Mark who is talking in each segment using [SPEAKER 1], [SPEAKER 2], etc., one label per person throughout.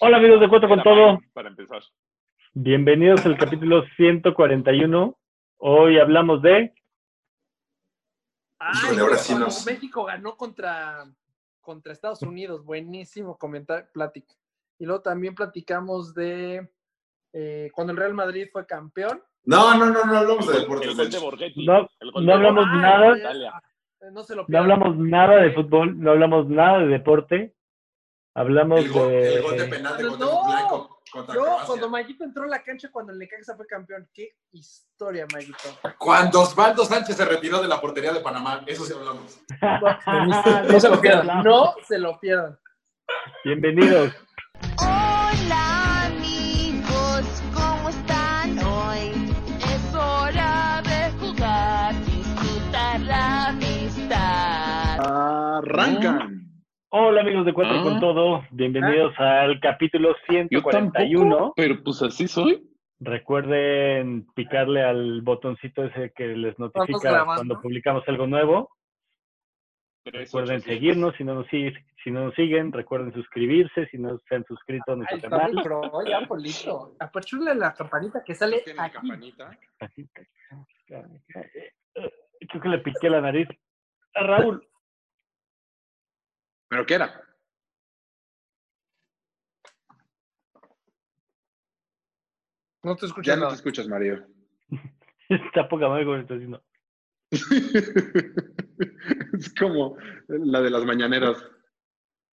[SPEAKER 1] Hola amigos de Cuatro con
[SPEAKER 2] Era
[SPEAKER 1] Todo,
[SPEAKER 2] Mike, Para empezar.
[SPEAKER 1] bienvenidos al capítulo 141. Hoy hablamos de...
[SPEAKER 3] Ay,
[SPEAKER 4] Híjole, ahora
[SPEAKER 3] güey,
[SPEAKER 4] sí
[SPEAKER 3] cuando
[SPEAKER 4] nos-
[SPEAKER 3] México ganó contra, contra Estados Unidos. Buenísimo comentar, plática. Y luego también platicamos de eh, cuando el Real Madrid fue campeón.
[SPEAKER 4] No, no, no, no hablamos de
[SPEAKER 2] El gol- el
[SPEAKER 4] deportes. de
[SPEAKER 2] gol de
[SPEAKER 4] hecho.
[SPEAKER 2] Borghetti.
[SPEAKER 1] No-
[SPEAKER 2] el gol
[SPEAKER 1] no
[SPEAKER 2] de
[SPEAKER 1] hablamos
[SPEAKER 2] Borghetti
[SPEAKER 1] nada.
[SPEAKER 2] en Italia.
[SPEAKER 3] Eh, No se lo
[SPEAKER 1] No
[SPEAKER 3] pierdan.
[SPEAKER 1] hablamos nada de fútbol, no hablamos nada de deporte, hablamos
[SPEAKER 4] El gol,
[SPEAKER 1] de...
[SPEAKER 4] el gol de penal de
[SPEAKER 3] No,
[SPEAKER 4] Cuauhtémoc
[SPEAKER 3] no.
[SPEAKER 4] Blanco contra
[SPEAKER 3] Yo,
[SPEAKER 4] Croacia.
[SPEAKER 3] cuando Maguito entró a la cancha cuando el Necaxa fue campeón. ¡Qué historia, Maguito!
[SPEAKER 4] Cuando Osvaldo Sánchez se retiró de la portería de Panamá, eso sí hablamos.
[SPEAKER 3] No se lo pierdan. No se lo pierdan.
[SPEAKER 1] Bienvenidos.
[SPEAKER 5] Hola amigos, ¿cómo están hoy? Es hora de jugar, disfrutar la amistad.
[SPEAKER 2] Arrancan.
[SPEAKER 1] Hola amigos de Cuatro
[SPEAKER 2] Ah.
[SPEAKER 1] con Todo, bienvenidos al capítulo
[SPEAKER 2] Yo
[SPEAKER 1] 141.
[SPEAKER 2] tampoco, pero pues así soy.
[SPEAKER 1] Recuerden picarle al botoncito ese que les notifica
[SPEAKER 3] grabando.
[SPEAKER 1] cuando publicamos algo nuevo. Recuerden seguirnos si no nos, sig- si no nos siguen, recuerden suscribirse si no se han suscrito a
[SPEAKER 3] Ahí
[SPEAKER 1] nuestro
[SPEAKER 3] está
[SPEAKER 1] canal.
[SPEAKER 3] mi pro, ya Polito. Apachurle la campanita que sale aquí.
[SPEAKER 1] Eh, Creo que le piqué la nariz a Raúl.
[SPEAKER 2] ¿Pero qué era?
[SPEAKER 3] No te escuchas nada.
[SPEAKER 2] escuchas, Mario.
[SPEAKER 1] Está poca madre como lo está diciendo.
[SPEAKER 2] es como la de las mañaneras.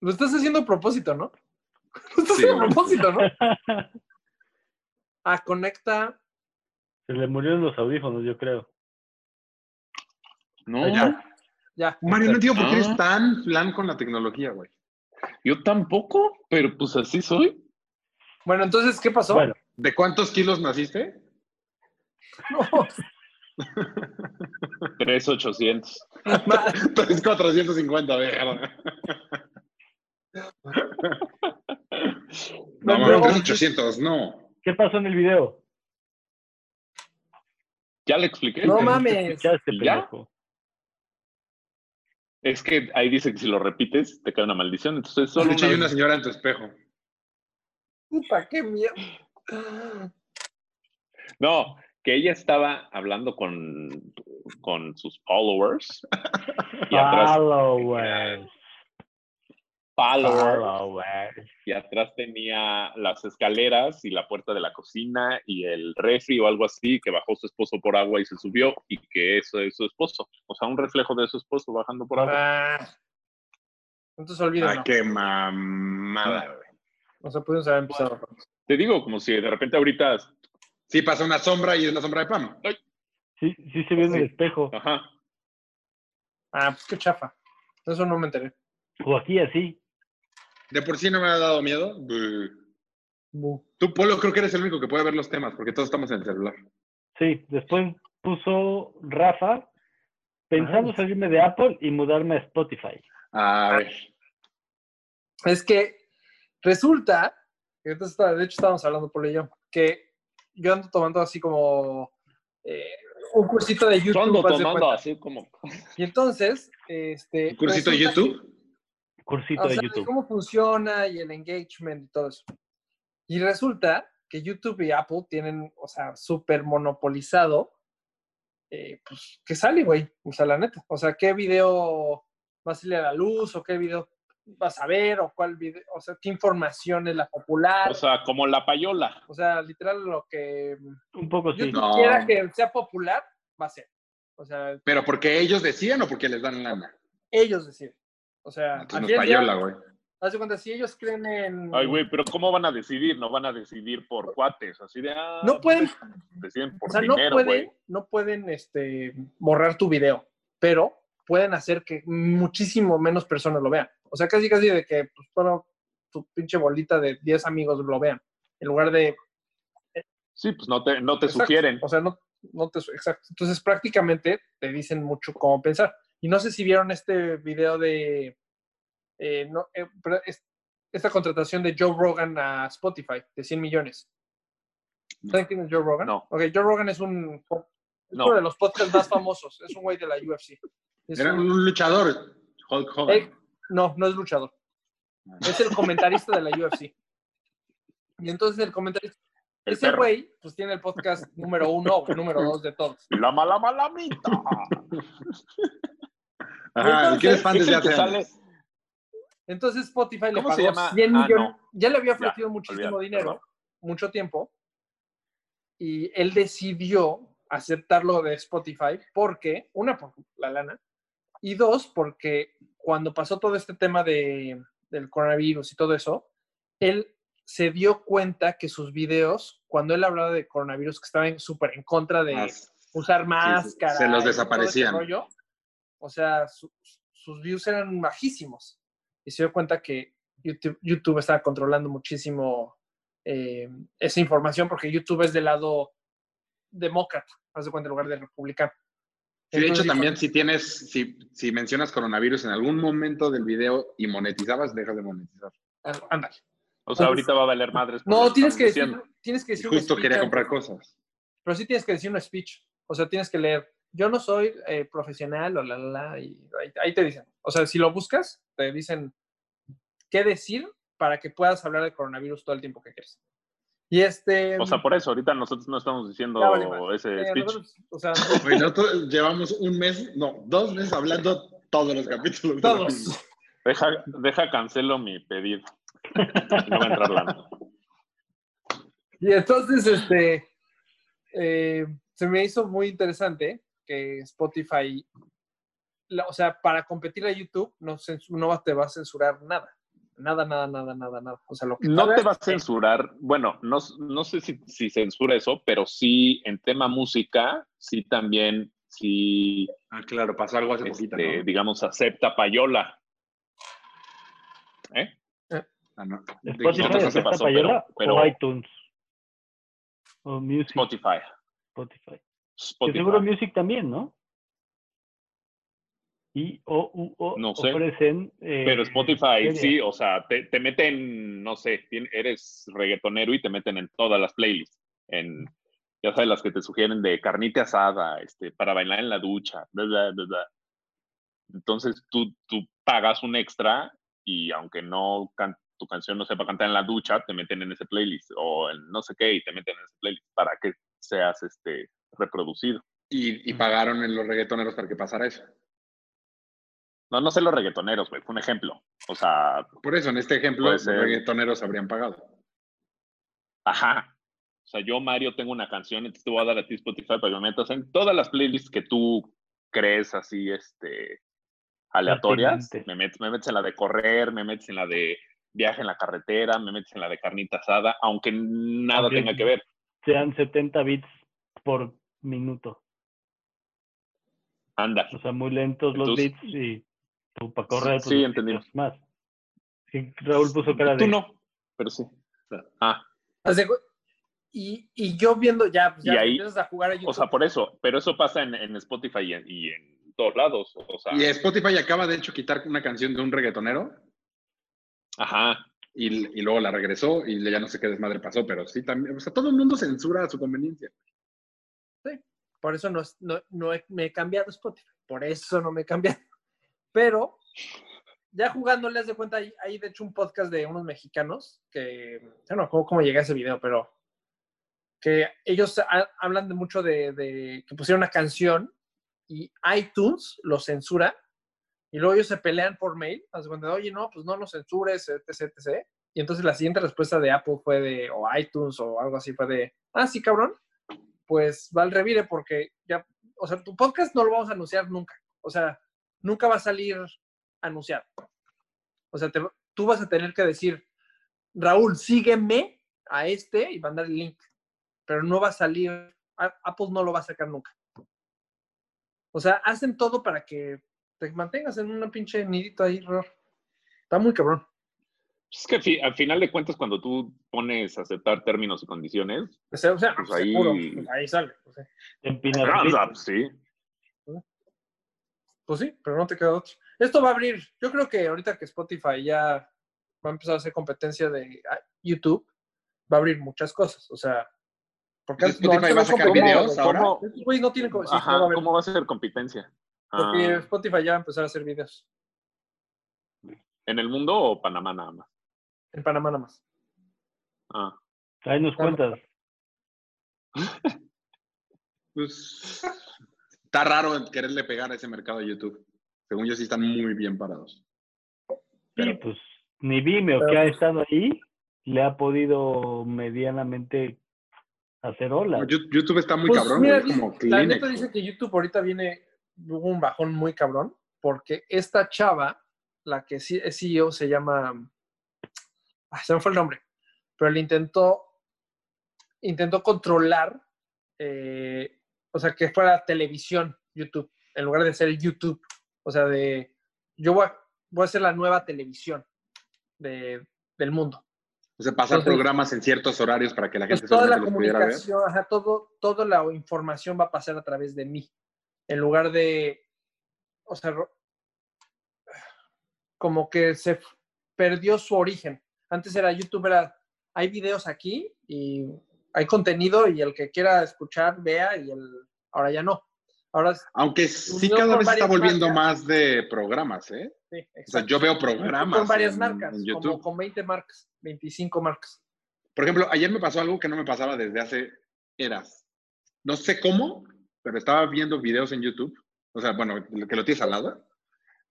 [SPEAKER 3] Lo estás haciendo a propósito, ¿no? Lo estás
[SPEAKER 2] Sí.
[SPEAKER 3] haciendo a propósito, ¿no? Ah, conecta.
[SPEAKER 1] Se le murieron los audífonos, yo creo.
[SPEAKER 6] No,
[SPEAKER 3] Ya. Ya.
[SPEAKER 6] Mario, no entiendo por qué
[SPEAKER 2] Ah.
[SPEAKER 6] eres tan flan con la tecnología, güey.
[SPEAKER 2] Yo tampoco, pero pues así soy.
[SPEAKER 3] Bueno, entonces, ¿qué pasó?
[SPEAKER 1] Bueno,
[SPEAKER 6] ¿De cuántos kilos naciste?
[SPEAKER 3] No,
[SPEAKER 2] 3800.
[SPEAKER 3] ma-
[SPEAKER 6] 3,450, verga. No,
[SPEAKER 3] No,
[SPEAKER 6] Mario,
[SPEAKER 3] no.
[SPEAKER 6] 3,800, no.
[SPEAKER 1] ¿qué pasó en el video?
[SPEAKER 2] Ya le expliqué.
[SPEAKER 3] No
[SPEAKER 1] ¿Te
[SPEAKER 3] mames.
[SPEAKER 1] escuchaste,
[SPEAKER 2] ¿Ya?
[SPEAKER 1] pendejo?
[SPEAKER 2] Es que ahí dice que si lo repites te cae una maldición. Entonces solo
[SPEAKER 6] De hecho, hay
[SPEAKER 2] una
[SPEAKER 6] una
[SPEAKER 2] vez-
[SPEAKER 6] señora en tu espejo.
[SPEAKER 3] puta, qué mierda.
[SPEAKER 2] No, que ella estaba hablando con, con sus followers. Y
[SPEAKER 1] Ah,
[SPEAKER 2] atrás,
[SPEAKER 1] Followers. ah,
[SPEAKER 2] followers.
[SPEAKER 1] Followers.
[SPEAKER 2] y atrás tenía las escaleras y la puerta de la cocina y el refri o algo así, que bajó su esposo por agua y se subió, y que eso es su esposo. O sea, un reflejo de su esposo bajando por agua.
[SPEAKER 3] Ah. Entonces,
[SPEAKER 6] Ah,
[SPEAKER 3] olvídenlo.
[SPEAKER 6] qué mamada, güey.
[SPEAKER 3] O sea, pudimos haber empezado.
[SPEAKER 2] Te digo, como si de repente ahorita,
[SPEAKER 6] Sí, pasa una sombra y es la sombra de Pam.
[SPEAKER 1] Sí, sí se vio en el espejo.
[SPEAKER 2] ajá,
[SPEAKER 3] Ah, pues qué chafa. De Eso no me enteré.
[SPEAKER 1] O aquí así.
[SPEAKER 6] De por sí no me ha dado miedo. Buh.
[SPEAKER 3] Bu.
[SPEAKER 6] Tú, Polo, creo que eres el único que puede ver los temas, porque todos estamos en el celular.
[SPEAKER 1] Sí, después puso Rafa pensando salirme de Apple y mudarme a Spotify.
[SPEAKER 6] A ver.
[SPEAKER 3] Es que resulta, que ahorita está- de hecho estábamos hablando por ello, que yo ando tomando así como eh, un cursito de YouTube.
[SPEAKER 2] yo ando
[SPEAKER 3] haz de
[SPEAKER 2] tomando
[SPEAKER 3] cuenta.
[SPEAKER 2] así como,
[SPEAKER 3] Y entonces, este.
[SPEAKER 6] ¿Un cursito de
[SPEAKER 3] resulta
[SPEAKER 6] YouTube?
[SPEAKER 1] Cursito
[SPEAKER 3] o
[SPEAKER 1] de
[SPEAKER 3] sea, de
[SPEAKER 1] YouTube.
[SPEAKER 3] cómo funciona y el engagement y todo eso. Y resulta que YouTube y Apple tienen, o sea, súper monopolizado. eh, pues, ¿qué sale, güey? O sea, la neta. O sea, ¿qué video va a salir a la luz? ¿O qué video vas a ver? ¿O cuál video? O sea, ¿qué información es la popular?
[SPEAKER 2] o sea, como la payola.
[SPEAKER 3] O sea, literal, lo que
[SPEAKER 1] Un poco sí.
[SPEAKER 3] YouTube
[SPEAKER 6] No.
[SPEAKER 3] quiera que sea popular, va a ser. O sea,
[SPEAKER 6] ¿Pero porque ellos decían o porque les dan lana?
[SPEAKER 3] ellos deciden. O sea,
[SPEAKER 6] Entonces nos
[SPEAKER 3] al final,
[SPEAKER 6] payola, güey.
[SPEAKER 3] haz de cuenta, si ellos creen en...
[SPEAKER 2] Ay, güey, pero ¿cómo van a decidir? No van a decidir por cuates, así de, ah,
[SPEAKER 3] No pueden
[SPEAKER 2] deciden por
[SPEAKER 3] O sea, no
[SPEAKER 2] dinero, güey.
[SPEAKER 3] pueden, no pueden este, borrar tu video, pero pueden hacer que muchísimo menos personas lo vean. O sea, casi casi de que pues, solo tu pinche bolita de 10 amigos lo vean, en lugar de...
[SPEAKER 2] Sí, pues no te, no te
[SPEAKER 3] Exacto.
[SPEAKER 2] sugieren.
[SPEAKER 3] O sea, no, no te... Exacto. Entonces prácticamente te dicen mucho cómo pensar. Y no sé si vieron este video de... eh, no, eh, pero es- esta contratación de Joe Rogan a Spotify de 100 millones. ¿Saben quién es Joe Rogan?
[SPEAKER 2] No.
[SPEAKER 3] Ok, Joe Rogan es un es
[SPEAKER 2] No.
[SPEAKER 3] uno de los podcasts más famosos. Es un güey de la UFC. Es
[SPEAKER 6] Era
[SPEAKER 3] un-
[SPEAKER 6] un luchador, Hulk Hogan.
[SPEAKER 2] Ah.
[SPEAKER 3] Eh, no, no es luchador. Es el comentarista de la UFC. Y entonces el comentarista,
[SPEAKER 2] El
[SPEAKER 3] ese
[SPEAKER 2] perro.
[SPEAKER 3] güey, pues tiene el podcast número uno, o número dos de todos.
[SPEAKER 2] La mala malamita.
[SPEAKER 6] Ajá, el que eres
[SPEAKER 2] Entonces,
[SPEAKER 6] fan
[SPEAKER 2] es
[SPEAKER 6] desde
[SPEAKER 2] el que
[SPEAKER 6] hace
[SPEAKER 2] sale-
[SPEAKER 6] años.
[SPEAKER 3] Entonces Spotify le
[SPEAKER 2] ¿Cómo
[SPEAKER 3] pagó
[SPEAKER 2] se llama?
[SPEAKER 3] 100
[SPEAKER 2] Ah,
[SPEAKER 3] millones.
[SPEAKER 2] no.
[SPEAKER 3] Ya le había ofrecido muchísimo
[SPEAKER 2] olvídalo,
[SPEAKER 3] dinero,
[SPEAKER 2] perdón.
[SPEAKER 3] mucho tiempo. Y él decidió aceptarlo de Spotify porque, una, por la lana, y dos, porque cuando pasó todo este tema de, del coronavirus y todo eso, él se dio cuenta que sus videos, cuando él hablaba de coronavirus, que estaban súper en contra de
[SPEAKER 6] Ah, sí.
[SPEAKER 3] usar máscara.
[SPEAKER 6] se
[SPEAKER 3] y
[SPEAKER 6] los
[SPEAKER 3] todo ese
[SPEAKER 6] desaparecían.
[SPEAKER 3] rollo, O sea, su- sus views eran bajísimos. Y se dio cuenta que YouTube, YouTube estaba controlando muchísimo eh, esa información porque YouTube es del lado demócrata, haz de cuenta, en lugar de republicano.
[SPEAKER 6] Sí, de hecho,
[SPEAKER 3] Entonces dijo,
[SPEAKER 6] también si tienes, si, si mencionas coronavirus en algún momento del video y monetizabas, dejas de monetizar.
[SPEAKER 3] "Ah, ándale".
[SPEAKER 2] O sea, ahorita va a valer madres. por lo
[SPEAKER 3] Pues, No, tienes que,
[SPEAKER 2] estamos
[SPEAKER 3] decir,
[SPEAKER 2] diciendo.
[SPEAKER 3] tienes que
[SPEAKER 6] Y
[SPEAKER 3] decir un
[SPEAKER 6] justo
[SPEAKER 3] speech
[SPEAKER 6] quería
[SPEAKER 3] antes.
[SPEAKER 6] comprar cosas.
[SPEAKER 3] Pero sí tienes que decir un speech. O sea, tienes que leer. Yo no soy eh, profesional, o la, la, la, y ahí, ahí te dicen. O sea, si lo buscas, te dicen qué decir para que puedas hablar de coronavirus todo el tiempo que quieres. Y este.
[SPEAKER 2] O sea, por eso, ahorita nosotros no estamos diciendo
[SPEAKER 3] Ya vale madre.
[SPEAKER 2] ese
[SPEAKER 3] eh,
[SPEAKER 2] speech.
[SPEAKER 3] nosotros, o sea,
[SPEAKER 6] Oye, nosotros llevamos un mes, no, dos meses hablando todos los capítulos. de lo mismo.
[SPEAKER 3] todos.
[SPEAKER 2] Deja, deja cancelo mi pedido. No va a entrar la.
[SPEAKER 3] Y entonces, este. eh, se me hizo muy interesante que Spotify. la- o sea, para competir a YouTube, no, cens- no te va a censurar nada. Nada, nada, nada, nada, nada. O sea, lo que
[SPEAKER 2] No te
[SPEAKER 3] hagas,
[SPEAKER 2] va a censurar, bueno, no, no sé si, si censura eso, pero sí en tema música, sí también, sí,
[SPEAKER 6] Ah, claro, pasó algo hace poquito.
[SPEAKER 2] este,
[SPEAKER 6] ¿no?
[SPEAKER 2] digamos, acepta payola.
[SPEAKER 6] Ah, no. De-
[SPEAKER 1] Spotify
[SPEAKER 2] no sé si
[SPEAKER 1] acepta
[SPEAKER 2] pasó,
[SPEAKER 1] payola
[SPEAKER 2] pero- pero-
[SPEAKER 1] o iTunes. O Music, Spotify.
[SPEAKER 2] Spotify.
[SPEAKER 1] Que
[SPEAKER 2] Spotify.
[SPEAKER 1] seguro Music también, ¿no? Y o, u- o
[SPEAKER 2] No sé.
[SPEAKER 1] ofrecen... eh,
[SPEAKER 2] Pero Spotify,
[SPEAKER 1] series.
[SPEAKER 2] sí, o sea, te, te meten, no sé, tien- eres reggaetonero y te meten en todas las playlists. En, ya sabes, las que te sugieren de carnita asada, este, para bailar en la ducha, bla, bla, bla, bla. Entonces tú, tú pagas un extra y aunque no can- tu canción no sepa cantar en la ducha, te meten en ese playlist o en no sé qué y te meten en ese playlist para que seas este, reproducido.
[SPEAKER 6] Y, y pagaron en los reggaetoneros para que pasara eso.
[SPEAKER 2] No, no sé los reggaetoneros, güey, fue un ejemplo. O sea,
[SPEAKER 6] Por eso, en este ejemplo,
[SPEAKER 2] Puede
[SPEAKER 6] los
[SPEAKER 2] ser.
[SPEAKER 6] reggaetoneros habrían pagado.
[SPEAKER 2] Ajá. O sea, yo, Mario, tengo una canción, entonces te voy a dar a ti Spotify para que me metas en todas las playlists que tú crees así, este, aleatorias.
[SPEAKER 1] Pertinentes.
[SPEAKER 2] Me metes, me metes en la de correr, me metes en la de viaje en la carretera, me metes en la de carnita asada, aunque nada
[SPEAKER 1] Aunque-
[SPEAKER 2] tenga que ver.
[SPEAKER 1] Sean 70 bits por minuto.
[SPEAKER 2] Anda.
[SPEAKER 1] O sea, muy lentos los
[SPEAKER 2] Entonces-
[SPEAKER 1] bits y tú para correr
[SPEAKER 2] Sí,
[SPEAKER 1] pues,
[SPEAKER 2] sí,
[SPEAKER 1] los
[SPEAKER 2] entendí.
[SPEAKER 1] bits más. Sí, Raúl puso cara de...
[SPEAKER 2] Tú no, pero sí. Ah,
[SPEAKER 3] Haz de cu- Y, y yo viendo ya, pues
[SPEAKER 2] Y
[SPEAKER 3] ya
[SPEAKER 2] ahí-
[SPEAKER 3] empiezas a jugar a YouTube.
[SPEAKER 2] o sea, por eso, pero eso pasa en, en Spotify y en, y en todos lados. O sea,
[SPEAKER 6] Y Spotify acaba, de hecho, quitar una canción de un reggaetonero
[SPEAKER 2] ajá.
[SPEAKER 6] y, y luego la regresó y ya no sé qué desmadre pasó, pero sí también. O sea, todo el mundo censura a su conveniencia.
[SPEAKER 3] Por eso no, es- no, no he- me he cambiado Spotify. Por eso no me he cambiado. Pero ya jugando, les de cuenta, hay, hay de hecho un podcast de unos mexicanos que, yo no cómo, cómo llegué a ese video, pero que ellos ha- hablan de mucho de, de que pusieron una canción y iTunes lo censura y luego ellos se pelean por mail, haz de cuenta, oye, no, pues no nos censures, etc, etc. Y entonces la siguiente respuesta de Apple fue de, o iTunes o algo así, fue de, ah, sí, cabrón, pues va al revire porque ya, o sea, tu podcast no lo vamos a anunciar nunca. O sea, nunca va a salir anunciado. O sea, te- tú vas a tener que decir, Raúl, sígueme a este y mandar el link. Pero no va a salir, a- Apple no lo va a sacar nunca. O sea, hacen todo para que te mantengas en una pinche nidito ahí, Ror. Está muy cabrón.
[SPEAKER 2] Es que fi- al final de cuentas, cuando tú pones aceptar términos y condiciones,
[SPEAKER 3] O sea, o sea,
[SPEAKER 2] Pues ahí-
[SPEAKER 3] seguro, pues ahí... sale. o sea.
[SPEAKER 1] Te empinas
[SPEAKER 2] Ah,
[SPEAKER 1] bits.
[SPEAKER 2] pues, sí.
[SPEAKER 3] Pues sí, pero no te queda otro. Esto va a abrir. Yo creo que ahorita que Spotify ya va a empezar a hacer competencia de ah, YouTube, va a abrir muchas cosas. O sea, porque antes-
[SPEAKER 6] Spotify
[SPEAKER 3] antes
[SPEAKER 6] va a
[SPEAKER 3] no
[SPEAKER 6] sacar
[SPEAKER 3] competía,
[SPEAKER 6] videos
[SPEAKER 3] güey.
[SPEAKER 6] ahora?
[SPEAKER 2] ¿Cómo,
[SPEAKER 3] Estos güeyes no tienen como- sí,
[SPEAKER 2] Ajá,
[SPEAKER 3] no va a haber,
[SPEAKER 2] ¿cómo va a ser competencia? Ah,
[SPEAKER 3] porque Spotify ya va a empezar a hacer videos.
[SPEAKER 2] ¿En el mundo o Panamá nada más?
[SPEAKER 3] En Panamá nada más.
[SPEAKER 2] Ah,
[SPEAKER 1] Ahí nos
[SPEAKER 3] Claro.
[SPEAKER 1] cuentas.
[SPEAKER 6] Pues, está raro quererle pegar a ese mercado a YouTube. Según yo, sí están muy bien parados.
[SPEAKER 1] Sí,
[SPEAKER 6] Pero-
[SPEAKER 1] pues ni Vimeo,
[SPEAKER 3] Pero-
[SPEAKER 1] que ha estado ahí, le ha podido medianamente hacer ola.
[SPEAKER 6] Yo- YouTube está muy
[SPEAKER 3] Pues,
[SPEAKER 6] cabrón,
[SPEAKER 3] mira,
[SPEAKER 6] güey,
[SPEAKER 3] dice-
[SPEAKER 6] como
[SPEAKER 3] La
[SPEAKER 6] Kleenex.
[SPEAKER 3] neta dice que YouTube ahorita viene, hubo un bajón muy cabrón, porque esta chava, la que sí es CEO, se llama, ah, se me fue el nombre, pero le intentó, intentó controlar, eh, o sea, que fuera televisión YouTube, en lugar de ser YouTube, o sea, de, yo voy a, voy a ser la nueva televisión de- del mundo.
[SPEAKER 6] O sea, pasar
[SPEAKER 3] Entonces-
[SPEAKER 6] programas en ciertos horarios para que la
[SPEAKER 3] Pues
[SPEAKER 6] gente
[SPEAKER 3] toda la
[SPEAKER 6] solamente los pudiera ver.
[SPEAKER 3] comunicación, ajá, todo, toda la información va a pasar a través de mí. En lugar de, o sea, ro- como que se f- perdió su origen. Antes era YouTube, era, hay videos aquí y hay contenido y el que quiera escuchar, vea y el, ahora ya no. Ahora es-
[SPEAKER 6] Aunque sí
[SPEAKER 3] Unió
[SPEAKER 6] cada
[SPEAKER 3] con
[SPEAKER 6] vez está
[SPEAKER 3] varias
[SPEAKER 6] volviendo
[SPEAKER 3] marcas.
[SPEAKER 6] más de programas, ¿eh?
[SPEAKER 3] sí,
[SPEAKER 6] O sea,
[SPEAKER 3] exacto.
[SPEAKER 6] yo veo programas
[SPEAKER 3] con varias
[SPEAKER 6] en-
[SPEAKER 3] marcas,
[SPEAKER 6] en
[SPEAKER 3] como
[SPEAKER 6] YouTube.
[SPEAKER 3] con 20 marcas, 25 marcas.
[SPEAKER 6] Por ejemplo, ayer me pasó algo que no me pasaba desde hace eras. No sé cómo, pero estaba viendo videos en YouTube. O sea, bueno, que lo tienes al lado.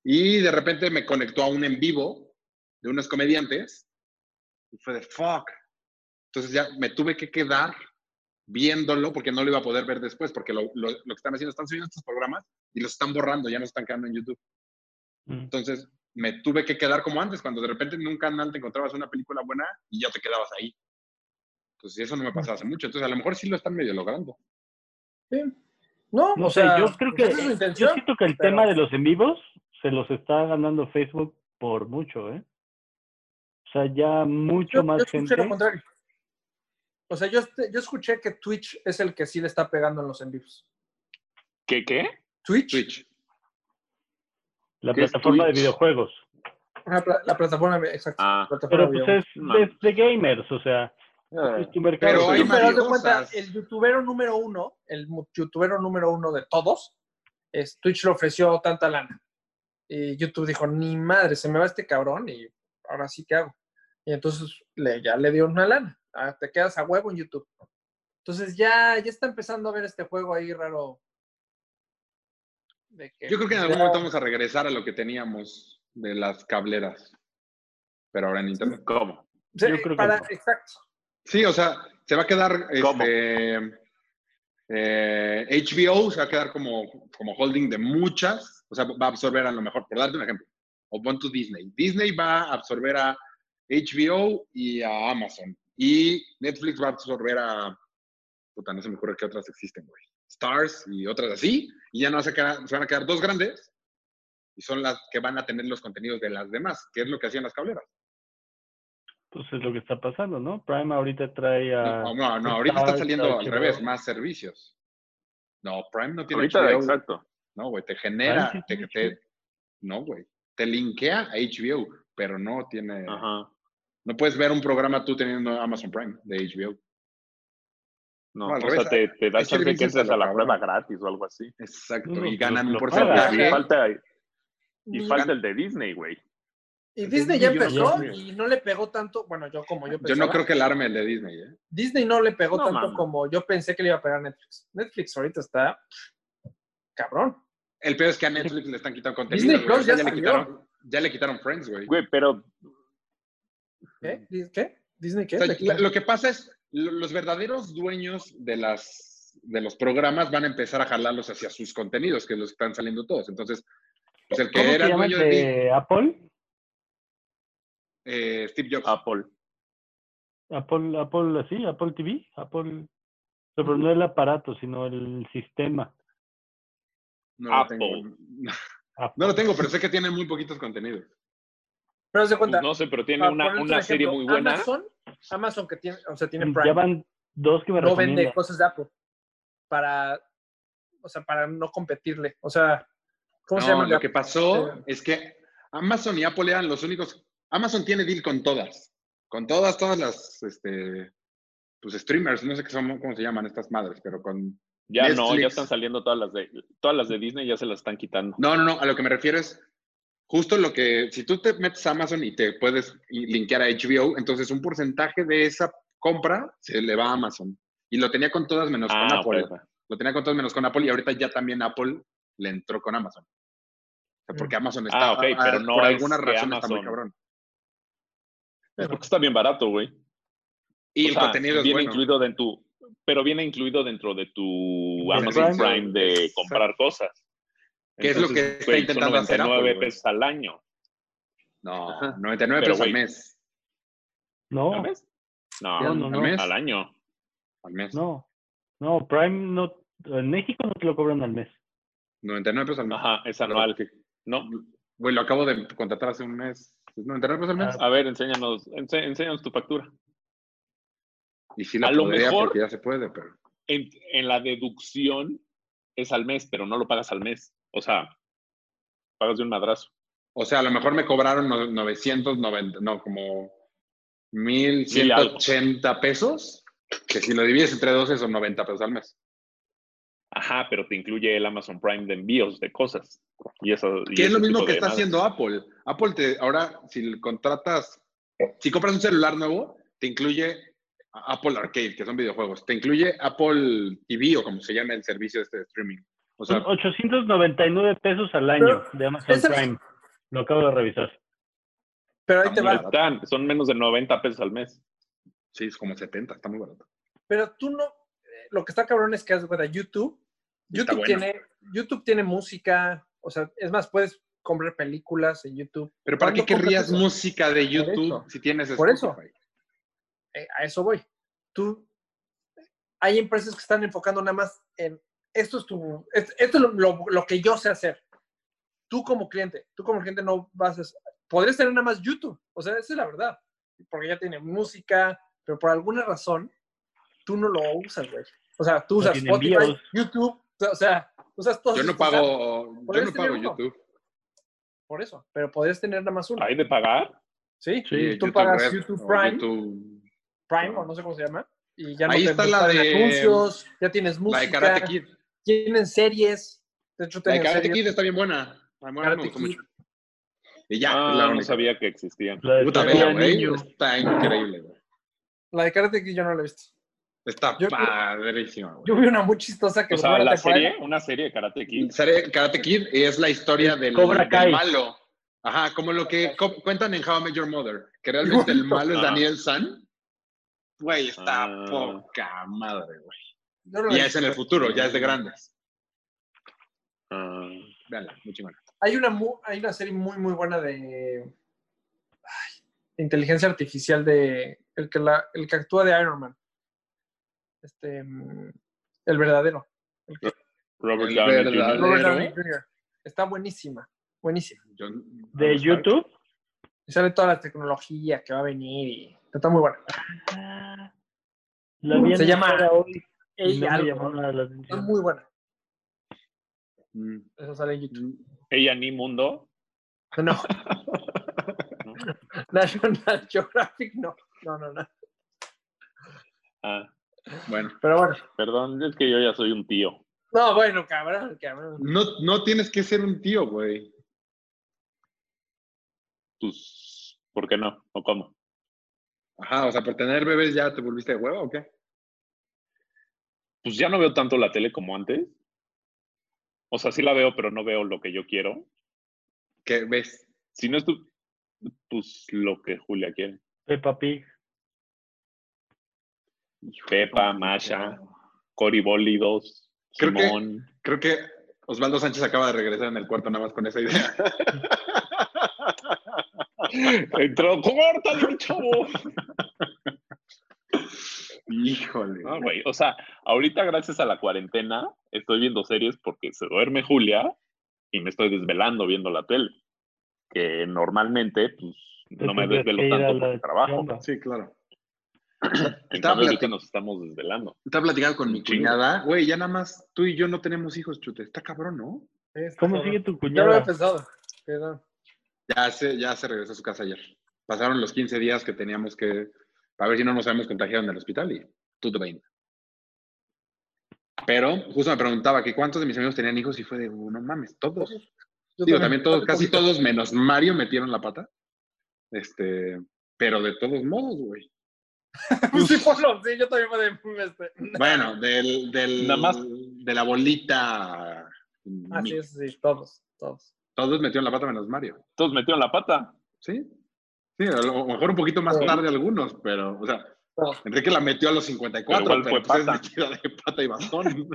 [SPEAKER 6] Y de repente me conectó a un en vivo de unos comediantes. Y fue de fuck. Entonces ya me tuve que quedar viéndolo porque no lo iba a poder ver después. Porque lo, lo- lo que están haciendo, están subiendo estos programas y los están borrando, ya no están quedando en YouTube.
[SPEAKER 1] Mm.
[SPEAKER 6] Entonces me tuve que quedar como antes, cuando de repente en un canal te encontrabas una película buena y ya te quedabas ahí. Entonces eso no me pasaba hace mucho. Entonces a lo mejor sí lo están medio logrando.
[SPEAKER 3] No,
[SPEAKER 1] No
[SPEAKER 3] o
[SPEAKER 1] sé,
[SPEAKER 3] sea, pues
[SPEAKER 1] yo creo que.
[SPEAKER 3] esa es su
[SPEAKER 1] Yo
[SPEAKER 3] intención.
[SPEAKER 1] siento que el
[SPEAKER 3] pero-
[SPEAKER 1] tema de los en vivos se los está ganando Facebook por mucho, ¿eh? O sea, ya mucho
[SPEAKER 3] Yo-
[SPEAKER 1] más
[SPEAKER 3] yo escuché
[SPEAKER 1] gente.
[SPEAKER 3] lo contrario. O sea, yo, este- yo escuché que Twitch es el que sí le está pegando en los en vivos.
[SPEAKER 2] ¿Qué, qué?
[SPEAKER 3] Twitch,
[SPEAKER 6] Twitch.
[SPEAKER 1] La
[SPEAKER 6] que es
[SPEAKER 1] plataforma de
[SPEAKER 6] Twitch.
[SPEAKER 1] videojuegos.
[SPEAKER 3] una pla- la plataforma, exacto.
[SPEAKER 2] Ah,
[SPEAKER 3] plataforma
[SPEAKER 1] Pero
[SPEAKER 3] de
[SPEAKER 1] pues
[SPEAKER 3] video.
[SPEAKER 1] es,
[SPEAKER 2] no.
[SPEAKER 1] es de gamers, o sea, es tu mercado.
[SPEAKER 6] Pero hay
[SPEAKER 3] Sí, pero haz de
[SPEAKER 6] mariposas.
[SPEAKER 3] cuenta, el youtubero número uno, el mu- youtubero número uno de todos, es, Twitch le ofreció tanta lana. Y YouTube dijo, ni madre, se me va este cabrón y ahora sí que hago. Y entonces le, ya le dio una lana. Ah, te quedas a huevo en YouTube. Entonces ya, ya está empezando a ver este juego ahí raro. de
[SPEAKER 6] Yo creo que en algún
[SPEAKER 3] ya-
[SPEAKER 6] momento vamos a regresar a lo que teníamos de las cableras, pero ahora en internet.
[SPEAKER 2] ¿Cómo?
[SPEAKER 3] Sí,
[SPEAKER 1] yo creo que
[SPEAKER 3] para-
[SPEAKER 1] no.
[SPEAKER 3] Exacto.
[SPEAKER 6] Sí, o sea, se va a quedar
[SPEAKER 2] ¿Cómo?
[SPEAKER 6] este, eh, HBO, se va a quedar como, como holding de muchas, o sea, va a absorber a lo mejor, por darte un ejemplo, o pon tu Disney. Disney va a absorber a HBO y a Amazon. Y Netflix va a absorber a, puta, no se me ocurre qué otras existen, güey. Stars y otras así, y ya no se, queda- se van a quedar dos grandes, y son las que van a tener los contenidos de las demás, que es lo que hacían las cableras.
[SPEAKER 1] Pues es lo que está pasando, ¿no? Prime ahorita trae a.
[SPEAKER 6] No, no, no, ahorita está
[SPEAKER 1] Stars,
[SPEAKER 6] saliendo al
[SPEAKER 1] HBO.
[SPEAKER 6] revés, más servicios. No, Prime no tiene
[SPEAKER 2] Ahorita,
[SPEAKER 6] HBO.
[SPEAKER 2] exacto.
[SPEAKER 6] No, güey, te genera,
[SPEAKER 1] Prime sí
[SPEAKER 6] te,
[SPEAKER 1] tiene
[SPEAKER 6] te- no, güey, te linkea a HBO, pero no tiene,
[SPEAKER 2] Ajá.
[SPEAKER 6] no puedes ver un programa tú teniendo Amazon Prime de HBO.
[SPEAKER 2] No,
[SPEAKER 6] No, al
[SPEAKER 2] o sea,
[SPEAKER 6] revés,
[SPEAKER 2] te, te da
[SPEAKER 6] hay
[SPEAKER 2] chance que
[SPEAKER 6] servicios a
[SPEAKER 2] entres
[SPEAKER 6] lo
[SPEAKER 2] a la
[SPEAKER 6] cabrón.
[SPEAKER 2] prueba gratis o algo así.
[SPEAKER 6] Exacto,
[SPEAKER 1] No, lo-
[SPEAKER 6] y ganan un
[SPEAKER 1] lo pagas,
[SPEAKER 2] Y
[SPEAKER 6] porcentaje.
[SPEAKER 2] falta, y
[SPEAKER 3] Ni-
[SPEAKER 2] falta el de Disney, güey.
[SPEAKER 3] Y
[SPEAKER 6] Entonces,
[SPEAKER 3] Disney ya
[SPEAKER 6] yo no
[SPEAKER 3] empezó
[SPEAKER 6] creo.
[SPEAKER 3] y no le pegó tanto. Bueno, yo como yo
[SPEAKER 6] Yo
[SPEAKER 3] pensaba.
[SPEAKER 6] no creo que el arme el de Disney, ¿eh?
[SPEAKER 3] Disney no le pegó
[SPEAKER 2] No,
[SPEAKER 3] tanto
[SPEAKER 2] mano.
[SPEAKER 3] como yo pensé que le iba a pegar a Netflix. Netflix ahorita está cabrón.
[SPEAKER 6] El peor es que a Netflix le están quitando contenido.
[SPEAKER 3] Disney
[SPEAKER 6] güey,
[SPEAKER 3] Plus
[SPEAKER 6] o sea,
[SPEAKER 3] ya
[SPEAKER 6] le
[SPEAKER 3] salió.
[SPEAKER 6] quitaron, ya le quitaron Friends, güey.
[SPEAKER 2] Güey, pero
[SPEAKER 3] ¿Qué? Di- ¿Qué? ¿Disney qué?
[SPEAKER 6] O sea,
[SPEAKER 3] Le quitó-
[SPEAKER 6] la- lo que pasa es, lo- los verdaderos dueños de, las, de los programas van a empezar a jalarlos hacia sus contenidos, que los están saliendo todos. Entonces, pues el que
[SPEAKER 1] ¿Cómo se
[SPEAKER 6] era
[SPEAKER 1] llama el
[SPEAKER 6] dueño de, Di-
[SPEAKER 1] de Apple?
[SPEAKER 6] eh, Steve Jobs.
[SPEAKER 2] Apple.
[SPEAKER 1] Apple, Apple, así, Apple TV, Apple. o sea, Pero no el aparato, sino el sistema.
[SPEAKER 6] no, lo
[SPEAKER 2] Apple.
[SPEAKER 6] tengo, no,
[SPEAKER 1] Apple.
[SPEAKER 6] no lo tengo, pero sé que tienen muy poquitos contenidos.
[SPEAKER 3] Pero haz de
[SPEAKER 2] Pues
[SPEAKER 3] cuenta.
[SPEAKER 2] no sé, pero tiene
[SPEAKER 3] para
[SPEAKER 2] una,
[SPEAKER 3] ponerte un
[SPEAKER 2] una serie
[SPEAKER 3] ejemplo,
[SPEAKER 2] muy buena.
[SPEAKER 3] Amazon, Amazon que tiene, o sea, tiene
[SPEAKER 1] Ya
[SPEAKER 3] Prime.
[SPEAKER 1] van dos que me
[SPEAKER 3] no vende
[SPEAKER 1] recomiendan.
[SPEAKER 3] cosas de Apple para, o sea, para no competirle. O sea, ¿cómo se
[SPEAKER 6] No,
[SPEAKER 3] llama?
[SPEAKER 6] Lo que pasó
[SPEAKER 3] Sí.
[SPEAKER 6] es que Amazon y Apple eran los únicos. Amazon tiene deal con todas. Con todas, todas las este, pues streamers, no sé qué son, cómo se llaman estas madres, pero con
[SPEAKER 2] Ya no, ya
[SPEAKER 6] Netflix.
[SPEAKER 2] están saliendo todas las de todas las de Disney, ya se las están quitando.
[SPEAKER 6] No, no, no, a lo que me refiero es justo lo que, si tú te metes a Amazon y te puedes y- linkear a HBO, entonces un porcentaje de esa compra, se le va a Amazon. Y lo tenía con todas menos con
[SPEAKER 2] Ah,
[SPEAKER 6] Apple.
[SPEAKER 2] oferta.
[SPEAKER 6] Lo tenía con todas menos con Apple y ahorita ya también Apple le entró con Amazon. O sea, porque Amazon está,
[SPEAKER 2] Ah, ok, pero no
[SPEAKER 6] por
[SPEAKER 2] es
[SPEAKER 6] alguna
[SPEAKER 2] que
[SPEAKER 6] razón está muy
[SPEAKER 2] Amazon-
[SPEAKER 6] cabrón.
[SPEAKER 2] Es porque está bien barato, güey.
[SPEAKER 6] Y
[SPEAKER 2] O
[SPEAKER 6] el
[SPEAKER 2] sea,
[SPEAKER 6] contenido es
[SPEAKER 2] viene
[SPEAKER 6] bueno.
[SPEAKER 2] incluido en tu, pero viene incluido dentro de tu
[SPEAKER 1] Del
[SPEAKER 2] Amazon Prime,
[SPEAKER 6] Prime.
[SPEAKER 2] de comprar cosas.
[SPEAKER 6] ¿Qué es lo que está
[SPEAKER 2] güey,
[SPEAKER 6] intentando
[SPEAKER 2] son
[SPEAKER 6] hacer Apple,
[SPEAKER 2] 99
[SPEAKER 6] güey?
[SPEAKER 2] pesos al año.
[SPEAKER 6] No,
[SPEAKER 2] Ajá.
[SPEAKER 6] 99
[SPEAKER 2] Pero,
[SPEAKER 6] pesos al
[SPEAKER 2] güey.
[SPEAKER 6] mes.
[SPEAKER 1] No, Oh.
[SPEAKER 2] ¿Al mes? No,
[SPEAKER 1] No, no,
[SPEAKER 6] al
[SPEAKER 1] no.
[SPEAKER 6] mes.
[SPEAKER 2] al año.
[SPEAKER 6] Al mes.
[SPEAKER 1] no, no, Prime no, en México no te lo cobran al mes.
[SPEAKER 6] 99 pesos al mes.
[SPEAKER 2] Ajá, es
[SPEAKER 6] Pero
[SPEAKER 2] anual.
[SPEAKER 6] que-
[SPEAKER 2] No,
[SPEAKER 6] Güey, lo acabo de contratar hace un mes. ¿99 pesos al mes?
[SPEAKER 2] a ver, enséñanos, ense- enséñanos tu factura.
[SPEAKER 6] y sí la
[SPEAKER 2] a lo
[SPEAKER 6] podría
[SPEAKER 2] mejor-
[SPEAKER 6] porque ya se puede, pero...
[SPEAKER 2] En, en la deducción es al mes, pero no lo pagas al mes. O sea, pagas de un madrazo.
[SPEAKER 6] O sea, a lo mejor me cobraron no- 990, no, como 1180 pesos, que si lo divides entre 12 son 90 pesos al mes.
[SPEAKER 2] Ajá, pero te incluye el Amazon Prime de envíos de cosas. Y eso. y
[SPEAKER 6] Que es
[SPEAKER 2] ese
[SPEAKER 6] lo
[SPEAKER 2] tipo
[SPEAKER 6] mismo que
[SPEAKER 2] de
[SPEAKER 6] está
[SPEAKER 2] madres.
[SPEAKER 6] haciendo Apple. Apple te, ahora, si contratas, si compras un celular nuevo, te incluye Apple Arcade, que son videojuegos, te incluye Apple TV o como se llama el servicio este de streaming. O sea,
[SPEAKER 1] Son 899 pesos al año de Amazon
[SPEAKER 3] ese-
[SPEAKER 1] Prime. Lo acabo de revisar.
[SPEAKER 3] Pero ahí
[SPEAKER 6] Ah,
[SPEAKER 3] te
[SPEAKER 6] mira.
[SPEAKER 3] va.
[SPEAKER 2] Están, son menos de 90 pesos al mes.
[SPEAKER 6] sí, es como 70, está muy barato.
[SPEAKER 3] Pero tú no. eh, Lo que está cabrón es que haz de cuenta, YouTube.
[SPEAKER 6] Está
[SPEAKER 3] YouTube,
[SPEAKER 6] bueno.
[SPEAKER 3] tiene, YouTube tiene música. O sea, es más, puedes comprar películas en YouTube.
[SPEAKER 6] Pero ¿para qué
[SPEAKER 3] ¿Cuándo compras
[SPEAKER 6] querrías
[SPEAKER 3] eso?
[SPEAKER 6] música de YouTube
[SPEAKER 3] eso.
[SPEAKER 6] si tienes
[SPEAKER 3] Por eso.
[SPEAKER 6] Spotify?
[SPEAKER 3] Eh, a eso voy. Tú. Hay empresas que están enfocando nada más en. Esto es tu. es- Esto es lo, lo- lo que yo sé hacer. Tú como cliente. Tú como cliente no vas a. Podrías tener nada más YouTube. O sea, esa es la verdad. Porque ya tiene música. Pero por alguna razón. Tú no lo usas, güey. O sea, tú
[SPEAKER 1] No
[SPEAKER 3] usas
[SPEAKER 1] tiene
[SPEAKER 3] Spotify,
[SPEAKER 1] envíos.
[SPEAKER 3] YouTube. O sea, usas todo.
[SPEAKER 6] Yo no pago, yo
[SPEAKER 3] Podrías
[SPEAKER 6] no pago
[SPEAKER 3] tener uno.
[SPEAKER 6] YouTube.
[SPEAKER 3] Por eso. Pero podrías tener nada más uno.
[SPEAKER 2] ¿Hay de pagar?
[SPEAKER 3] Sí.
[SPEAKER 1] Sí,
[SPEAKER 6] Eh,
[SPEAKER 3] tú pagas
[SPEAKER 6] Red
[SPEAKER 3] YouTube
[SPEAKER 6] o
[SPEAKER 3] Prime.
[SPEAKER 6] YouTube-
[SPEAKER 3] Prime, o no sé cómo se llama. Y ya no
[SPEAKER 6] Ahí
[SPEAKER 3] te
[SPEAKER 6] está la
[SPEAKER 3] pagan
[SPEAKER 6] de-
[SPEAKER 3] anuncios. Ya tienes
[SPEAKER 6] La
[SPEAKER 3] música.
[SPEAKER 6] de Karate Kid.
[SPEAKER 3] tienen series. De hecho,
[SPEAKER 6] La de
[SPEAKER 3] tienen
[SPEAKER 6] Karate
[SPEAKER 3] series.
[SPEAKER 6] Kid está bien buena. La buena
[SPEAKER 3] Karate
[SPEAKER 6] me gustó
[SPEAKER 3] Kid.
[SPEAKER 6] mucho. Y ya,
[SPEAKER 2] Ah,
[SPEAKER 6] es la
[SPEAKER 2] no
[SPEAKER 6] única.
[SPEAKER 2] sabía que existían.
[SPEAKER 1] La de
[SPEAKER 6] Puta,
[SPEAKER 1] Sergio
[SPEAKER 6] vela, güey.
[SPEAKER 1] Anillo.
[SPEAKER 6] Está increíble, güey.
[SPEAKER 3] La de Karate Kid yo no la he visto.
[SPEAKER 6] Está
[SPEAKER 3] Yo-
[SPEAKER 6] padrísima, güey.
[SPEAKER 3] Yo vi una muy chistosa que
[SPEAKER 2] O
[SPEAKER 3] duró
[SPEAKER 2] sea,
[SPEAKER 3] una
[SPEAKER 2] la
[SPEAKER 3] temporada.
[SPEAKER 2] serie, una serie de Karate Kid.
[SPEAKER 6] Sare- Karate Kid es la historia del,
[SPEAKER 1] Cobra
[SPEAKER 6] del
[SPEAKER 1] Kai.
[SPEAKER 6] malo. Ajá, como lo que co- cuentan en How I Met Your Mother, que realmente el malo es
[SPEAKER 2] Ah.
[SPEAKER 6] Daniel San. Güey, está
[SPEAKER 2] Ah.
[SPEAKER 6] poca madre, güey.
[SPEAKER 3] Yo no la he
[SPEAKER 6] Ya es
[SPEAKER 3] visto.
[SPEAKER 6] en el futuro, ya es
[SPEAKER 3] este,
[SPEAKER 6] de grandes.
[SPEAKER 2] Ah,
[SPEAKER 6] Véanla, muy chingona.
[SPEAKER 3] Hay una, mu- hay una serie muy, muy buena de ay, de inteligencia artificial de el que, la, el que actúa de Iron Man. Este, mm, el verdadero.
[SPEAKER 2] Robert
[SPEAKER 6] El
[SPEAKER 2] Downey
[SPEAKER 6] verdadero.
[SPEAKER 2] Jr.
[SPEAKER 3] Robert
[SPEAKER 6] ¿Verdadero?
[SPEAKER 3] Downey Jr. Está buenísima, buenísima.
[SPEAKER 6] John-
[SPEAKER 1] ¿De YouTube?
[SPEAKER 3] Y sale toda la tecnología que va a venir y está muy buena.
[SPEAKER 1] La vi en
[SPEAKER 3] Se
[SPEAKER 1] la
[SPEAKER 3] llama-
[SPEAKER 1] cara hoy. y
[SPEAKER 3] Ella
[SPEAKER 1] No me
[SPEAKER 3] algo,
[SPEAKER 1] llamó
[SPEAKER 3] ¿no?
[SPEAKER 1] nada la
[SPEAKER 3] Está
[SPEAKER 1] atención.
[SPEAKER 3] muy buena.
[SPEAKER 6] Mm,
[SPEAKER 3] Eso sale en YouTube.
[SPEAKER 6] mm.
[SPEAKER 2] Ella ni mundo.
[SPEAKER 3] No. National Geographic, no. No, no, no.
[SPEAKER 2] Ah,
[SPEAKER 6] Bueno,
[SPEAKER 3] Pero bueno.
[SPEAKER 2] perdón, es que yo ya soy un tío.
[SPEAKER 3] No, bueno, cabrón, cabrón.
[SPEAKER 6] No, no tienes que ser un tío, güey.
[SPEAKER 2] Pues, ¿por qué no? ¿O cómo?
[SPEAKER 6] Ajá, o sea, por tener bebés ya te volviste de huevo o qué?
[SPEAKER 2] Pues ya no veo tanto la tele como antes. O sea, sí la veo, pero no veo lo que yo quiero.
[SPEAKER 6] ¿Qué ves?
[SPEAKER 2] Si no es tu, pues lo que Julia quiere.
[SPEAKER 1] Peppa Pig.
[SPEAKER 2] Pepa, Masha, Cory Bólidos,
[SPEAKER 6] Creo que-
[SPEAKER 2] Simón.
[SPEAKER 6] Creo que Osvaldo Sánchez acaba de regresar en el cuarto nada más con esa idea.
[SPEAKER 2] Entró, córtale, mi chavo.
[SPEAKER 6] Híjole.
[SPEAKER 2] No, güey. O sea, ahorita gracias a la cuarentena estoy viendo series porque se duerme Julia y me estoy desvelando viendo la tele. Que normalmente, pues, no me
[SPEAKER 1] Entonces,
[SPEAKER 2] desvelo
[SPEAKER 1] ir a
[SPEAKER 2] tanto
[SPEAKER 1] la
[SPEAKER 2] por el trabajo.
[SPEAKER 1] chamba.
[SPEAKER 6] Sí, claro.
[SPEAKER 2] Entonces, ahorita
[SPEAKER 6] platic-
[SPEAKER 2] nos estamos desvelando.
[SPEAKER 6] Estaba platicando con mi
[SPEAKER 2] Chingo.
[SPEAKER 6] cuñada. Güey, ya nada más tú y yo no tenemos hijos, chute. Está cabrón, ¿no?
[SPEAKER 1] ¿Cómo sigue tu
[SPEAKER 3] Yo lo había
[SPEAKER 1] cuñada?
[SPEAKER 3] pensado. Perdón.
[SPEAKER 6] Ya se, ya se regresó a su casa ayer. Pasaron los 15 días que teníamos que... A ver si no nos habíamos contagiado en el hospital y tú te vaina. Pero justo me preguntaba que cuántos de mis amigos tenían hijos y fue de, "Oh, no mames, todos.
[SPEAKER 3] Yo
[SPEAKER 6] Digo, también todos, casi
[SPEAKER 3] poquito.
[SPEAKER 6] todos menos Mario metieron la pata. Este, pero de todos modos, güey.
[SPEAKER 3] Sí, ponlo, sí, yo también me este.
[SPEAKER 6] Bueno, del, del,
[SPEAKER 2] Nada más.
[SPEAKER 6] de la bolita. Ah,
[SPEAKER 3] Así es, Ah, sí, todos, todos.
[SPEAKER 6] Todos metieron la pata menos Mario.
[SPEAKER 2] Todos metieron la pata.
[SPEAKER 6] ¿Sí? Sí, a lo mejor un poquito más
[SPEAKER 3] Sí.
[SPEAKER 6] tarde algunos, pero, o sea,
[SPEAKER 3] Todos.
[SPEAKER 6] Enrique la metió a los 54,
[SPEAKER 2] Pero
[SPEAKER 6] pero,
[SPEAKER 2] igual fue
[SPEAKER 6] pues es
[SPEAKER 2] pata.
[SPEAKER 6] metida de pata y bastón.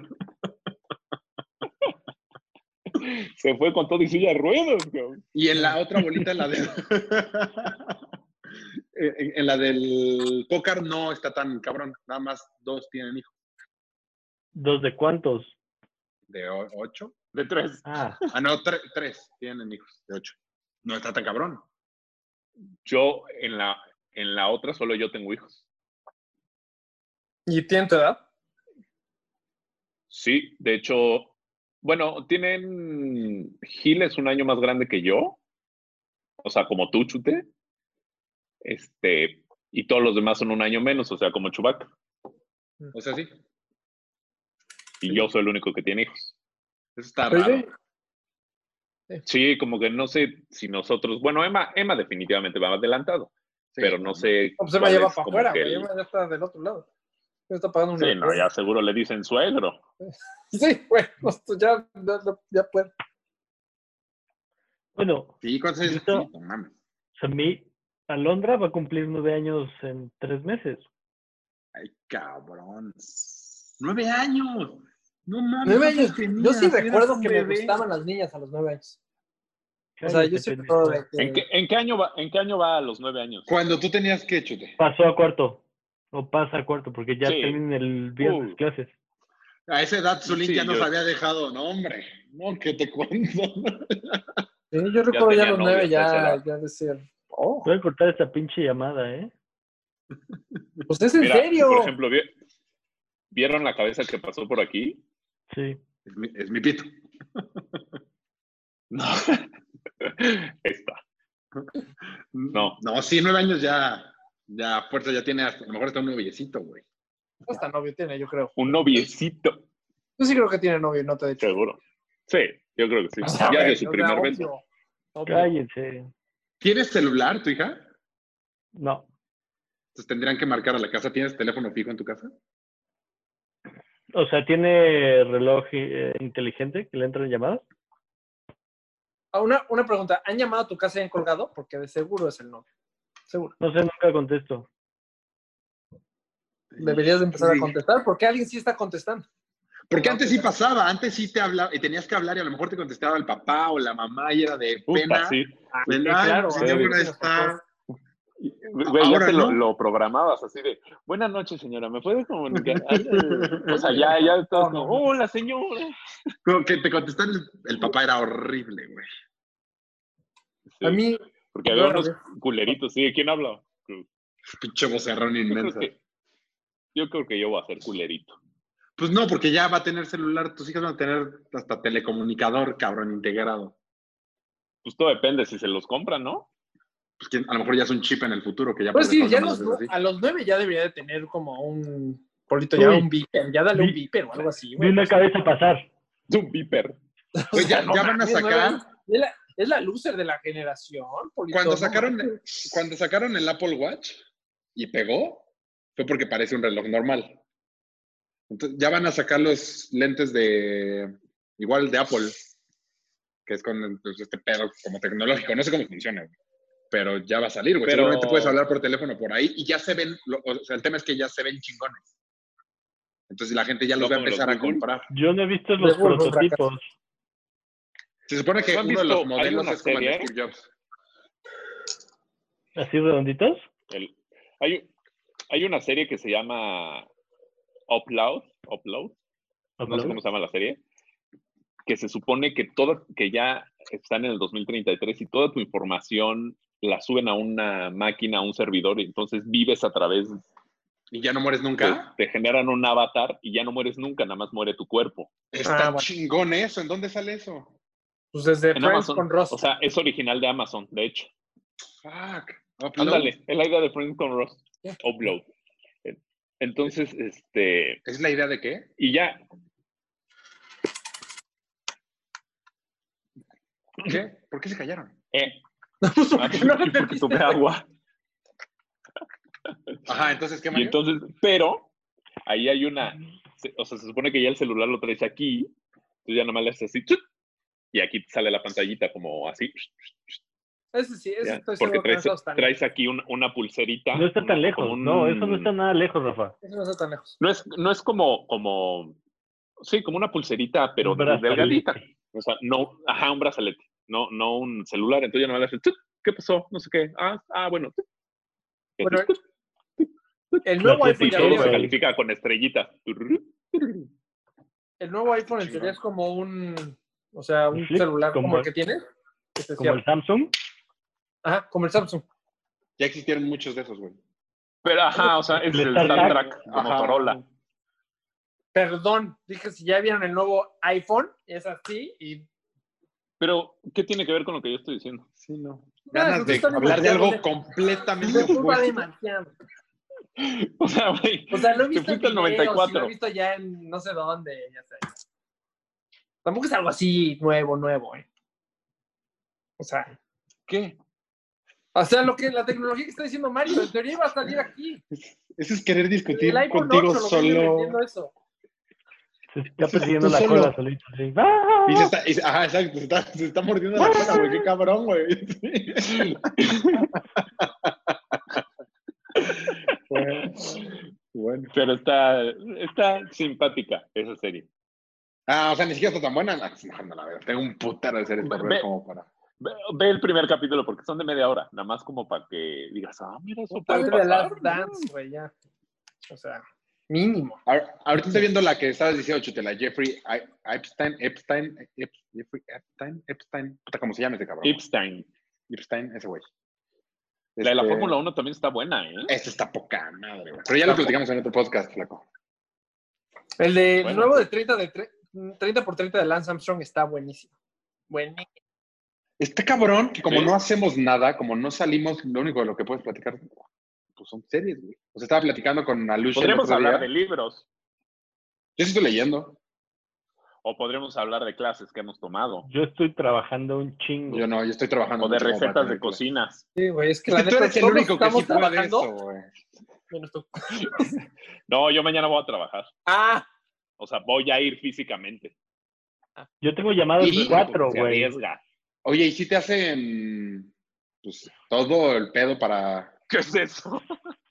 [SPEAKER 2] Se fue con todo y silla de ruedas, cabrón.
[SPEAKER 6] y en la otra bolita, en la de... en en la del pócar no está tan cabrón, nada más dos tienen hijos.
[SPEAKER 1] ¿Dos de cuántos?
[SPEAKER 6] ¿De o- ocho?
[SPEAKER 2] De tres.
[SPEAKER 1] Ah,
[SPEAKER 6] Ah, no, tre- tres tienen hijos, de ocho. No está tan cabrón.
[SPEAKER 2] Yo en la, en la otra solo yo tengo hijos.
[SPEAKER 3] ¿Y tienen tu edad?
[SPEAKER 2] Sí, de hecho, bueno, tienen. Gil es un año más grande que yo. O sea, como tú, chute. Este. Y todos los demás son un año menos, o sea, como Chubac.
[SPEAKER 6] O sea, sí, eso
[SPEAKER 2] Y yo soy el único que tiene hijos. Ah,
[SPEAKER 6] está
[SPEAKER 3] Oye,
[SPEAKER 6] raro.
[SPEAKER 2] Sí, como que no sé si nosotros. Bueno, Emma, Emma definitivamente va adelantado,
[SPEAKER 6] Sí.
[SPEAKER 2] pero no sé.
[SPEAKER 3] No, pues se me
[SPEAKER 2] cuál
[SPEAKER 3] lleva
[SPEAKER 2] es
[SPEAKER 3] para
[SPEAKER 2] como
[SPEAKER 3] afuera,
[SPEAKER 2] que
[SPEAKER 3] güey.
[SPEAKER 2] el-
[SPEAKER 3] Emma ya está del otro lado. Me está pagando un
[SPEAKER 2] Sí, no, ya seguro le dicen suegro.
[SPEAKER 3] Sí, güey, pues, tú ya, ya, ya puedes.
[SPEAKER 1] bueno,
[SPEAKER 6] Sí, ¿cuántos años?
[SPEAKER 1] Justo.
[SPEAKER 6] Sí, no mames.
[SPEAKER 1] o sea, mi Alondra va a cumplir nueve años en tres meses.
[SPEAKER 6] Ay, cabrón. Nueve años. No
[SPEAKER 1] Ah,
[SPEAKER 6] mames.
[SPEAKER 3] Nueve
[SPEAKER 6] ¿cuántos
[SPEAKER 3] años.
[SPEAKER 6] tenías?
[SPEAKER 3] Yo sí
[SPEAKER 6] Eras
[SPEAKER 3] recuerdo
[SPEAKER 6] un
[SPEAKER 3] que me
[SPEAKER 6] bebé.
[SPEAKER 3] gustaban las niñas a los nueve años. O sea, yo
[SPEAKER 1] Cállate,
[SPEAKER 3] siempre
[SPEAKER 1] pendejo.
[SPEAKER 3] todo de que-
[SPEAKER 2] ¿En qué, en qué año va, en qué año va a los nueve años?
[SPEAKER 6] Cuando tú tenías que chute.
[SPEAKER 1] Pasó a cuarto. O pasa a cuarto, porque ya
[SPEAKER 2] Sí.
[SPEAKER 1] terminan el viernes
[SPEAKER 2] Uh.
[SPEAKER 1] clases.
[SPEAKER 6] A esa edad Zulín
[SPEAKER 2] Sí,
[SPEAKER 6] ya nos
[SPEAKER 2] yo-
[SPEAKER 6] había dejado, no, hombre. No, que te cuento.
[SPEAKER 3] Sí, yo recuerdo ya,
[SPEAKER 2] tenía
[SPEAKER 3] los
[SPEAKER 2] novio
[SPEAKER 3] nueve,
[SPEAKER 2] hasta esa
[SPEAKER 3] ya,
[SPEAKER 2] edad.
[SPEAKER 3] ya decir, oh,
[SPEAKER 1] Voy a cortar esta pinche llamada, ¿eh?
[SPEAKER 3] pues es en
[SPEAKER 2] Mira,
[SPEAKER 3] serio.
[SPEAKER 2] Por ejemplo, ¿vie- ¿vieron la cabeza que pasó por aquí?
[SPEAKER 1] Sí.
[SPEAKER 6] Es mi, es mi pito.
[SPEAKER 2] No. Esta. No.
[SPEAKER 6] No, sí, nueve años ya. Ya, fuerza, ya tiene hasta, a lo mejor está un noviecito, güey.
[SPEAKER 3] Hasta novio tiene, yo creo.
[SPEAKER 2] Un noviecito,
[SPEAKER 3] Yo sí creo que tiene novio, no te he dicho.
[SPEAKER 2] seguro. Sí, yo creo que sí.
[SPEAKER 3] O sea,
[SPEAKER 2] ya
[SPEAKER 3] güey,
[SPEAKER 2] de su
[SPEAKER 3] o sea,
[SPEAKER 2] primer
[SPEAKER 3] obvio,
[SPEAKER 2] beso.
[SPEAKER 3] obvio.
[SPEAKER 1] Cállense.
[SPEAKER 6] ¿Tienes celular, tu hija? Entonces
[SPEAKER 1] No.
[SPEAKER 6] tendrían que marcar a la casa. ¿Tienes teléfono fijo en tu casa?
[SPEAKER 1] O sea, ¿tiene reloj eh, inteligente que le entran llamadas?
[SPEAKER 3] Ah, Una, una pregunta, ¿han llamado a tu casa y han colgado? Porque de seguro es el novio. Seguro.
[SPEAKER 1] No sé, nunca contesto.
[SPEAKER 3] Deberías de empezar
[SPEAKER 6] Sí.
[SPEAKER 3] a contestar porque alguien sí está contestando.
[SPEAKER 6] Porque
[SPEAKER 3] No,
[SPEAKER 6] antes sí pasaba, antes sí te hablaba, y tenías que hablar y a lo mejor te contestaba el papá o la mamá y era de
[SPEAKER 2] Puta,
[SPEAKER 6] pena.
[SPEAKER 2] sí.
[SPEAKER 3] Sí,
[SPEAKER 6] del, "Ay,
[SPEAKER 3] claro.
[SPEAKER 2] sí,
[SPEAKER 3] ah,
[SPEAKER 6] señora,
[SPEAKER 3] sí, nos
[SPEAKER 6] está-
[SPEAKER 3] tocó.
[SPEAKER 2] Güey, ya
[SPEAKER 6] Ahora
[SPEAKER 2] te lo,
[SPEAKER 6] no.
[SPEAKER 2] lo programabas así de, buenas noches, señora, ¿me puede comunicar? o sea, ya, ya estabas como, hola, señora.
[SPEAKER 6] Como que te contestan el, el papá era horrible, güey.
[SPEAKER 2] Sí,
[SPEAKER 3] A mí,
[SPEAKER 2] porque
[SPEAKER 3] yo
[SPEAKER 2] había
[SPEAKER 3] era
[SPEAKER 2] unos culeritos, sí, ¿quién habla?
[SPEAKER 6] Pinche vocerrón
[SPEAKER 2] Yo creo,
[SPEAKER 6] inmenso.
[SPEAKER 2] que, yo creo que yo voy a ser culerito.
[SPEAKER 6] Pues no, porque ya va a tener celular, tus hijas van a tener hasta telecomunicador, cabrón, integrado.
[SPEAKER 2] Pues todo depende si se los compran, ¿no?
[SPEAKER 6] Pues que a lo mejor ya es un chip en el futuro que ya
[SPEAKER 3] pues
[SPEAKER 6] puedes
[SPEAKER 3] sí, ya
[SPEAKER 6] programarlas
[SPEAKER 3] los, nue-
[SPEAKER 6] desde así.
[SPEAKER 3] a los nueve ya debería de tener como un polito, ya
[SPEAKER 1] Uy.
[SPEAKER 3] un viper, ya dale un
[SPEAKER 1] Vi-
[SPEAKER 3] viper o algo así,
[SPEAKER 1] Vi
[SPEAKER 3] güey. Pues
[SPEAKER 1] una cabeza pasar.
[SPEAKER 2] Es un viper.
[SPEAKER 6] Pues ya,
[SPEAKER 3] no
[SPEAKER 6] ya van a
[SPEAKER 3] mames,
[SPEAKER 6] sacar,
[SPEAKER 3] nueve Es la, es la loser de la generación, Polito.
[SPEAKER 6] cuando
[SPEAKER 3] no
[SPEAKER 6] sacaron,
[SPEAKER 3] mames.
[SPEAKER 6] cuando sacaron el Apple Watch y pegó, fue porque parece un reloj normal. Entonces, ya van a sacar los lentes de, igual de Apple, que es con pues, este pedo como tecnológico, no sé cómo funciona, güey. pero ya va a salir, güey.
[SPEAKER 2] Pero-
[SPEAKER 6] Seguramente puedes hablar por teléfono por ahí y ya se ven, lo- o sea, el tema es que ya se ven chingones. Entonces la gente ya
[SPEAKER 2] No
[SPEAKER 6] los va a
[SPEAKER 2] como los
[SPEAKER 6] empezar a
[SPEAKER 2] Google.
[SPEAKER 6] comprar.
[SPEAKER 1] Yo no he visto los
[SPEAKER 3] Seguro,
[SPEAKER 1] prototipos.
[SPEAKER 6] Se supone que
[SPEAKER 2] ¿No han
[SPEAKER 6] uno de
[SPEAKER 2] visto?
[SPEAKER 6] los
[SPEAKER 2] Hay
[SPEAKER 6] modelos
[SPEAKER 2] una
[SPEAKER 6] es como el
[SPEAKER 2] serie,
[SPEAKER 6] de
[SPEAKER 2] ¿eh?
[SPEAKER 6] Steve Jobs.
[SPEAKER 1] ¿Así redonditos?
[SPEAKER 2] El- hay, hay una serie que se llama Upload, Upload, no sé cómo se llama la serie, que se supone que toda, que ya están en el 2033 y toda tu información la suben a una máquina, a un servidor, y entonces vives a través,
[SPEAKER 6] Y ya no mueres
[SPEAKER 2] te,
[SPEAKER 6] nunca.
[SPEAKER 2] te generan un avatar y ya no mueres nunca, nada más muere tu cuerpo.
[SPEAKER 6] Está
[SPEAKER 3] Ah, bueno.
[SPEAKER 6] chingón eso. ¿En dónde sale eso?
[SPEAKER 3] Pues desde
[SPEAKER 2] En
[SPEAKER 3] Friends
[SPEAKER 2] Amazon.
[SPEAKER 3] con Ross.
[SPEAKER 2] O sea, es original de Amazon, de hecho.
[SPEAKER 6] Fuck. pues Upload.
[SPEAKER 2] Ándale, es la idea de Friends con Ross.
[SPEAKER 3] Ya.
[SPEAKER 2] Upload. Entonces, este,
[SPEAKER 6] ¿Es la idea de qué?
[SPEAKER 2] y ya,
[SPEAKER 6] ¿Qué? ¿Por qué se callaron?
[SPEAKER 2] eh,
[SPEAKER 3] ¿Por
[SPEAKER 2] Ah,
[SPEAKER 3] qué no
[SPEAKER 2] porque
[SPEAKER 3] entendiste?
[SPEAKER 2] tomé agua.
[SPEAKER 6] Ajá, entonces, ¿qué
[SPEAKER 2] Y
[SPEAKER 6] Mario?
[SPEAKER 2] entonces, pero ahí hay una, se- o sea, se supone que ya el celular lo traes aquí, tú ya nomás le haces así, ¡chut! y aquí te sale la pantallita como así,
[SPEAKER 3] Ese sí, ese
[SPEAKER 2] ya, porque
[SPEAKER 3] estoy seguro que no
[SPEAKER 2] traes,
[SPEAKER 3] está tan lejos.
[SPEAKER 2] traes aquí un- una pulserita.
[SPEAKER 1] No está
[SPEAKER 2] una-
[SPEAKER 1] tan
[SPEAKER 2] como
[SPEAKER 1] lejos,
[SPEAKER 2] un-
[SPEAKER 1] no, eso no está nada lejos, Rafa.
[SPEAKER 3] Ese no está tan lejos.
[SPEAKER 2] No es, no es como, como, sí, como una pulserita, pero
[SPEAKER 1] Un brazalete.
[SPEAKER 2] delgadita. O sea, no, ajá, un brazalete, no, no un celular. Entonces ya nomás le haces, ¡chut! ¿qué pasó? No sé qué. Ah, ah bueno. ¡chut! Y
[SPEAKER 3] Bueno,
[SPEAKER 2] entonces,
[SPEAKER 3] El nuevo
[SPEAKER 1] Lo que
[SPEAKER 2] ¡chut!
[SPEAKER 3] iPhone
[SPEAKER 2] y
[SPEAKER 1] sí,
[SPEAKER 3] ya
[SPEAKER 1] todo
[SPEAKER 2] solo
[SPEAKER 3] viene-
[SPEAKER 2] se
[SPEAKER 1] güey.
[SPEAKER 2] califica con estrellitas.
[SPEAKER 3] El nuevo iPhone en teoría es como un, o sea, un
[SPEAKER 1] Un flip,
[SPEAKER 3] celular como
[SPEAKER 1] como
[SPEAKER 3] el que tienes. que se
[SPEAKER 1] Como el
[SPEAKER 3] cierra.
[SPEAKER 1] Samsung,
[SPEAKER 3] Ajá, como el Samsung.
[SPEAKER 6] Ya existieron muchos de esos, güey.
[SPEAKER 2] Pero ajá, o sea, es
[SPEAKER 1] El
[SPEAKER 2] el
[SPEAKER 1] Star
[SPEAKER 2] Star
[SPEAKER 1] Trek.
[SPEAKER 2] Trek de
[SPEAKER 6] Ajá.
[SPEAKER 2] Motorola.
[SPEAKER 3] Perdón, dije si ya vieron el nuevo iPhone, es así y
[SPEAKER 2] Pero, ¿qué tiene que ver con lo que yo estoy diciendo? Sí, no.
[SPEAKER 3] Ah,
[SPEAKER 6] Ganas
[SPEAKER 3] no,
[SPEAKER 6] de
[SPEAKER 3] están
[SPEAKER 6] hablar de
[SPEAKER 3] demasiado
[SPEAKER 6] algo
[SPEAKER 3] lejos.
[SPEAKER 6] completamente
[SPEAKER 3] YouTube va
[SPEAKER 6] opuesto.
[SPEAKER 3] demasiado.
[SPEAKER 2] O sea, güey.
[SPEAKER 3] O sea, lo he
[SPEAKER 2] Te
[SPEAKER 3] visto en
[SPEAKER 2] fuiste al
[SPEAKER 3] videos, y
[SPEAKER 2] 94.
[SPEAKER 3] lo he visto ya en no sé dónde, ya sabes. Tampoco es algo así nuevo, nuevo, eh. O sea,
[SPEAKER 6] ¿Qué?
[SPEAKER 3] o sea, lo que la tecnología que está diciendo Mario, en teoría iba a salir aquí.
[SPEAKER 6] Eso es querer discutir
[SPEAKER 3] El iPhone 8
[SPEAKER 6] contigo
[SPEAKER 3] lo que viene vendiendo
[SPEAKER 6] solo.
[SPEAKER 3] eso.
[SPEAKER 1] se
[SPEAKER 2] Pues
[SPEAKER 1] está
[SPEAKER 6] Tú
[SPEAKER 1] persiguiendo la
[SPEAKER 6] solo.
[SPEAKER 1] cola solito. así. ¡Ah!
[SPEAKER 6] Y se está, y se- ajá, exacto, se está, se está mordiendo la cola, güey, qué cabrón, güey. Bueno, bueno.
[SPEAKER 2] Pero está, está simpática esa serie.
[SPEAKER 6] Ah, o sea, ni siquiera está tan buena. No, no, la verdad, tengo un putero de series por
[SPEAKER 2] Ve-
[SPEAKER 6] ver como para.
[SPEAKER 2] Ve, ve el primer capítulo porque son de media hora, nada más como para que digas, ah, mira, eso puede
[SPEAKER 3] Parte de
[SPEAKER 2] pasar.
[SPEAKER 3] Last Dance, güey, ya. O sea, mínimo.
[SPEAKER 6] Ahor- Ahorita estoy viendo la que estabas diciendo, Chutela, Jeffrey I- Epstein, Epstein, Ep- Jeffrey Epstein, Epstein, puta, ¿cómo se llama ese cabrón?
[SPEAKER 2] Epstein.
[SPEAKER 6] Epstein, ese güey.
[SPEAKER 2] La de la
[SPEAKER 6] Este,
[SPEAKER 2] Fórmula 1 también está buena, ¿eh?
[SPEAKER 6] Esta está poca madre, güey. Pero ya lo
[SPEAKER 2] Está
[SPEAKER 6] platicamos en otro podcast, flaco.
[SPEAKER 3] El de el
[SPEAKER 2] Bueno,
[SPEAKER 3] nuevo
[SPEAKER 2] pues.
[SPEAKER 3] de 30 de tre- 30 por 30 de Lance Armstrong está buenísimo. Buenísimo.
[SPEAKER 6] Está Este cabrón que como
[SPEAKER 2] Sí.
[SPEAKER 6] no hacemos nada, como no salimos, lo único de lo que puedes platicar pues son series, güey. O sea, estaba platicando con Alush. el
[SPEAKER 2] Podríamos
[SPEAKER 6] otro
[SPEAKER 2] hablar
[SPEAKER 6] día.
[SPEAKER 2] de libros
[SPEAKER 6] Yo sí estoy leyendo.
[SPEAKER 2] o podríamos hablar de clases que hemos tomado
[SPEAKER 1] Yo estoy trabajando un chingo.
[SPEAKER 6] Yo no, yo estoy trabajando.
[SPEAKER 2] o de
[SPEAKER 6] mucho como para
[SPEAKER 2] recetas
[SPEAKER 6] tener
[SPEAKER 2] de cocinas.
[SPEAKER 3] Sí, güey, es que
[SPEAKER 6] clases.
[SPEAKER 3] la
[SPEAKER 6] Es que tú
[SPEAKER 3] neta,
[SPEAKER 6] eres el
[SPEAKER 3] todos
[SPEAKER 6] único que
[SPEAKER 3] estamos
[SPEAKER 6] sí puede de
[SPEAKER 3] trabajando,
[SPEAKER 6] eso, güey.
[SPEAKER 3] menos tú.
[SPEAKER 2] No, yo mañana voy a trabajar.
[SPEAKER 3] Ah,
[SPEAKER 2] O sea, voy a ir físicamente.
[SPEAKER 1] Yo tengo llamadas
[SPEAKER 6] Y-
[SPEAKER 1] de cuatro,
[SPEAKER 2] Se
[SPEAKER 1] güey.
[SPEAKER 2] arriesga.
[SPEAKER 6] Oye, ¿y si te hacen pues, todo el pedo para...?
[SPEAKER 2] ¿Qué es eso?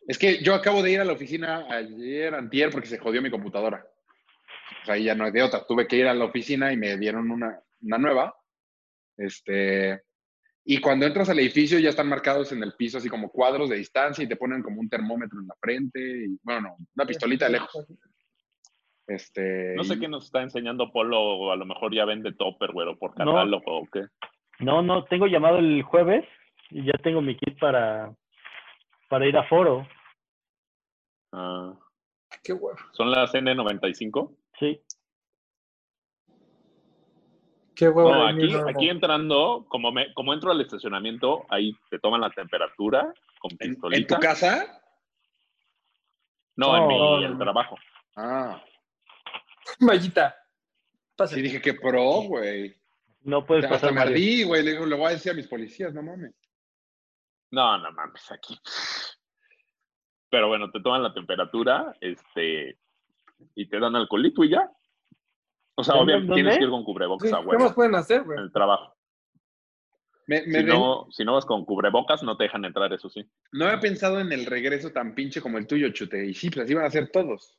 [SPEAKER 6] Es que yo acabo de ir a la oficina ayer, antier, porque se jodió mi computadora. O sea, ahí ya no es de otra. Tuve que ir a la oficina y me dieron una, una nueva. Este... Y cuando entras al edificio ya están marcados en el piso así como cuadros de distancia y te ponen como un termómetro en la frente y, bueno, no, una pistolita de lejos. Este,
[SPEAKER 2] No sé
[SPEAKER 6] y-
[SPEAKER 2] qué nos está enseñando Polo, o a lo mejor ya vende Topperware o por
[SPEAKER 1] No.
[SPEAKER 2] catálogo o qué.
[SPEAKER 1] No, no, tengo llamado el jueves y ya tengo mi kit para, para ir a foro.
[SPEAKER 2] Ah,
[SPEAKER 3] qué huevo.
[SPEAKER 2] ¿Son las N95?
[SPEAKER 1] Sí,
[SPEAKER 3] Qué huevo.
[SPEAKER 2] No,
[SPEAKER 3] de mí,
[SPEAKER 2] aquí,
[SPEAKER 3] no, no.
[SPEAKER 2] aquí entrando, como, me, como entro al estacionamiento, ahí te toman la temperatura con
[SPEAKER 6] ¿En,
[SPEAKER 2] pistolita.
[SPEAKER 6] en tu casa?
[SPEAKER 2] No, en
[SPEAKER 1] No,
[SPEAKER 2] mi
[SPEAKER 1] no,
[SPEAKER 2] el
[SPEAKER 1] no.
[SPEAKER 2] trabajo.
[SPEAKER 6] Ah,
[SPEAKER 3] Mallita. Pasa.
[SPEAKER 6] sí dije que pro, güey.
[SPEAKER 1] no puedes
[SPEAKER 6] Hasta
[SPEAKER 1] pasar
[SPEAKER 6] me
[SPEAKER 1] Mario.
[SPEAKER 6] ardí, güey. Le digo, le voy a decir a mis policías, no mames.
[SPEAKER 2] No, no mames, aquí. Pero bueno, te toman la temperatura, este, y te dan alcoholito y ya. O sea,
[SPEAKER 1] ¿Dónde-
[SPEAKER 2] obviamente
[SPEAKER 1] dónde?
[SPEAKER 2] tienes que ir con cubrebocas
[SPEAKER 6] pues,
[SPEAKER 3] Sí,
[SPEAKER 2] a
[SPEAKER 3] ¿Qué
[SPEAKER 2] huevo
[SPEAKER 3] más pueden hacer,
[SPEAKER 2] en
[SPEAKER 3] güey?
[SPEAKER 2] el trabajo.
[SPEAKER 6] Me, me
[SPEAKER 2] Si
[SPEAKER 6] re- no...
[SPEAKER 2] no, si no vas con cubrebocas, no te dejan entrar, eso sí.
[SPEAKER 6] había pensado en el regreso tan pinche como el tuyo, chute. Y sí, pues así van a ser todos.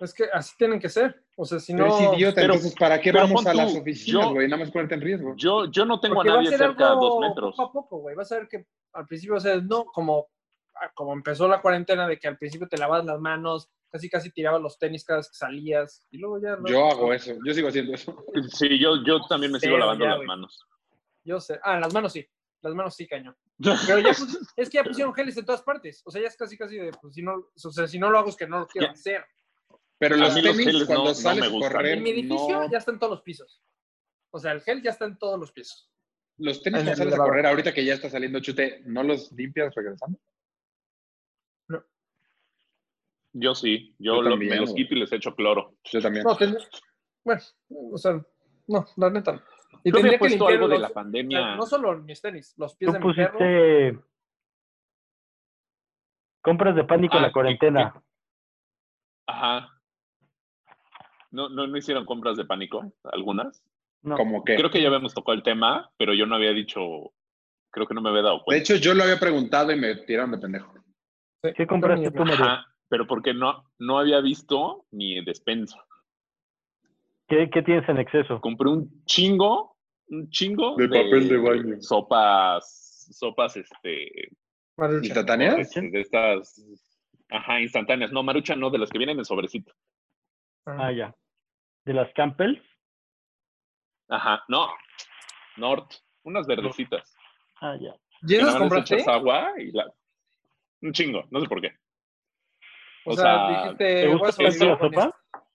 [SPEAKER 3] Es que así tienen que ser. O sea, si
[SPEAKER 6] pero
[SPEAKER 3] no.
[SPEAKER 6] es idiota,
[SPEAKER 2] pero-
[SPEAKER 6] entonces, ¿para qué
[SPEAKER 2] pero
[SPEAKER 6] vamos
[SPEAKER 2] pon
[SPEAKER 6] a
[SPEAKER 2] tú,
[SPEAKER 6] las oficinas,
[SPEAKER 2] yo-
[SPEAKER 6] güey? Nada más ponerte en riesgo.
[SPEAKER 2] Yo, yo no tengo
[SPEAKER 3] porque
[SPEAKER 2] a
[SPEAKER 3] va a
[SPEAKER 2] nadie
[SPEAKER 3] ser
[SPEAKER 2] cerca a
[SPEAKER 3] algo
[SPEAKER 2] dos metros.
[SPEAKER 3] poco a poco, güey. Vas a ver que al principio, o sea, no, como, ah, como empezó la cuarentena de que al principio te lavabas las manos, casi casi tirabas los tenis cada vez que salías. Y luego ya.
[SPEAKER 6] Yo hago eso. Yo sigo haciendo eso.
[SPEAKER 2] Sí, yo, yo también me sigo
[SPEAKER 3] Cero,
[SPEAKER 2] lavando
[SPEAKER 3] ya,
[SPEAKER 2] las
[SPEAKER 3] güey.
[SPEAKER 2] manos.
[SPEAKER 3] Yo sé. Ah, las manos sí. Las manos sí, cañón. Pero ya, pus- es que ya pusieron geles en todas partes. O sea, ya es casi casi de, pues, si no, o sea, si no lo hago es que no lo quiero
[SPEAKER 2] Ya.
[SPEAKER 3] hacer.
[SPEAKER 6] Pero
[SPEAKER 2] A
[SPEAKER 6] los
[SPEAKER 2] mí los
[SPEAKER 6] tenis,
[SPEAKER 2] geles no-
[SPEAKER 6] cuando
[SPEAKER 2] no
[SPEAKER 6] sales
[SPEAKER 2] me
[SPEAKER 6] a
[SPEAKER 2] gustan.
[SPEAKER 6] correr,
[SPEAKER 3] En mi edificio
[SPEAKER 6] Eh, no-
[SPEAKER 3] ya está en todos los pisos. O sea, el gel ya está en todos los pisos.
[SPEAKER 6] los tenis
[SPEAKER 3] en
[SPEAKER 6] cuando
[SPEAKER 3] el
[SPEAKER 6] sales a
[SPEAKER 3] elevador.
[SPEAKER 6] correr, ahorita que ya está saliendo chute, ¿no los limpias regresando?
[SPEAKER 2] Yo sí, yo,
[SPEAKER 6] Yo
[SPEAKER 2] lo-
[SPEAKER 6] también,
[SPEAKER 2] me los
[SPEAKER 6] güey.
[SPEAKER 2] quito y les echo cloro.
[SPEAKER 6] Yo también.
[SPEAKER 3] No, ten- bueno, o sea, no, la neta. no. Y
[SPEAKER 2] Yo había
[SPEAKER 3] tendría que
[SPEAKER 2] puesto
[SPEAKER 3] limpiar
[SPEAKER 2] algo de
[SPEAKER 3] los-
[SPEAKER 2] la
[SPEAKER 3] o sea,
[SPEAKER 2] pandemia.
[SPEAKER 3] no solo mis tenis, los pies
[SPEAKER 1] Tú
[SPEAKER 3] de mi perro.
[SPEAKER 1] pusiste Compras de pánico en
[SPEAKER 2] Ah,
[SPEAKER 1] la cuarentena.
[SPEAKER 2] Ajá. ¿No, no, no hicieron compras de pánico? ¿Algunas?
[SPEAKER 1] No.
[SPEAKER 6] Como que.
[SPEAKER 2] Creo que ya habíamos tocado el tema, pero yo no había dicho, creo que no me había dado
[SPEAKER 6] De
[SPEAKER 2] cuenta.
[SPEAKER 6] hecho, yo lo había preguntado y me tiraron de pendejo.
[SPEAKER 1] ¿Qué compraste tú, Mario?
[SPEAKER 2] Ajá, pero porque no, no había visto mi despensa.
[SPEAKER 1] ¿Qué, qué tienes en exceso?
[SPEAKER 2] Compré un chingo, un chingo
[SPEAKER 6] De papel de baño.
[SPEAKER 2] Sopas, sopas, este,
[SPEAKER 3] Marucha.
[SPEAKER 6] ¿Instantáneas?
[SPEAKER 2] este, de estas, ajá, instantáneas. No, marucha no, de las que vienen en sobrecito.
[SPEAKER 1] Ah, ya. ¿De las Campbell's?
[SPEAKER 2] Ajá, no, Nort, unas verdecitas.
[SPEAKER 1] Ah, ya.
[SPEAKER 3] ¿Y
[SPEAKER 2] que
[SPEAKER 3] esas
[SPEAKER 2] nada más les
[SPEAKER 3] compraste?
[SPEAKER 2] echas agua y la... Un chingo, no sé por qué. o
[SPEAKER 3] O sea,
[SPEAKER 2] sea,
[SPEAKER 1] ¿Te
[SPEAKER 3] dijiste, Eh, voy a
[SPEAKER 1] gusta tanto
[SPEAKER 3] sobrevivir
[SPEAKER 1] la
[SPEAKER 3] con
[SPEAKER 1] sopa?
[SPEAKER 3] esto.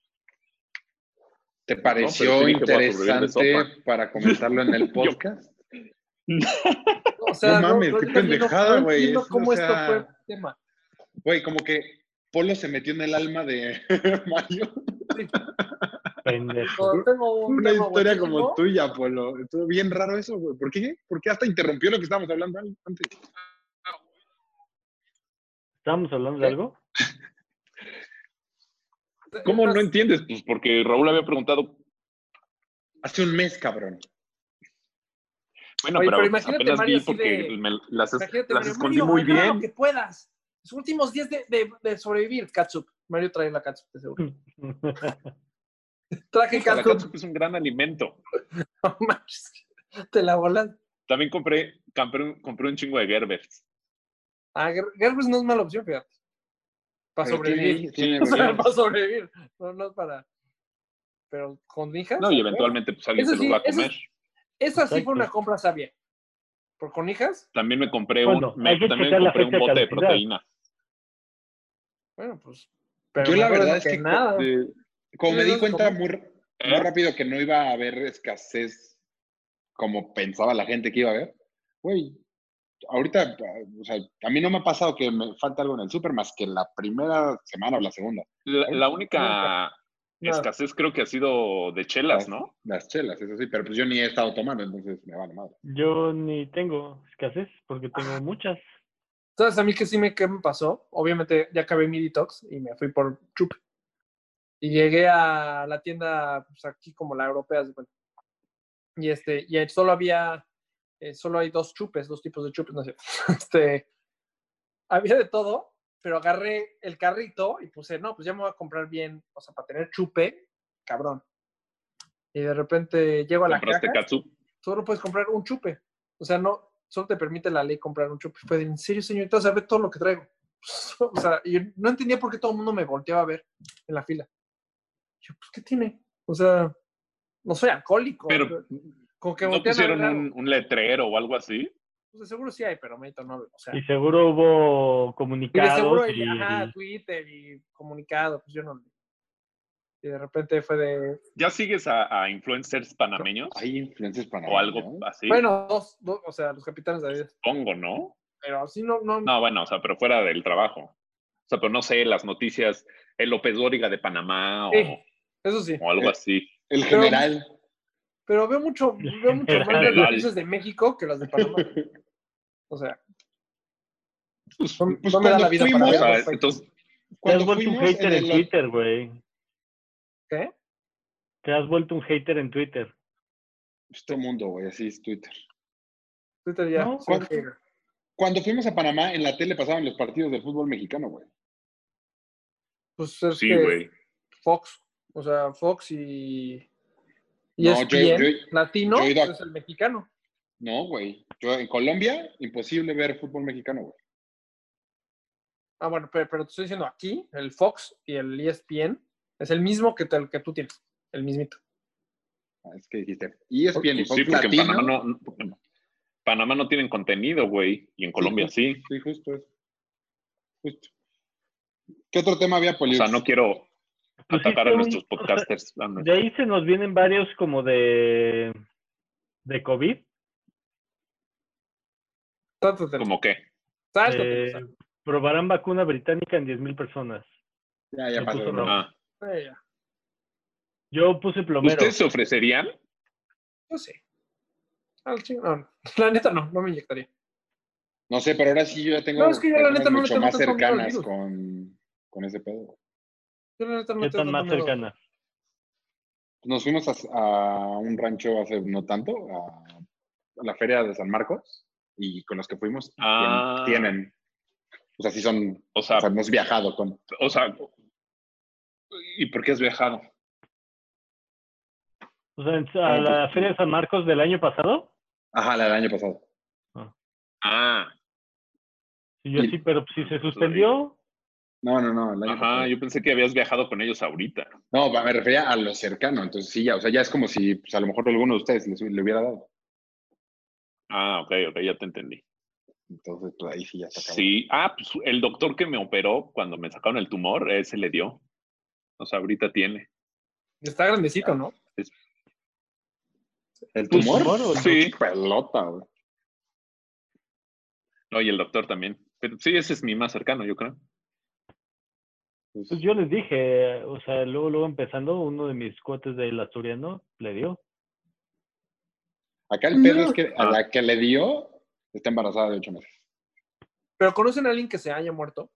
[SPEAKER 6] ¿Te
[SPEAKER 2] No,
[SPEAKER 6] pareció
[SPEAKER 2] pero sí dije, voy a sobrevivir de
[SPEAKER 6] interesante para comentarlo en el podcast?
[SPEAKER 3] O sea,
[SPEAKER 6] No mames, qué
[SPEAKER 3] yo también no-
[SPEAKER 6] pendejada,
[SPEAKER 3] no
[SPEAKER 6] güey.
[SPEAKER 3] entiendo
[SPEAKER 6] Es- o
[SPEAKER 3] cómo esto
[SPEAKER 6] sea-
[SPEAKER 3] fue tema.
[SPEAKER 6] Güey, como que Polo se metió en el alma de Mario.
[SPEAKER 1] Pendejo.
[SPEAKER 3] No, tengo un
[SPEAKER 6] Una
[SPEAKER 3] tema
[SPEAKER 6] historia
[SPEAKER 3] buenísimo.
[SPEAKER 6] como tuya, Polo. Estuvo bien raro eso, güey. ¿Por qué? ¿Por qué hasta interrumpió lo que estábamos hablando antes?
[SPEAKER 1] ¿Estábamos hablando de algo?
[SPEAKER 2] ¿Cómo no
[SPEAKER 3] Estas-
[SPEAKER 2] entiendes? Pues porque Raúl había preguntado.
[SPEAKER 6] Hace un mes, cabrón.
[SPEAKER 2] Bueno,
[SPEAKER 3] Oye,
[SPEAKER 2] pero,
[SPEAKER 3] pero imagínate,
[SPEAKER 2] apenas
[SPEAKER 3] Mario,
[SPEAKER 2] vi
[SPEAKER 3] así
[SPEAKER 2] porque
[SPEAKER 3] de-
[SPEAKER 2] me las, es-
[SPEAKER 3] Imagínate,
[SPEAKER 2] las
[SPEAKER 3] Mario,
[SPEAKER 2] escondí
[SPEAKER 3] Mario,
[SPEAKER 2] muy
[SPEAKER 3] agarra
[SPEAKER 2] bien.
[SPEAKER 3] lo que puedas. Los últimos 10 de, de- de sobrevivir, Katsup. Mario trae la Katsup, de seguro. Traje
[SPEAKER 2] La
[SPEAKER 3] Katsup.
[SPEAKER 2] catsup es un gran alimento.
[SPEAKER 3] no manches, Te la volan.
[SPEAKER 2] También compré, compré, un- compré un chingo de Gerbers.
[SPEAKER 3] Ah, Ger- Gerbers no es mala opción, fíjate. Para
[SPEAKER 6] Pero tiene-
[SPEAKER 3] sobrevivir.
[SPEAKER 6] tiene-
[SPEAKER 3] O sea, para sobrevivir. No, no es para. Pero con hijas.
[SPEAKER 2] No, y eventualmente pues alguien
[SPEAKER 3] Eso
[SPEAKER 2] se los
[SPEAKER 3] sí,
[SPEAKER 2] va a
[SPEAKER 3] eso
[SPEAKER 2] comer.
[SPEAKER 3] Esa sí
[SPEAKER 1] Exacto.
[SPEAKER 3] fue una compra sabia. ¿Por con hijas?
[SPEAKER 2] También me compré
[SPEAKER 1] Bueno,
[SPEAKER 2] un, me-
[SPEAKER 1] hay que
[SPEAKER 2] también me
[SPEAKER 1] checar la
[SPEAKER 2] compré un
[SPEAKER 1] fecha de
[SPEAKER 2] bote de
[SPEAKER 1] caducidad.
[SPEAKER 2] proteína.
[SPEAKER 3] Bueno, pues. Pero
[SPEAKER 6] Yo la
[SPEAKER 3] mejor
[SPEAKER 6] verdad
[SPEAKER 3] eso
[SPEAKER 6] es que,
[SPEAKER 3] nada.
[SPEAKER 6] co- eh, como
[SPEAKER 3] Sí,
[SPEAKER 6] me
[SPEAKER 3] eso
[SPEAKER 6] di
[SPEAKER 3] es
[SPEAKER 6] cuenta
[SPEAKER 3] común.
[SPEAKER 6] muy, r-
[SPEAKER 2] ¿Eh?
[SPEAKER 6] muy rápido que no iba a haber escasez como pensaba la gente que iba a haber, güey, ahorita, o sea, a mí no me ha pasado que me falta algo en el súper más que la primera semana o la segunda,
[SPEAKER 2] La, la única
[SPEAKER 3] Nada.
[SPEAKER 2] escasez creo que ha sido de chelas, ¿no?
[SPEAKER 6] las chelas, eso sí, pero pues yo ni he estado tomando, entonces me vale madre.
[SPEAKER 1] Yo ni tengo escasez porque tengo
[SPEAKER 3] Ah.
[SPEAKER 1] muchas.
[SPEAKER 3] ¿Sabes a mí que sí me, qué me pasó? Obviamente ya acabé mi detox y me fui por chup. Y llegué a la tienda, pues aquí como la europea, haz de cuenta. Y este, y ahí solo había, eh, solo hay dos chupes, dos tipos de chupes, no sé. Este, había de todo, pero agarré el carrito y puse, no, pues ya me voy a comprar bien, o sea, para tener chupe, cabrón. Y de repente llego a la
[SPEAKER 2] Compraste
[SPEAKER 3] caja
[SPEAKER 2] catsup.
[SPEAKER 3] solo puedes comprar un chupe. O sea, no, solo te permite la ley comprar un chupe. Fue de, en serio, señorita, o sea, ve todo lo que traigo. O sea, y yo no entendía por qué todo el mundo me volteaba a ver en la fila. Yo, pues, ¿qué tiene? O sea, no soy alcohólico.
[SPEAKER 2] Pero
[SPEAKER 3] como que
[SPEAKER 2] ¿No
[SPEAKER 3] voltean a
[SPEAKER 2] pusieron
[SPEAKER 3] ver algo.
[SPEAKER 2] un, un letrero o algo así?
[SPEAKER 3] O sea, seguro sí hay, pero Medito no. O sea,
[SPEAKER 1] Y seguro hubo
[SPEAKER 3] y de seguro
[SPEAKER 1] comunicados
[SPEAKER 3] hay,
[SPEAKER 1] y,
[SPEAKER 3] ajá, Twitter y comunicado, pues yo no. Y de repente fue de,
[SPEAKER 2] ¿Ya sigues a, a influencers panameños?
[SPEAKER 6] Hay influencias para
[SPEAKER 2] o algo así.
[SPEAKER 3] bueno, dos, dos, o sea, los capitanes de Adidas.
[SPEAKER 2] Pongo, ¿no?
[SPEAKER 3] Pero así no, no,
[SPEAKER 2] No, bueno, o sea, pero fuera del trabajo. O sea, pero no sé, las noticias, el López Dóriga de Panamá o,
[SPEAKER 3] Sí. eso sí.
[SPEAKER 2] o algo así.
[SPEAKER 6] El
[SPEAKER 3] Pero-
[SPEAKER 6] general,
[SPEAKER 3] Pero veo mucho, veo mucho más las
[SPEAKER 2] General.
[SPEAKER 3] noticias de México que las de Panamá. O sea,
[SPEAKER 6] pues,
[SPEAKER 3] no,
[SPEAKER 6] pues
[SPEAKER 3] no me da
[SPEAKER 6] cuando
[SPEAKER 3] la vida
[SPEAKER 2] O
[SPEAKER 6] fuimos
[SPEAKER 3] para
[SPEAKER 2] sea,
[SPEAKER 3] ver.
[SPEAKER 2] entonces,
[SPEAKER 1] Te has
[SPEAKER 6] cuando
[SPEAKER 1] vuelto un
[SPEAKER 6] fuimos
[SPEAKER 1] hater
[SPEAKER 6] en
[SPEAKER 1] en
[SPEAKER 6] el,
[SPEAKER 1] Twitter, güey.
[SPEAKER 3] ¿Qué?
[SPEAKER 1] Te has vuelto un hater en Twitter.
[SPEAKER 6] este mundo, güey, así es Twitter.
[SPEAKER 3] Twitter ya.
[SPEAKER 1] No,
[SPEAKER 3] soy
[SPEAKER 6] ¿cuál?
[SPEAKER 3] hater.
[SPEAKER 6] Cuando fuimos a Panamá, en la tele pasaban los partidos del fútbol mexicano, güey.
[SPEAKER 3] Pues es
[SPEAKER 2] sí,
[SPEAKER 3] que
[SPEAKER 2] güey.
[SPEAKER 3] Fox. O sea, Fox y. Y E
[SPEAKER 6] No,
[SPEAKER 3] es
[SPEAKER 6] yo- yo-
[SPEAKER 3] latino, pues,
[SPEAKER 6] yo he ido a-
[SPEAKER 3] es el mexicano.
[SPEAKER 6] No, güey. Yo en Colombia, imposible ver fútbol mexicano, güey.
[SPEAKER 3] Ah, bueno, pero, pero te estoy diciendo aquí, el Fox y el E ESPN es el mismo que, te- el que tú tienes, el mismito.
[SPEAKER 6] Ah, Es que dijiste. Y es bien,
[SPEAKER 2] Pues sí, porque en Panamá no, no- Panamá no tienen contenido, güey. Y en Colombia sí.
[SPEAKER 6] Sí, justo es. Justo. ¿Qué otro tema había,
[SPEAKER 2] O
[SPEAKER 6] Poli?
[SPEAKER 2] sea, no quiero
[SPEAKER 3] Pues,
[SPEAKER 1] Pusiste
[SPEAKER 2] atacar a
[SPEAKER 1] un-
[SPEAKER 2] nuestros podcasters. a
[SPEAKER 1] Pues De
[SPEAKER 2] nuestros-
[SPEAKER 1] ahí se nos vienen varios como de, de COVID.
[SPEAKER 3] Trátate.
[SPEAKER 2] Como que.
[SPEAKER 6] Ah,
[SPEAKER 3] Sáltate,
[SPEAKER 1] Eh, probarán vacuna británica en 10.000 personas.
[SPEAKER 6] Ya, ya
[SPEAKER 1] Me
[SPEAKER 6] pasó.
[SPEAKER 1] puso
[SPEAKER 6] ¿no?
[SPEAKER 1] rojo.
[SPEAKER 2] ah.
[SPEAKER 3] o sea, Eh, ya.
[SPEAKER 1] Yo puse plomero.
[SPEAKER 2] ¿Ustedes se ofrecerían?
[SPEAKER 3] Yo sí. Al ching- no, no. La neta no, no me inyectaría.
[SPEAKER 6] No sé, pero ahora sí yo ya tengo
[SPEAKER 3] No, es que yo la
[SPEAKER 6] personas
[SPEAKER 3] neta no le
[SPEAKER 6] mucho
[SPEAKER 3] tengo
[SPEAKER 6] más
[SPEAKER 3] tanto miedo al
[SPEAKER 6] cercanas
[SPEAKER 3] virus.
[SPEAKER 6] con, con ese pedo.
[SPEAKER 3] Yo la neta no
[SPEAKER 1] ¿Qué
[SPEAKER 3] tengo
[SPEAKER 1] tan más
[SPEAKER 3] tanto miedo.
[SPEAKER 1] cercana?
[SPEAKER 6] Nos fuimos a, a un rancho hace no tanto, a, a la feria de San Marcos, y con los que fuimos tien-
[SPEAKER 2] Ah.
[SPEAKER 6] tienen. O sea, sí son,
[SPEAKER 2] O sea,
[SPEAKER 6] o sea, hemos viajado con.
[SPEAKER 2] o sea, ¿y por qué has viajado?
[SPEAKER 1] O sea, en-
[SPEAKER 6] Ah,
[SPEAKER 1] a la Feria de San Marcos del año pasado.
[SPEAKER 6] Ajá, la del año pasado.
[SPEAKER 2] Ah,
[SPEAKER 1] Sí, yo
[SPEAKER 6] Y-
[SPEAKER 1] sí, pero si se suspendió,
[SPEAKER 6] No, no, no, el año pasado.
[SPEAKER 2] ajá, yo pensé que habías viajado con ellos ahorita.
[SPEAKER 6] No, me refería a lo cercano, entonces sí, ya, o sea, ya es como si pues, a lo mejor alguno de ustedes les- le hubiera dado.
[SPEAKER 2] Ah, ok, ok, ya te entendí.
[SPEAKER 6] Entonces, pues ahí sí ya está cabrón.
[SPEAKER 2] Sí, ah, pues el doctor que me operó cuando me sacaron el tumor, ese le dio. O sea, ahorita tiene.
[SPEAKER 3] Está grandecito, ¿no?
[SPEAKER 6] ¿El
[SPEAKER 2] Pues,
[SPEAKER 6] tumor?
[SPEAKER 1] tumor o-
[SPEAKER 2] Sí.
[SPEAKER 6] Pelota, güey.
[SPEAKER 2] No, y el doctor también. Pero sí, ese es mi más cercano, yo creo.
[SPEAKER 6] Pues,
[SPEAKER 1] pues yo les dije, o sea, luego, luego empezando, uno de mis cuates del Asturiano le dio.
[SPEAKER 6] Acá el pedo es que
[SPEAKER 2] Ah.
[SPEAKER 6] a la que le dio está embarazada de ocho meses.
[SPEAKER 3] Pero conocen a alguien que se haya muerto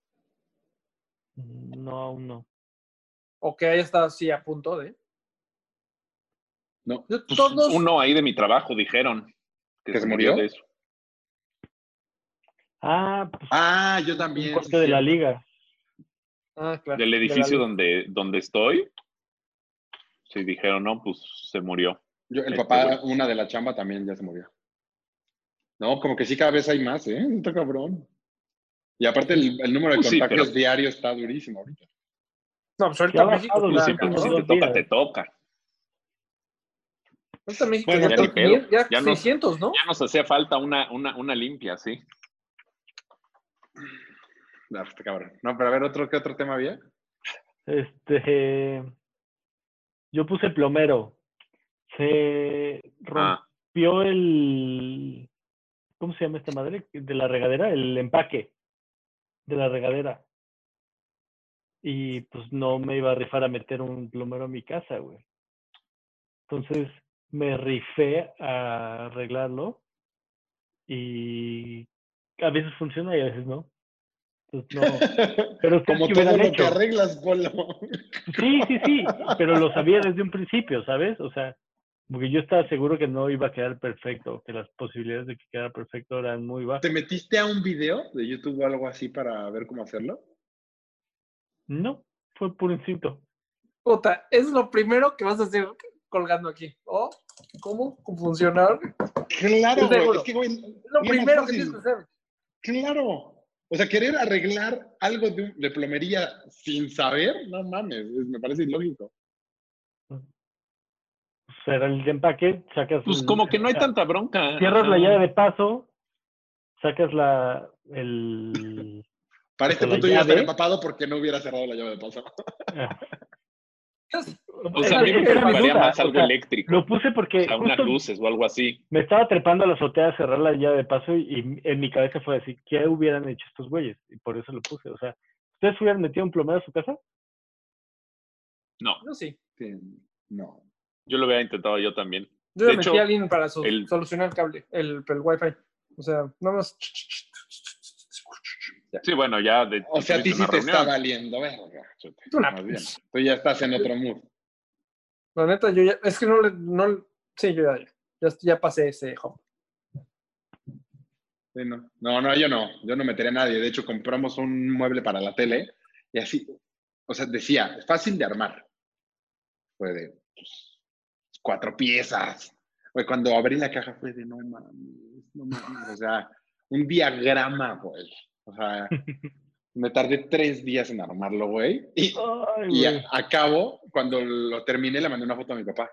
[SPEAKER 1] No, aún no.
[SPEAKER 3] o que haya estado así a punto de.
[SPEAKER 6] No,
[SPEAKER 3] Yo
[SPEAKER 6] pues,
[SPEAKER 3] todos.
[SPEAKER 2] Uno ahí de mi trabajo dijeron
[SPEAKER 6] ¿Que se murió?
[SPEAKER 2] de eso.
[SPEAKER 1] Ah, pues
[SPEAKER 6] Ah, yo
[SPEAKER 1] un
[SPEAKER 6] también.
[SPEAKER 1] cuate de la liga.
[SPEAKER 3] Ah, claro.
[SPEAKER 2] Del
[SPEAKER 3] de la
[SPEAKER 2] edificio
[SPEAKER 3] luz.
[SPEAKER 2] donde, donde estoy. Sí, dijeron, no, pues se murió.
[SPEAKER 6] Yo- el
[SPEAKER 2] Este
[SPEAKER 6] papá,
[SPEAKER 2] güey.
[SPEAKER 6] una de la chamba, también ya se murió. No, como que sí cada vez hay más, ¿eh? Está cabrón. Y aparte el, el número de
[SPEAKER 2] Pues sí,
[SPEAKER 6] contactos
[SPEAKER 2] pero-
[SPEAKER 6] diario está durísimo ahorita.
[SPEAKER 3] No, pues
[SPEAKER 1] Ya
[SPEAKER 3] ahorita
[SPEAKER 1] ha
[SPEAKER 3] México.
[SPEAKER 1] bajado,
[SPEAKER 2] Tú
[SPEAKER 1] Claro,
[SPEAKER 2] siempre,
[SPEAKER 1] como
[SPEAKER 2] pues, si
[SPEAKER 1] dos
[SPEAKER 2] te toca,
[SPEAKER 1] días.
[SPEAKER 2] te toca.
[SPEAKER 3] Ahorita México
[SPEAKER 6] Bueno,
[SPEAKER 3] ya,
[SPEAKER 6] ya
[SPEAKER 3] está-
[SPEAKER 2] Pues, ni pedo.
[SPEAKER 3] ya
[SPEAKER 2] Ya no-
[SPEAKER 3] 600, ¿no?
[SPEAKER 2] Ya nos hacía falta una, una, una limpia, sí.
[SPEAKER 6] No, está cabrón. No, pero a ver, otro, ¿qué otro tema había?
[SPEAKER 1] Este, yo puse plomero. Se
[SPEAKER 2] Ah,
[SPEAKER 1] rompió el, ¿cómo se llama esta madre? De la regadera, el empaque de la regadera. Y pues no me iba a rifar a meter un plomero a mi casa, güey. Entonces me rifé a arreglarlo y a veces funciona y a veces no. Entonces, no. Pero ustedes
[SPEAKER 6] Como
[SPEAKER 1] qué
[SPEAKER 6] todo
[SPEAKER 1] hubieran
[SPEAKER 6] lo que
[SPEAKER 1] hecho?
[SPEAKER 6] arreglas, Polo.
[SPEAKER 1] Sí, sí, sí, pero lo sabía desde un principio, ¿sabes? O sea, porque yo estaba seguro que no iba a quedar perfecto, que las posibilidades de que quedara perfecto eran muy bajas.
[SPEAKER 6] ¿Te metiste a un video de YouTube o algo así para ver cómo hacerlo?
[SPEAKER 1] No, fue puro instinto.
[SPEAKER 3] Puta, es lo primero que vas a hacer colgando aquí. ¿Oh? ¿Cómo? ¿Cómo funcionar?
[SPEAKER 6] Claro,
[SPEAKER 3] Estoy
[SPEAKER 6] güey.
[SPEAKER 3] seguro.
[SPEAKER 6] Es que, güey.
[SPEAKER 3] Es lo
[SPEAKER 6] bien
[SPEAKER 3] primero que
[SPEAKER 6] fácil.
[SPEAKER 3] tienes que hacer.
[SPEAKER 6] Claro. O sea, querer arreglar algo de, un- de plomería sin saber, no mames, es- me parece ilógico.
[SPEAKER 1] O sea, era el de empaque, sacas...
[SPEAKER 2] pues
[SPEAKER 1] el-
[SPEAKER 2] como que no hay
[SPEAKER 1] ah,
[SPEAKER 2] tanta bronca. Ah,
[SPEAKER 1] Cierras la
[SPEAKER 2] Ajá.
[SPEAKER 1] llave de paso, sacas la... el...
[SPEAKER 6] Para este
[SPEAKER 1] Con la
[SPEAKER 6] punto yo ya estaría
[SPEAKER 1] llave.
[SPEAKER 6] empapado porque no hubiera cerrado la llave de paso.
[SPEAKER 1] ah.
[SPEAKER 2] O sea, Pues, a mí me
[SPEAKER 1] Era mi
[SPEAKER 2] preocuparía
[SPEAKER 1] duda,
[SPEAKER 2] más
[SPEAKER 1] o
[SPEAKER 2] algo
[SPEAKER 1] sea,
[SPEAKER 2] eléctrico.
[SPEAKER 1] Lo puse porque
[SPEAKER 2] o sea, unas
[SPEAKER 1] justo
[SPEAKER 2] luces o algo así.
[SPEAKER 1] me estaba trepando a la azotea a cerrar la llave de paso y, y en mi cabeza fue así, ¿qué hubieran hecho estos güeyes? Y por eso lo puse. O sea, ¿ustedes hubieran metido un plomero a su casa?
[SPEAKER 2] No,
[SPEAKER 3] Yo sí.
[SPEAKER 6] Sí, No.
[SPEAKER 2] yo lo hubiera intentado yo también.
[SPEAKER 3] Yo
[SPEAKER 2] De
[SPEAKER 3] le metí
[SPEAKER 2] hecho,
[SPEAKER 3] a alguien para so-
[SPEAKER 2] el-
[SPEAKER 3] solucionar el cable, el, el wifi. O sea, nada más. Ya.
[SPEAKER 2] Sí, bueno, ya. de-
[SPEAKER 6] O sea, a ti
[SPEAKER 2] tuviste
[SPEAKER 6] sí
[SPEAKER 2] una
[SPEAKER 6] te está
[SPEAKER 2] reunión.
[SPEAKER 6] valiendo, verga. chute,
[SPEAKER 3] Tú
[SPEAKER 1] Ah,
[SPEAKER 3] una-
[SPEAKER 6] Más bien.
[SPEAKER 1] pues.
[SPEAKER 6] Tú ya estás en otro mood.
[SPEAKER 3] La neta, yo ya. Es que no le. No, le- sí, yo ya, ya. ya pasé ese hop.
[SPEAKER 6] Sí, no. no, no, yo no. Yo no metería a nadie. De hecho, compramos un mueble para la tele y así. O sea, decía, es fácil de armar. Fue de pues, cuatro piezas. Güey, cuando abrí la caja fue de no mames, no mames. O sea, un diagrama, güey. O sea, me tardé tres días en armarlo, güey. Y,
[SPEAKER 1] Ay,
[SPEAKER 6] y
[SPEAKER 1] güey.
[SPEAKER 6] a- acabo, cuando lo terminé, le mandé una foto a mi papá.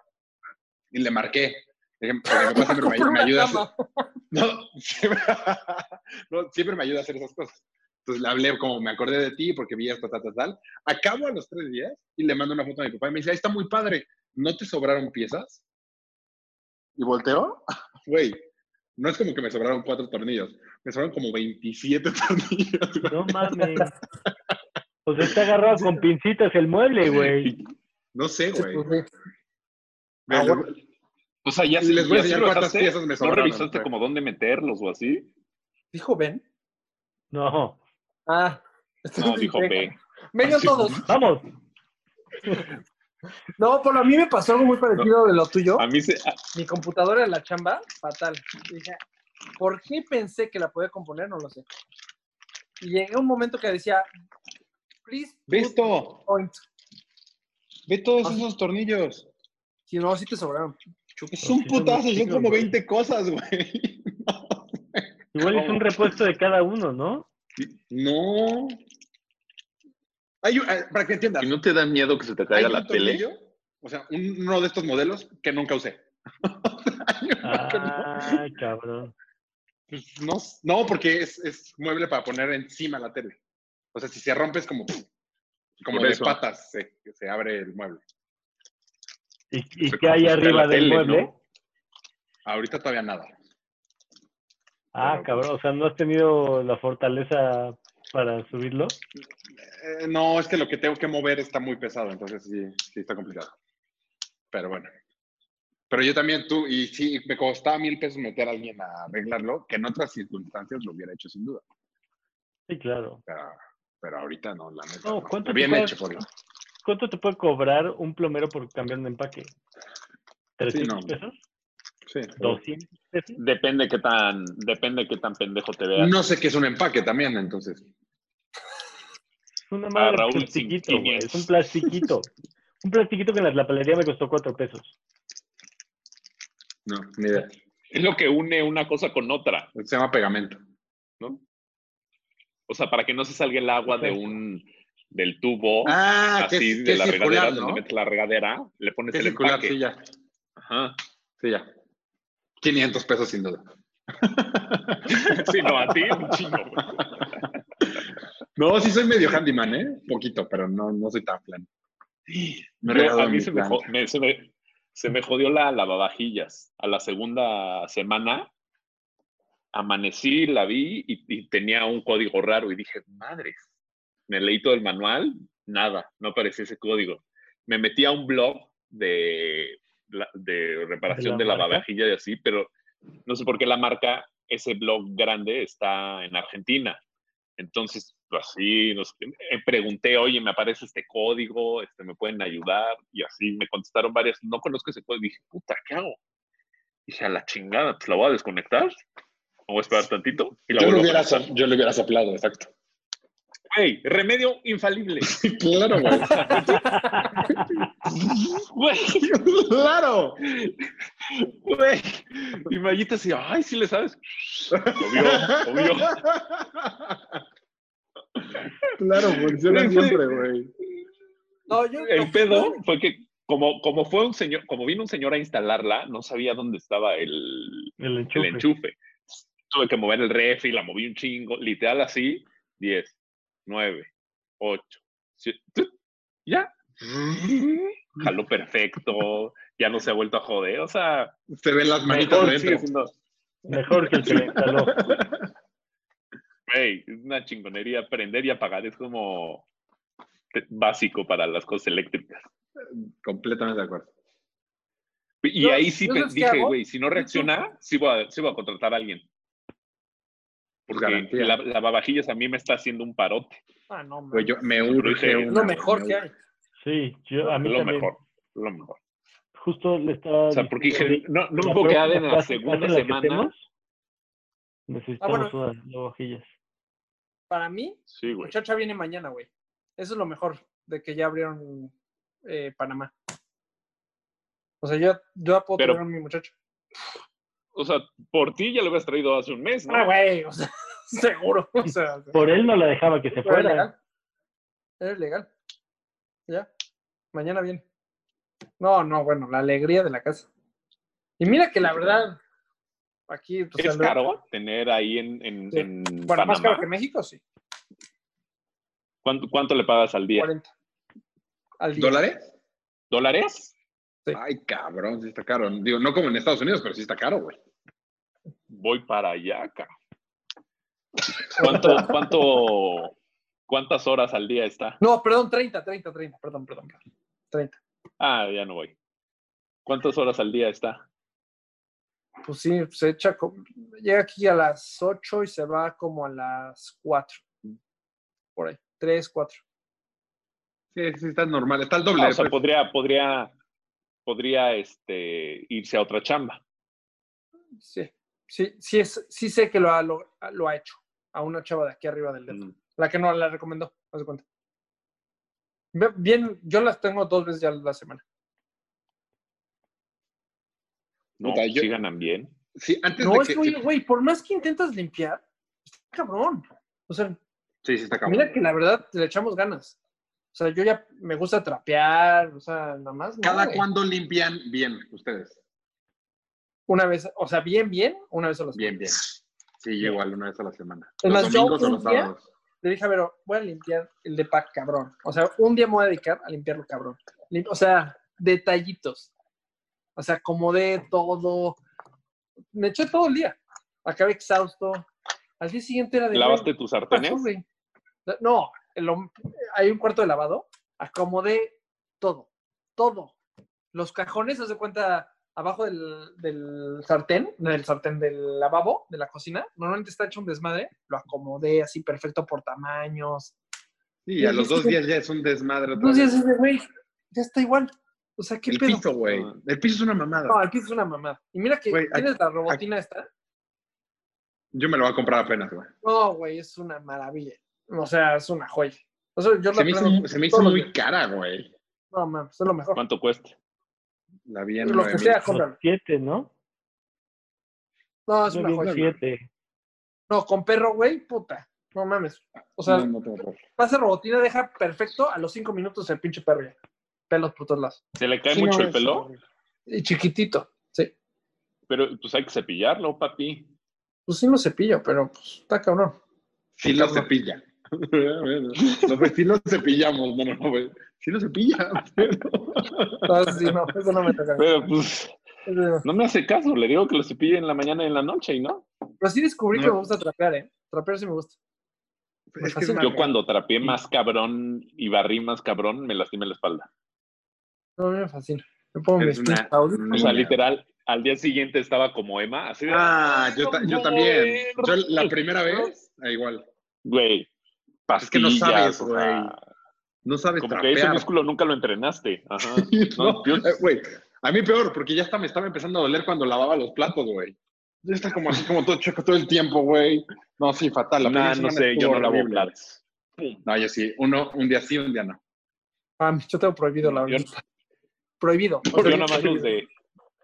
[SPEAKER 6] Y le marqué. Le dije, "Porque mi papá siempre me,
[SPEAKER 3] Compré
[SPEAKER 6] me
[SPEAKER 3] una
[SPEAKER 6] ayuda a hacer-
[SPEAKER 3] cama.
[SPEAKER 6] no, siempre, no, siempre me ayuda a hacer esas cosas. Entonces le hablé como me acordé de ti porque vi esto, tal, tal, tal. Acabo a los tres días y le mando una foto a mi papá y me dice, ahí está muy padre, ¿no te sobraron piezas? Y volteo, güey, no es como que me sobraron cuatro tornillos, me sobraron como 27 tornillos. güey.
[SPEAKER 1] No mames. O sea, está agarrado con pincitas el mueble, güey.
[SPEAKER 6] Y- No sé, güey.
[SPEAKER 3] Pues sí.
[SPEAKER 6] Ve,
[SPEAKER 3] Ah,
[SPEAKER 6] les-
[SPEAKER 3] bueno.
[SPEAKER 2] O sea, ya
[SPEAKER 6] Les voy a
[SPEAKER 2] ya
[SPEAKER 6] enseñar
[SPEAKER 2] lo
[SPEAKER 6] cuántas
[SPEAKER 2] dejaste,
[SPEAKER 6] piezas me
[SPEAKER 2] ¿No
[SPEAKER 6] sobraron,
[SPEAKER 2] revisaste
[SPEAKER 6] güey.
[SPEAKER 2] como dónde meterlos o así?
[SPEAKER 3] Dijo Ben.
[SPEAKER 1] No,
[SPEAKER 3] Ah.
[SPEAKER 2] No, dijo B.
[SPEAKER 3] Medio todos.
[SPEAKER 1] vamos.
[SPEAKER 3] No, pero a mí me pasó algo muy parecido de lo tuyo.
[SPEAKER 2] A mí se, a-
[SPEAKER 3] Mi computadora de la chamba, fatal. Dije, ¿por qué pensé que la podía componer? No lo sé. Y llegué a un momento que decía, please
[SPEAKER 6] Ve
[SPEAKER 3] put
[SPEAKER 6] esto,
[SPEAKER 3] point.
[SPEAKER 6] ve todos
[SPEAKER 3] Ajá.
[SPEAKER 6] esos tornillos.
[SPEAKER 3] Si no, sí te sobraron.
[SPEAKER 6] Es
[SPEAKER 1] Pero
[SPEAKER 6] un
[SPEAKER 1] sí son
[SPEAKER 6] putazo,
[SPEAKER 1] un
[SPEAKER 6] son
[SPEAKER 1] chingo,
[SPEAKER 6] como
[SPEAKER 1] güey.
[SPEAKER 6] 20 cosas, güey.
[SPEAKER 1] Igual es un repuesto de cada uno, ¿no?
[SPEAKER 6] No. Hay un- ah, para que entiendas.
[SPEAKER 2] ¿Y no te da miedo que se te
[SPEAKER 6] hay
[SPEAKER 2] caiga
[SPEAKER 6] un
[SPEAKER 2] la tele?
[SPEAKER 6] tornillo, O sea, un- uno de estos modelos que nunca usé.
[SPEAKER 1] Ah, cabrón.
[SPEAKER 6] Pues no, s- no, porque es, es mueble para poner encima la tele. O sea, si se rompe es como, como
[SPEAKER 2] Por
[SPEAKER 6] de
[SPEAKER 2] eso.
[SPEAKER 6] patas se, se abre el mueble.
[SPEAKER 1] ¿Y, y
[SPEAKER 2] Se
[SPEAKER 1] qué hay
[SPEAKER 2] cae
[SPEAKER 1] arriba
[SPEAKER 2] la
[SPEAKER 1] del
[SPEAKER 2] tele,
[SPEAKER 1] mueble?
[SPEAKER 2] ¿no?
[SPEAKER 6] Ahorita todavía nada.
[SPEAKER 1] Ah,
[SPEAKER 6] Pero-
[SPEAKER 1] cabrón. O sea, ¿no has tenido la fortaleza para subirlo?
[SPEAKER 6] Eh, no, es que lo que tengo que mover está muy pesado, entonces sí, sí está complicado. Pero bueno. Pero yo también tú, y sí, me costaba mil pesos meter a alguien a arreglarlo, que en otras circunstancias lo hubiera hecho sin duda.
[SPEAKER 1] Sí, claro.
[SPEAKER 6] Pero, pero ahorita no, la neta.
[SPEAKER 1] No,
[SPEAKER 6] no.
[SPEAKER 1] Oh, ¿cuánto
[SPEAKER 6] Bien
[SPEAKER 1] te
[SPEAKER 6] hecho, por
[SPEAKER 1] puede- ¿Cuánto te puede cobrar un plomero por cambiar un empaque? ¿300
[SPEAKER 6] no.
[SPEAKER 1] pesos?
[SPEAKER 6] Sí.
[SPEAKER 1] ¿200 pesos?
[SPEAKER 2] Depende qué tan, depende qué tan pendejo te veas.
[SPEAKER 6] No sé qué es un empaque también, entonces.
[SPEAKER 1] Es una madre de
[SPEAKER 2] Raúl, sin
[SPEAKER 1] plastiquito, güey. Es un
[SPEAKER 2] 500.
[SPEAKER 1] plastiquito. un plastiquito que en la lapalería me costó 4 pesos.
[SPEAKER 6] No, ni idea.
[SPEAKER 2] Es lo que une una cosa con otra.
[SPEAKER 6] Se llama pegamento.
[SPEAKER 2] O sea, para que no se salga el agua de un, del tubo,
[SPEAKER 6] Ah,
[SPEAKER 2] así de la regadera, donde metes la regadera, le pones
[SPEAKER 6] Que es
[SPEAKER 2] el
[SPEAKER 6] circular,
[SPEAKER 2] empaque.
[SPEAKER 6] sí, ya.
[SPEAKER 2] Ajá.
[SPEAKER 6] Sí, ya. 500 pesos sin duda.
[SPEAKER 2] Sí, no, a ti un chingo, güey.
[SPEAKER 6] No, sí soy medio handyman, ¿eh? Poquito, pero no, no soy tan plan. Me he
[SPEAKER 2] Yo-
[SPEAKER 6] regalado
[SPEAKER 2] a mí
[SPEAKER 6] mi
[SPEAKER 2] se me,
[SPEAKER 6] plan.
[SPEAKER 2] jo- me- se me- se me jodió la lavavajillas. A la segunda semana amanecí, la vi y, y tenía un código raro y dije, madres, me leí todo el manual, nada, no aparecía ese código. Me metí a un blog de, la- de reparación
[SPEAKER 1] ¿De
[SPEAKER 2] de,
[SPEAKER 1] la marca?
[SPEAKER 2] lavavajillas y así, pero no sé por qué la marca, ese blog grande está en Argentina. Entonces, pues, así, no sé, eh, pregunté, oye, me aparece este código, este, me pueden ayudar, y así me contestaron varias, no conozco ese código, dije, puta, ¿qué hago? Dije, a la chingada, pues la voy a desconectar, o voy a esperar tantito, y la
[SPEAKER 6] Yo, lo
[SPEAKER 2] vuelvo a
[SPEAKER 6] hubiera,
[SPEAKER 2] conectar.
[SPEAKER 6] sap- yo lo hubiera soplado, exacto.
[SPEAKER 2] Güey, remedio infalible.
[SPEAKER 6] Claro, güey.
[SPEAKER 2] Güey,
[SPEAKER 6] claro.
[SPEAKER 2] güey. Y Mayita así, ay, sí le sabes. Obvio, obvio.
[SPEAKER 6] Claro, funciona
[SPEAKER 2] Sí, sí.
[SPEAKER 6] siempre, güey.
[SPEAKER 3] No, yo.
[SPEAKER 2] El pedo fue que como, como fue un señor, como vino un señor a instalarla, no sabía dónde estaba el,
[SPEAKER 1] El
[SPEAKER 2] el
[SPEAKER 1] enchufe.
[SPEAKER 2] enchufe. Tuve que mover el refri, la moví un chingo, literal así, 10, 9, 8, ya. Jaló perfecto, ya no se ha vuelto a joder, o sea,
[SPEAKER 6] Se ven las manitas
[SPEAKER 2] mejor sigue
[SPEAKER 6] dentro.
[SPEAKER 2] siendo,
[SPEAKER 1] Mejor que el que le instaló.
[SPEAKER 2] güey, es una chingonería prender y apagar, es como te- básico para las cosas eléctricas.
[SPEAKER 6] Completamente de acuerdo.
[SPEAKER 2] Y
[SPEAKER 3] Yo-
[SPEAKER 2] ahí sí
[SPEAKER 3] yo
[SPEAKER 2] pe-
[SPEAKER 3] sabes qué
[SPEAKER 2] dije,
[SPEAKER 3] hago.
[SPEAKER 2] güey, si no reacciona, sí voy a, sí voy a contratar a alguien. Porque
[SPEAKER 6] Garantía.
[SPEAKER 2] la, la babajillas a mí me está haciendo un parote.
[SPEAKER 3] Ah, no, man.
[SPEAKER 6] Güey, yo me
[SPEAKER 2] Lo dije,
[SPEAKER 6] urge
[SPEAKER 2] es
[SPEAKER 3] es
[SPEAKER 6] una,
[SPEAKER 3] lo
[SPEAKER 6] güey,
[SPEAKER 3] mejor
[SPEAKER 6] me
[SPEAKER 3] que
[SPEAKER 6] urge.
[SPEAKER 3] hay.
[SPEAKER 1] Sí, yo a
[SPEAKER 2] Es
[SPEAKER 1] mí
[SPEAKER 2] lo
[SPEAKER 1] también.
[SPEAKER 2] mejor. es Lo mejor.
[SPEAKER 1] Justo le estaba.
[SPEAKER 2] O sea, porque dije,
[SPEAKER 1] diciendo,
[SPEAKER 2] no, no
[SPEAKER 1] la
[SPEAKER 2] me puedo quedar en
[SPEAKER 1] próxima
[SPEAKER 2] la
[SPEAKER 1] fase- fase
[SPEAKER 2] segunda
[SPEAKER 1] en la que
[SPEAKER 2] semana.
[SPEAKER 1] estemos,
[SPEAKER 6] Ah,
[SPEAKER 1] Necesitamos unas lavavajillas.
[SPEAKER 3] Para mí,
[SPEAKER 2] Sí, güey.
[SPEAKER 3] muchacha viene mañana, güey. Eso es lo mejor de que ya abrieron eh, Panamá. O sea, yo, yo ya puedo
[SPEAKER 2] Pero-
[SPEAKER 3] tener a mi muchacho.
[SPEAKER 2] O sea, por ti ya lo habías traído hace un mes, ¿no?
[SPEAKER 3] Ah, güey, o sea, seguro. O sea,
[SPEAKER 1] Por él no la dejaba que se
[SPEAKER 3] Pero Era
[SPEAKER 1] fuera.
[SPEAKER 3] legal. Era legal. Ya. Mañana viene. No, no, bueno, la alegría de la casa. Y mira que la verdad, aquí. pues,
[SPEAKER 2] es
[SPEAKER 3] el-
[SPEAKER 2] caro tener ahí en, en,
[SPEAKER 3] Sí.
[SPEAKER 2] en
[SPEAKER 3] Bueno, más
[SPEAKER 2] Panamá.
[SPEAKER 3] caro que México, sí.
[SPEAKER 2] ¿Cuánto, cuánto le pagas al día?
[SPEAKER 3] 40. Al día.
[SPEAKER 6] ¿Dólares?
[SPEAKER 2] ¿Dólares?
[SPEAKER 3] Sí.
[SPEAKER 6] Ay, cabrón, sí está caro. Digo, no como en Estados Unidos, pero sí está caro, güey.
[SPEAKER 2] Voy para allá, cabrón. ¿Cuánto, cuánto, ¿Cuántas horas al día está?
[SPEAKER 3] No, perdón, 30, 30, 30. Perdón, perdón. perdón. 30.
[SPEAKER 2] Ah, ya no voy. ¿Cuántas horas al día está?
[SPEAKER 3] pues sí, se echa, co- llega aquí a las 8 y se va como a las 4,
[SPEAKER 6] por ahí.
[SPEAKER 3] 3, 4.
[SPEAKER 6] Sí, sí, está normal. Está el doble.
[SPEAKER 2] Ah, o sea,
[SPEAKER 6] pues.
[SPEAKER 2] podría, podría, podría este, irse a otra chamba.
[SPEAKER 3] Sí, sí, sí, es, sí sé que lo ha, lo, lo ha hecho a una chava de aquí arriba del
[SPEAKER 2] Mm,
[SPEAKER 6] Mm.
[SPEAKER 3] dedo, la que no la recomendó, haz de cuenta. Ve- Bien, yo las tengo dos veces ya la semana.
[SPEAKER 2] No, pues
[SPEAKER 6] Puta, yo-
[SPEAKER 2] sí ganan bien.
[SPEAKER 6] Sí, antes
[SPEAKER 3] No,
[SPEAKER 6] de
[SPEAKER 3] es
[SPEAKER 6] que.
[SPEAKER 3] que, oye, güey, por más que intentas limpiar, está cabrón. O sea,
[SPEAKER 6] sí, sí, está cabrón.
[SPEAKER 3] mira que la verdad le echamos ganas. O sea, yo ya me gusta trapear, o sea, nada más. no,
[SPEAKER 6] ¿Cada
[SPEAKER 3] güey.
[SPEAKER 6] cuándo limpian bien ustedes?
[SPEAKER 3] Una vez, o sea, bien, bien, una vez a los
[SPEAKER 6] Bien, bien. Sí, yo igual una vez a la semana.
[SPEAKER 3] Es
[SPEAKER 6] Los
[SPEAKER 3] más, yo
[SPEAKER 6] domingos o
[SPEAKER 3] un
[SPEAKER 6] los
[SPEAKER 3] día-
[SPEAKER 6] sábados.
[SPEAKER 3] Le dije, a ver, voy a limpiar el de pack, cabrón. O sea, un día me voy a dedicar a limpiarlo, cabrón. Lim- O sea, detallitos. O sea, acomodé todo. Me eché todo el día. Acabé exhausto. Al día siguiente era de.
[SPEAKER 2] ¿Lavaste tus
[SPEAKER 3] güey, ¿qué
[SPEAKER 2] sartenes?
[SPEAKER 3] pasó, güey? No, el hom- hay un cuarto de lavado. Acomodé todo. Todo. Los cajones, haz de cuenta, abajo del, del sartén, del sartén del lavabo, de la cocina. Normalmente está hecho un desmadre. Lo acomodé así perfecto por tamaños.
[SPEAKER 6] Sí, a los dos días ya es un desmadre. otra
[SPEAKER 3] Dos días
[SPEAKER 6] vez.
[SPEAKER 3] es de, güey, ya está igual. O sea, ¿qué
[SPEAKER 6] El
[SPEAKER 3] pedo? Ah.
[SPEAKER 6] piso, güey. El piso es una mamada.
[SPEAKER 3] No, el piso es una mamada. Y mira que
[SPEAKER 6] Güey,
[SPEAKER 3] tienes la robotina esta.
[SPEAKER 6] Yo me lo voy a comprar apenas, güey.
[SPEAKER 3] No, güey, es una maravilla. O sea, es una joya. O sea, yo
[SPEAKER 6] Se
[SPEAKER 3] la
[SPEAKER 6] me hizo,
[SPEAKER 3] prendo
[SPEAKER 6] mu- se me hizo
[SPEAKER 3] todos los
[SPEAKER 6] muy
[SPEAKER 3] días.
[SPEAKER 6] cara, güey.
[SPEAKER 3] No, mames, es lo mejor.
[SPEAKER 2] ¿Cuánto cuesta?
[SPEAKER 6] La vi en
[SPEAKER 3] Lo que
[SPEAKER 6] nueve
[SPEAKER 3] sea,
[SPEAKER 1] Como
[SPEAKER 3] cómpralo.
[SPEAKER 1] siete, ¿no?
[SPEAKER 3] No, es
[SPEAKER 1] Yo
[SPEAKER 3] una
[SPEAKER 1] vi
[SPEAKER 3] joya.
[SPEAKER 1] siete.
[SPEAKER 3] No, con perro, güey, puta. No mames. O
[SPEAKER 6] mil.
[SPEAKER 3] sea,
[SPEAKER 2] Mm.
[SPEAKER 6] No, no tengo por-
[SPEAKER 3] pasa robotina, deja perfecto a los cinco minutos el pinche perro ya. Pelos por todos lados.
[SPEAKER 2] ¿Se le cae
[SPEAKER 6] Sí,
[SPEAKER 2] mucho
[SPEAKER 6] no,
[SPEAKER 2] el
[SPEAKER 6] es
[SPEAKER 2] pelo?
[SPEAKER 6] horrible.
[SPEAKER 3] Y chiquitito, sí.
[SPEAKER 2] Pero pues hay que cepillarlo, papi.
[SPEAKER 3] Pues sí lo cepillo, pero pues, está cabrón.
[SPEAKER 6] Sí lo cepilla. Bueno, no, pues sí lo cepillamos. No, no, no, güey. Sí lo cepilla.
[SPEAKER 3] No, sí, no, eso no me toca.
[SPEAKER 2] Pero pues
[SPEAKER 3] Eso no.
[SPEAKER 2] no me hace caso. Le digo que lo cepille en la mañana y en la noche y no.
[SPEAKER 3] Pero sí descubrí que
[SPEAKER 6] No.
[SPEAKER 3] me gusta trapear, ¿eh? Trapear sí me gusta. Me
[SPEAKER 6] Es que es
[SPEAKER 3] fascina.
[SPEAKER 6] una-
[SPEAKER 2] Yo cuando trapeé más cabrón y barrí más cabrón, me lastimé la espalda.
[SPEAKER 3] No, a mí me fascina. Me pongo
[SPEAKER 6] Es
[SPEAKER 3] mis
[SPEAKER 6] una-
[SPEAKER 3] pinches audífonos.
[SPEAKER 2] O sea,
[SPEAKER 6] Mira.
[SPEAKER 2] literal, al día siguiente estaba como Emma, así de,
[SPEAKER 6] Ah, yo, ta- yo también. Yo la primera
[SPEAKER 2] ¿No?
[SPEAKER 6] vez, ah, igual.
[SPEAKER 2] Güey,
[SPEAKER 6] Es que no
[SPEAKER 2] pastillas,
[SPEAKER 6] sabes,
[SPEAKER 2] o sea,
[SPEAKER 6] güey. No sabes
[SPEAKER 2] Como que ese
[SPEAKER 6] trapear.
[SPEAKER 2] músculo nunca lo entrenaste. Ajá.
[SPEAKER 6] No,
[SPEAKER 2] No, yo-
[SPEAKER 6] eh, güey, a mí peor, porque ya hasta me estaba empezando a doler cuando lavaba los platos, güey. Ya está como así, como todo chueco todo el tiempo, güey. No, sí, fatal. La
[SPEAKER 2] Nah,
[SPEAKER 6] primera
[SPEAKER 2] no
[SPEAKER 6] semana
[SPEAKER 2] sé, yo
[SPEAKER 6] estuvo
[SPEAKER 2] no lavo
[SPEAKER 6] horrible,
[SPEAKER 2] platos.
[SPEAKER 6] güey. No, yo sí, uno, un día sí, un día no.
[SPEAKER 3] Ah, mi- yo tengo prohibido la
[SPEAKER 2] Yo-
[SPEAKER 3] verdad. Prohibido. O sea,
[SPEAKER 2] Yo nada más los de.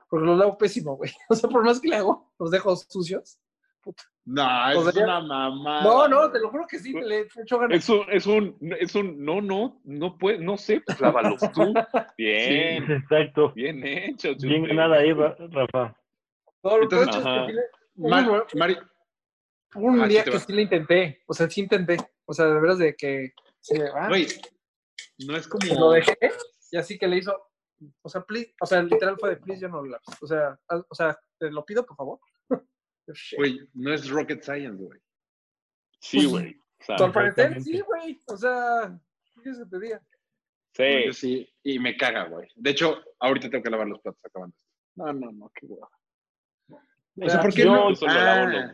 [SPEAKER 3] Porque los lavo pésimo, güey. O sea, por más que le hago, los dejo sucios.
[SPEAKER 6] No,
[SPEAKER 3] O
[SPEAKER 6] es
[SPEAKER 3] sea,
[SPEAKER 6] una
[SPEAKER 2] Ah,
[SPEAKER 6] mamá.
[SPEAKER 3] No, no, te lo juro que sí,
[SPEAKER 2] Pues
[SPEAKER 3] le echo ganas.
[SPEAKER 2] Es un, es un, es un, no, no, no puede, no sé, pues lávalos tú. Bien,
[SPEAKER 1] Exacto.
[SPEAKER 2] bien hecho.
[SPEAKER 1] Bien
[SPEAKER 2] Chupe.
[SPEAKER 1] ganada ahí, Ra- Rafa.
[SPEAKER 3] No, lo
[SPEAKER 6] Entonces,
[SPEAKER 3] peor es que
[SPEAKER 2] ajá.
[SPEAKER 3] sí le-
[SPEAKER 6] Ma- Mari,
[SPEAKER 3] hubo un
[SPEAKER 6] Ah, sí
[SPEAKER 3] día
[SPEAKER 6] te
[SPEAKER 3] que
[SPEAKER 6] vas.
[SPEAKER 3] sí le intenté. O sea, sí intenté. O sea, de veras de que sí, ah,
[SPEAKER 6] güey, no es como.
[SPEAKER 3] lo dejé. Y así que le hizo. O sea, please, o sea, literal fue de please, yo no lo lavo. O sea, haz- o sea, te lo pido, por favor. Oh, Shit.
[SPEAKER 6] Güey, no es rocket science, güey.
[SPEAKER 2] Sí,
[SPEAKER 1] Pues,
[SPEAKER 2] güey. O sea,
[SPEAKER 3] Tú al parecer,
[SPEAKER 1] Exactamente.
[SPEAKER 3] sí, güey. O sea, ¿qué quieres que te diga?
[SPEAKER 6] Yo
[SPEAKER 1] pues,
[SPEAKER 2] sí.
[SPEAKER 6] sí, y me caga, güey. De hecho, ahorita tengo que lavar los platos acabando. No, no, no, qué hueva. O sea, ¿por qué
[SPEAKER 2] yo
[SPEAKER 6] no? Ah,
[SPEAKER 2] solo lavo los-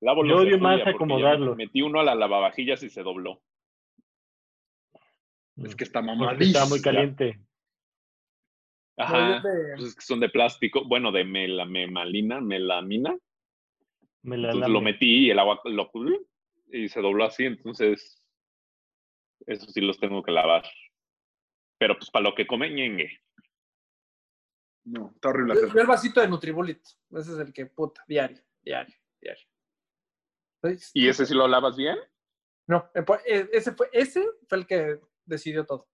[SPEAKER 2] Lavo los
[SPEAKER 1] Yo
[SPEAKER 2] de
[SPEAKER 1] odio más
[SPEAKER 2] Julia, porque
[SPEAKER 1] acomodarlo.
[SPEAKER 2] ya Metí uno a la lavavajillas y se dobló.
[SPEAKER 6] es que está
[SPEAKER 1] Porque
[SPEAKER 6] mamadísimo.
[SPEAKER 1] estaba muy caliente.
[SPEAKER 2] Ajá.
[SPEAKER 3] No, yo te-
[SPEAKER 2] Pues es que son de plástico, bueno, de melamalina, melamina.
[SPEAKER 1] Me la
[SPEAKER 2] Entonces lo metí y el agua lo y se dobló así, entonces eso sí los tengo que lavar. Pero pues para lo que come ñengue.
[SPEAKER 6] No, está horrible.
[SPEAKER 3] Yo,
[SPEAKER 6] hacerlo.
[SPEAKER 3] yo el vasito de Nutribullet. Ese es el que puta, diario, diario, diario. ¿Veis?
[SPEAKER 2] ¿Y ese sí lo lavas bien?
[SPEAKER 3] No, eh, po- eh, ese fue, ese fue el que decidió todo.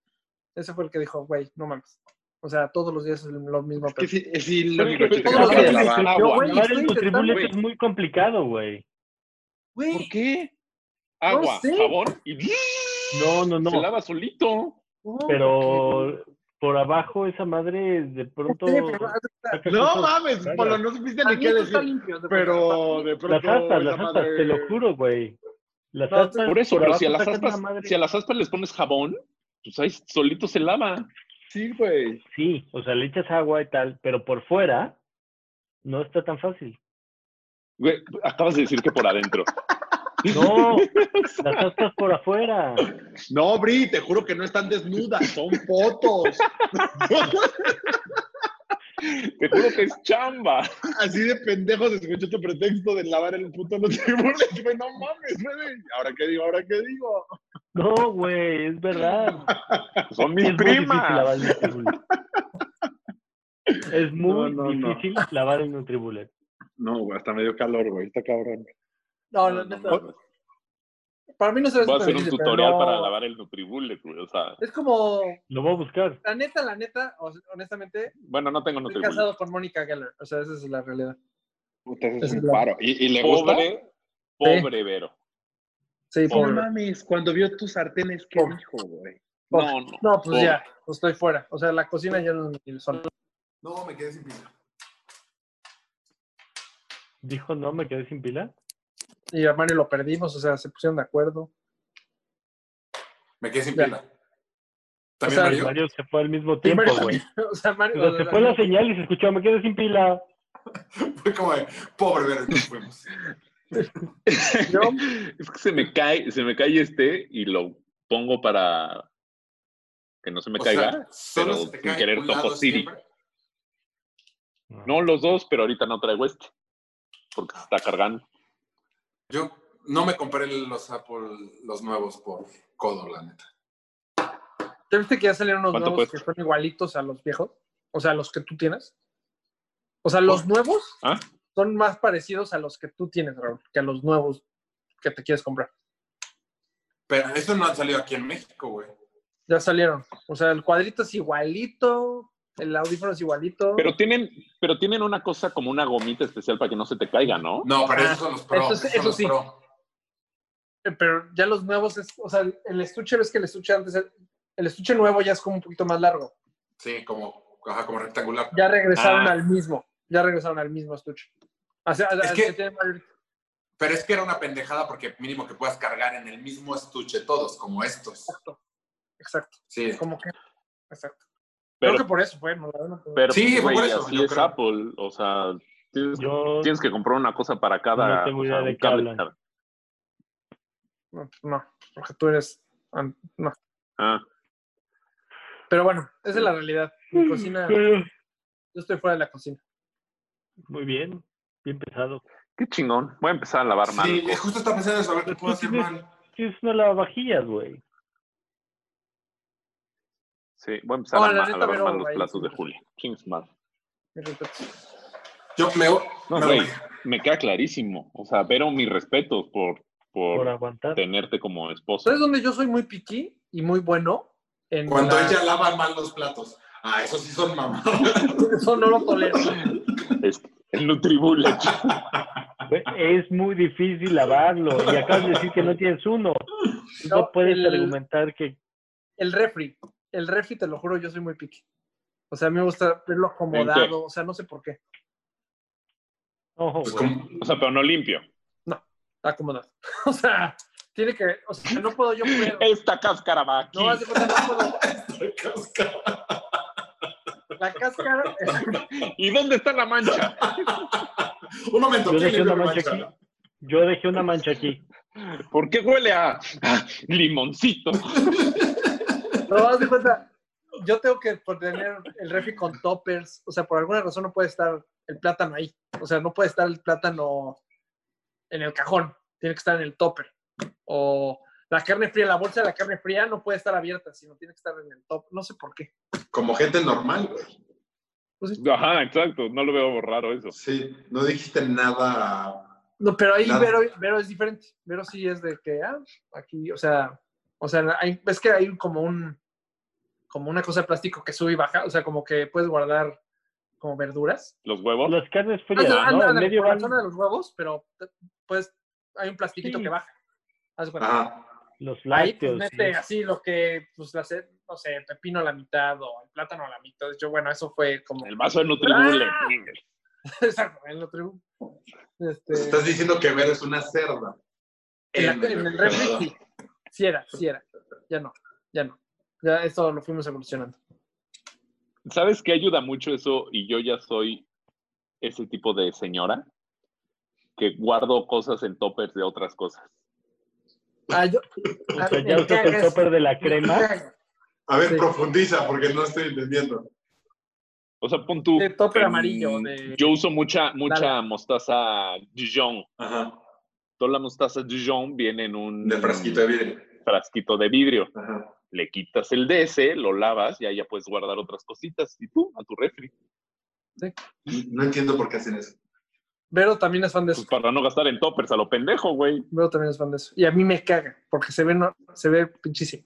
[SPEAKER 3] Ese fue el que dijo, güey, no mames. O sea, todos los días es lo mismo.
[SPEAKER 6] Es que
[SPEAKER 3] pero-
[SPEAKER 6] sí, es sí, lo
[SPEAKER 2] Pero
[SPEAKER 6] único
[SPEAKER 2] es que
[SPEAKER 6] chiste que
[SPEAKER 3] todos
[SPEAKER 6] me
[SPEAKER 3] los
[SPEAKER 6] acaba de
[SPEAKER 3] días
[SPEAKER 6] lavar.
[SPEAKER 2] agua.
[SPEAKER 1] Pero lavar el
[SPEAKER 3] estoy intentando,
[SPEAKER 1] nutribullet
[SPEAKER 6] güey.
[SPEAKER 1] es muy complicado, güey.
[SPEAKER 3] Güey,
[SPEAKER 2] ¿Por qué? Agua,
[SPEAKER 3] sé.
[SPEAKER 2] jabón y
[SPEAKER 1] No, no,
[SPEAKER 2] se
[SPEAKER 1] no.
[SPEAKER 2] lava solito.
[SPEAKER 3] no, porque-
[SPEAKER 1] Pero por abajo esa madre de pronto...
[SPEAKER 3] Sí, pero haz de cuenta,
[SPEAKER 6] No mames,
[SPEAKER 1] Claro.
[SPEAKER 6] Polo, no supiste
[SPEAKER 3] al
[SPEAKER 6] ni qué
[SPEAKER 3] mío está
[SPEAKER 6] decir.
[SPEAKER 3] limpio, haz de cuenta,
[SPEAKER 6] Pero de
[SPEAKER 1] Las
[SPEAKER 6] pronto.
[SPEAKER 1] aspas,
[SPEAKER 6] esa
[SPEAKER 1] las aspas,
[SPEAKER 6] madre-
[SPEAKER 1] te lo juro, güey. Las
[SPEAKER 3] No,
[SPEAKER 1] aspas...
[SPEAKER 2] Por eso, pero
[SPEAKER 1] abajo
[SPEAKER 2] si a las
[SPEAKER 1] sacan una
[SPEAKER 2] aspas,
[SPEAKER 1] madre-
[SPEAKER 2] si a las aspas les pones jabón, pues ahí solito se lava.
[SPEAKER 6] Sí, güey.
[SPEAKER 1] Sí, o sea, le echas agua y tal, pero por fuera No está tan fácil.
[SPEAKER 2] Güey, acabas de decir que por adentro.
[SPEAKER 1] No, las astas por afuera.
[SPEAKER 6] No, Bri, te juro que no están desnudas, son fotos.
[SPEAKER 2] Te juro que es chamba.
[SPEAKER 6] Así de pendejos escuché tu pretexto de lavar el puto los tiburones. Güey, no mames, güey. ¿Ahora qué digo? ¿Ahora qué digo?
[SPEAKER 1] No, güey, es verdad.
[SPEAKER 2] Son
[SPEAKER 1] Es
[SPEAKER 2] mis
[SPEAKER 1] muy difícil
[SPEAKER 2] primas.
[SPEAKER 1] lavar el Nutribullet. Es muy
[SPEAKER 6] No, no, no.
[SPEAKER 1] difícil lavar el Nutribullet.
[SPEAKER 6] No, güey, hasta medio calor, güey. Está cabrón.
[SPEAKER 3] No, la neta,
[SPEAKER 6] mames.
[SPEAKER 3] Para mí no se ve
[SPEAKER 2] Voy a hacer un
[SPEAKER 3] difícil, pero
[SPEAKER 2] tutorial
[SPEAKER 3] no.
[SPEAKER 2] para lavar el Nutribullet, güey. O sea,
[SPEAKER 3] Es como,
[SPEAKER 1] Lo voy a buscar.
[SPEAKER 3] la neta, la neta, o- honestamente,
[SPEAKER 2] bueno, no tengo
[SPEAKER 3] estoy
[SPEAKER 2] Nutribullet.
[SPEAKER 3] casado con Mónica Geller. O sea, esa es la realidad.
[SPEAKER 6] Puta, ese es
[SPEAKER 3] Es
[SPEAKER 6] un
[SPEAKER 3] la-
[SPEAKER 6] paro. ¿Y, y le gusta?
[SPEAKER 2] Pobre, pobre Vero.
[SPEAKER 3] Sí,
[SPEAKER 6] No
[SPEAKER 3] pobre.
[SPEAKER 6] mames, cuando vio tus sartenes, ¿qué
[SPEAKER 3] Pobre.
[SPEAKER 6] dijo, güey?
[SPEAKER 2] No, no.
[SPEAKER 3] No, pues
[SPEAKER 2] Pobre.
[SPEAKER 3] ya, pues estoy fuera. O sea, la cocina ya no es mi sol.
[SPEAKER 4] No, me quedé sin pila.
[SPEAKER 1] Dijo, no, me quedé sin pila.
[SPEAKER 3] Y a Mario lo perdimos, o sea, se pusieron de acuerdo.
[SPEAKER 4] Me quedé sin
[SPEAKER 3] Ya.
[SPEAKER 4] pila. También
[SPEAKER 3] O sea,
[SPEAKER 4] Mario.
[SPEAKER 1] Mario se fue al mismo
[SPEAKER 3] Sí,
[SPEAKER 1] tiempo,
[SPEAKER 3] Mario-
[SPEAKER 1] güey.
[SPEAKER 3] O sea, Mario.
[SPEAKER 1] O sea, se fue la señal y se escuchó, me quedé sin pila.
[SPEAKER 4] Fue como de, pobre Vero, y nos fuimos.
[SPEAKER 3] Yo,
[SPEAKER 2] Es que se me cae, se me cae este y lo pongo para que no se me
[SPEAKER 4] O
[SPEAKER 2] caiga.
[SPEAKER 4] sea, solo
[SPEAKER 2] pero
[SPEAKER 4] se te
[SPEAKER 2] sin
[SPEAKER 4] cae
[SPEAKER 2] querer
[SPEAKER 4] un
[SPEAKER 2] toco
[SPEAKER 4] lado
[SPEAKER 2] Siri.
[SPEAKER 4] siempre.
[SPEAKER 2] No los dos, pero ahorita no traigo este. Porque se está cargando.
[SPEAKER 4] Yo no me compré los Apple, los nuevos por codo, la neta.
[SPEAKER 3] ¿te viste que ya salieron unos
[SPEAKER 2] ¿Cuánto
[SPEAKER 3] nuevos
[SPEAKER 2] cuesta?
[SPEAKER 3] que son igualitos a los viejos? O sea, los que tú tienes. O sea, los nuevos
[SPEAKER 2] ¿Ah?
[SPEAKER 3] son más parecidos a los que tú tienes, Raúl, que a los nuevos que te quieres comprar.
[SPEAKER 4] Pero eso no han salido aquí en México, güey.
[SPEAKER 3] Ya salieron. O sea, el cuadrito es igualito, el audífono es igualito.
[SPEAKER 2] Pero tienen, pero tienen una cosa como una gomita especial para que no se te caiga, ¿no?
[SPEAKER 4] No, pero
[SPEAKER 3] Ah,
[SPEAKER 4] esos son los pro.
[SPEAKER 3] eso-
[SPEAKER 4] esos son
[SPEAKER 3] eso
[SPEAKER 4] los
[SPEAKER 3] sí.
[SPEAKER 4] pro.
[SPEAKER 3] Eh, pero ya los nuevos es, o sea, el estuche ves que el estuche antes, el, el estuche nuevo ya es como un poquito más largo.
[SPEAKER 4] Sí, como, ajá, como rectangular.
[SPEAKER 3] Ya regresaron
[SPEAKER 2] Ah.
[SPEAKER 3] al mismo, ya regresaron al mismo estuche. O sea, al-
[SPEAKER 4] Es
[SPEAKER 3] al
[SPEAKER 4] que-
[SPEAKER 3] que tiene mayor-
[SPEAKER 4] Pero es que era una pendejada porque mínimo que puedas cargar en el mismo estuche todos, como estos.
[SPEAKER 3] exacto, exacto,
[SPEAKER 4] Sí.
[SPEAKER 3] como que, exacto.
[SPEAKER 2] Pero,
[SPEAKER 3] Creo que por eso fue, no, la verdad no,
[SPEAKER 2] pero
[SPEAKER 4] Sí,
[SPEAKER 2] pues,
[SPEAKER 4] fue
[SPEAKER 2] güey,
[SPEAKER 4] por eso,
[SPEAKER 2] así
[SPEAKER 4] yo
[SPEAKER 2] es
[SPEAKER 4] creo.
[SPEAKER 2] Apple. O sea, tienes,
[SPEAKER 1] Yo,
[SPEAKER 2] tienes que comprar una cosa para cada
[SPEAKER 1] No tengo
[SPEAKER 2] o
[SPEAKER 1] idea
[SPEAKER 2] sea,
[SPEAKER 1] de
[SPEAKER 2] un
[SPEAKER 1] qué
[SPEAKER 2] cable.
[SPEAKER 1] hablan.
[SPEAKER 3] no, no, porque tú eres, an- no.
[SPEAKER 2] Ah,
[SPEAKER 3] Pero bueno, esa es la realidad. Mi cocina,
[SPEAKER 4] Mm.
[SPEAKER 3] yo
[SPEAKER 1] pero-
[SPEAKER 3] estoy fuera de la cocina.
[SPEAKER 1] Muy bien, bien pensado.
[SPEAKER 2] qué chingón. Voy a empezar a lavar mal.
[SPEAKER 4] Sí, justo estaba pensando en saber qué puedo hacer mal.
[SPEAKER 1] Es una lavavajillas, güey.
[SPEAKER 2] Sí, voy a empezar
[SPEAKER 3] No,
[SPEAKER 2] a,
[SPEAKER 3] la
[SPEAKER 2] ma- a
[SPEAKER 3] neta,
[SPEAKER 2] lavar
[SPEAKER 3] pero
[SPEAKER 2] mal los
[SPEAKER 3] ahí
[SPEAKER 2] platos
[SPEAKER 3] sí.
[SPEAKER 2] de Julia. Chings mal.
[SPEAKER 3] Mi respeto.
[SPEAKER 4] Yo me,
[SPEAKER 2] No,
[SPEAKER 4] me-
[SPEAKER 2] güey, me queda clarísimo. O sea, pero mis respetos por,
[SPEAKER 1] Por
[SPEAKER 2] por
[SPEAKER 1] aguantar.
[SPEAKER 2] tenerte como esposo.
[SPEAKER 3] ¿Sabes dónde yo soy muy piquí y muy bueno? En
[SPEAKER 4] cuando
[SPEAKER 3] la-
[SPEAKER 4] ella lava mal los platos. Ah, eso sí son mamadas.
[SPEAKER 3] Eso no lo tolero.
[SPEAKER 2] Es el Nutribullet.
[SPEAKER 1] Güey, Es muy difícil lavarlo. Y acabas de decir que no tienes uno. No,
[SPEAKER 3] No,
[SPEAKER 1] puedes
[SPEAKER 3] el-
[SPEAKER 1] argumentar que
[SPEAKER 3] El refri. El refri, te lo juro, yo soy muy picky. O sea, a mí me gusta verlo acomodado. O sea, no sé por qué.
[SPEAKER 1] no,
[SPEAKER 4] Pues
[SPEAKER 1] güey.
[SPEAKER 4] como-
[SPEAKER 2] O sea, pero no limpio.
[SPEAKER 3] Acomodado. O sea, tiene que. O sea, no puedo yo poner.
[SPEAKER 2] Esta cáscara va aquí.
[SPEAKER 3] No, haz de cuenta, no puedo. La cáscara.
[SPEAKER 2] ¿Y dónde está la mancha?
[SPEAKER 4] Un momento,
[SPEAKER 1] Yo
[SPEAKER 4] ¿quién
[SPEAKER 1] dejé
[SPEAKER 4] limpia
[SPEAKER 1] una
[SPEAKER 4] mi
[SPEAKER 1] mancha aquí.
[SPEAKER 4] mancha?
[SPEAKER 1] Yo dejé una mancha aquí.
[SPEAKER 2] ¿Por qué huele a, a limoncito?
[SPEAKER 3] No, haz de cuenta. Yo tengo que tener el refri con toppers. O sea, por alguna razón no puede estar el plátano ahí. O sea, no puede estar el plátano en el cajón. Tiene que estar en el topper. O la carne fría, la bolsa de la carne fría no puede estar abierta, sino tiene que estar en el top. No sé por qué.
[SPEAKER 4] Como gente normal, güey.
[SPEAKER 2] Ajá, exacto. No lo veo raro eso.
[SPEAKER 4] Sí, no dijiste nada.
[SPEAKER 3] No, pero ahí
[SPEAKER 4] Nada.
[SPEAKER 3] Vero, Vero es diferente. Vero sí es de que, ah, aquí, o sea, o sea, hay- ves que hay como un, como una cosa de plástico que sube y baja, o sea, como que puedes guardar como verduras.
[SPEAKER 2] Los huevos.
[SPEAKER 1] Las carnes frías,
[SPEAKER 3] Anda,
[SPEAKER 1] ¿no?
[SPEAKER 3] anda
[SPEAKER 1] En
[SPEAKER 3] de-
[SPEAKER 1] medio
[SPEAKER 3] por la
[SPEAKER 1] van
[SPEAKER 3] zona de los huevos, pero te- pues hay un plastiquito
[SPEAKER 1] Sí.
[SPEAKER 3] que baja. Haz de cuenta.
[SPEAKER 4] Ajá.
[SPEAKER 1] los
[SPEAKER 3] Ahí pues,
[SPEAKER 1] Ah, lácteos.
[SPEAKER 3] mete
[SPEAKER 1] los-
[SPEAKER 3] así lo que, pues, la, ce- no sé, pepino a la mitad o el plátano a la mitad. Yo, bueno, eso fue como...
[SPEAKER 2] El vaso de Nutribullet.
[SPEAKER 3] Ah. Exacto, en lo tribu. Este,
[SPEAKER 4] Estás diciendo que Vero es una cerda.
[SPEAKER 3] En, la- en el refri sí. Sí era, sí era. Ya no, ya no. Ya esto lo fuimos evolucionando.
[SPEAKER 2] ¿Sabes qué ayuda mucho eso? Y yo ya soy ese tipo de señora que guardo cosas en toppers de otras cosas.
[SPEAKER 3] Ah, yo, ah,
[SPEAKER 1] O sea, ya usas el topper de la crema.
[SPEAKER 4] A ver,
[SPEAKER 3] Sí.
[SPEAKER 4] profundiza, porque no estoy entendiendo.
[SPEAKER 2] O sea, pon tú.
[SPEAKER 3] De topper
[SPEAKER 2] em,
[SPEAKER 3] amarillo, de-
[SPEAKER 2] Yo uso mucha, mucha mostaza Dijon.
[SPEAKER 4] Ajá.
[SPEAKER 2] Toda la mostaza Dijon viene en un
[SPEAKER 4] De frasquito de vidrio.
[SPEAKER 2] frasquito de vidrio.
[SPEAKER 4] Ajá.
[SPEAKER 2] Le quitas el DS, lo lavas y ahí ya puedes guardar otras cositas. Y tú, a tu refri.
[SPEAKER 4] No entiendo por qué hacen eso.
[SPEAKER 3] Vero también es fan de eso.
[SPEAKER 2] Pues para no gastar en toppers a lo pendejo, güey.
[SPEAKER 3] Vero también es fan de eso. Y a mí me caga, porque se ve, no, se ve pinchísimo.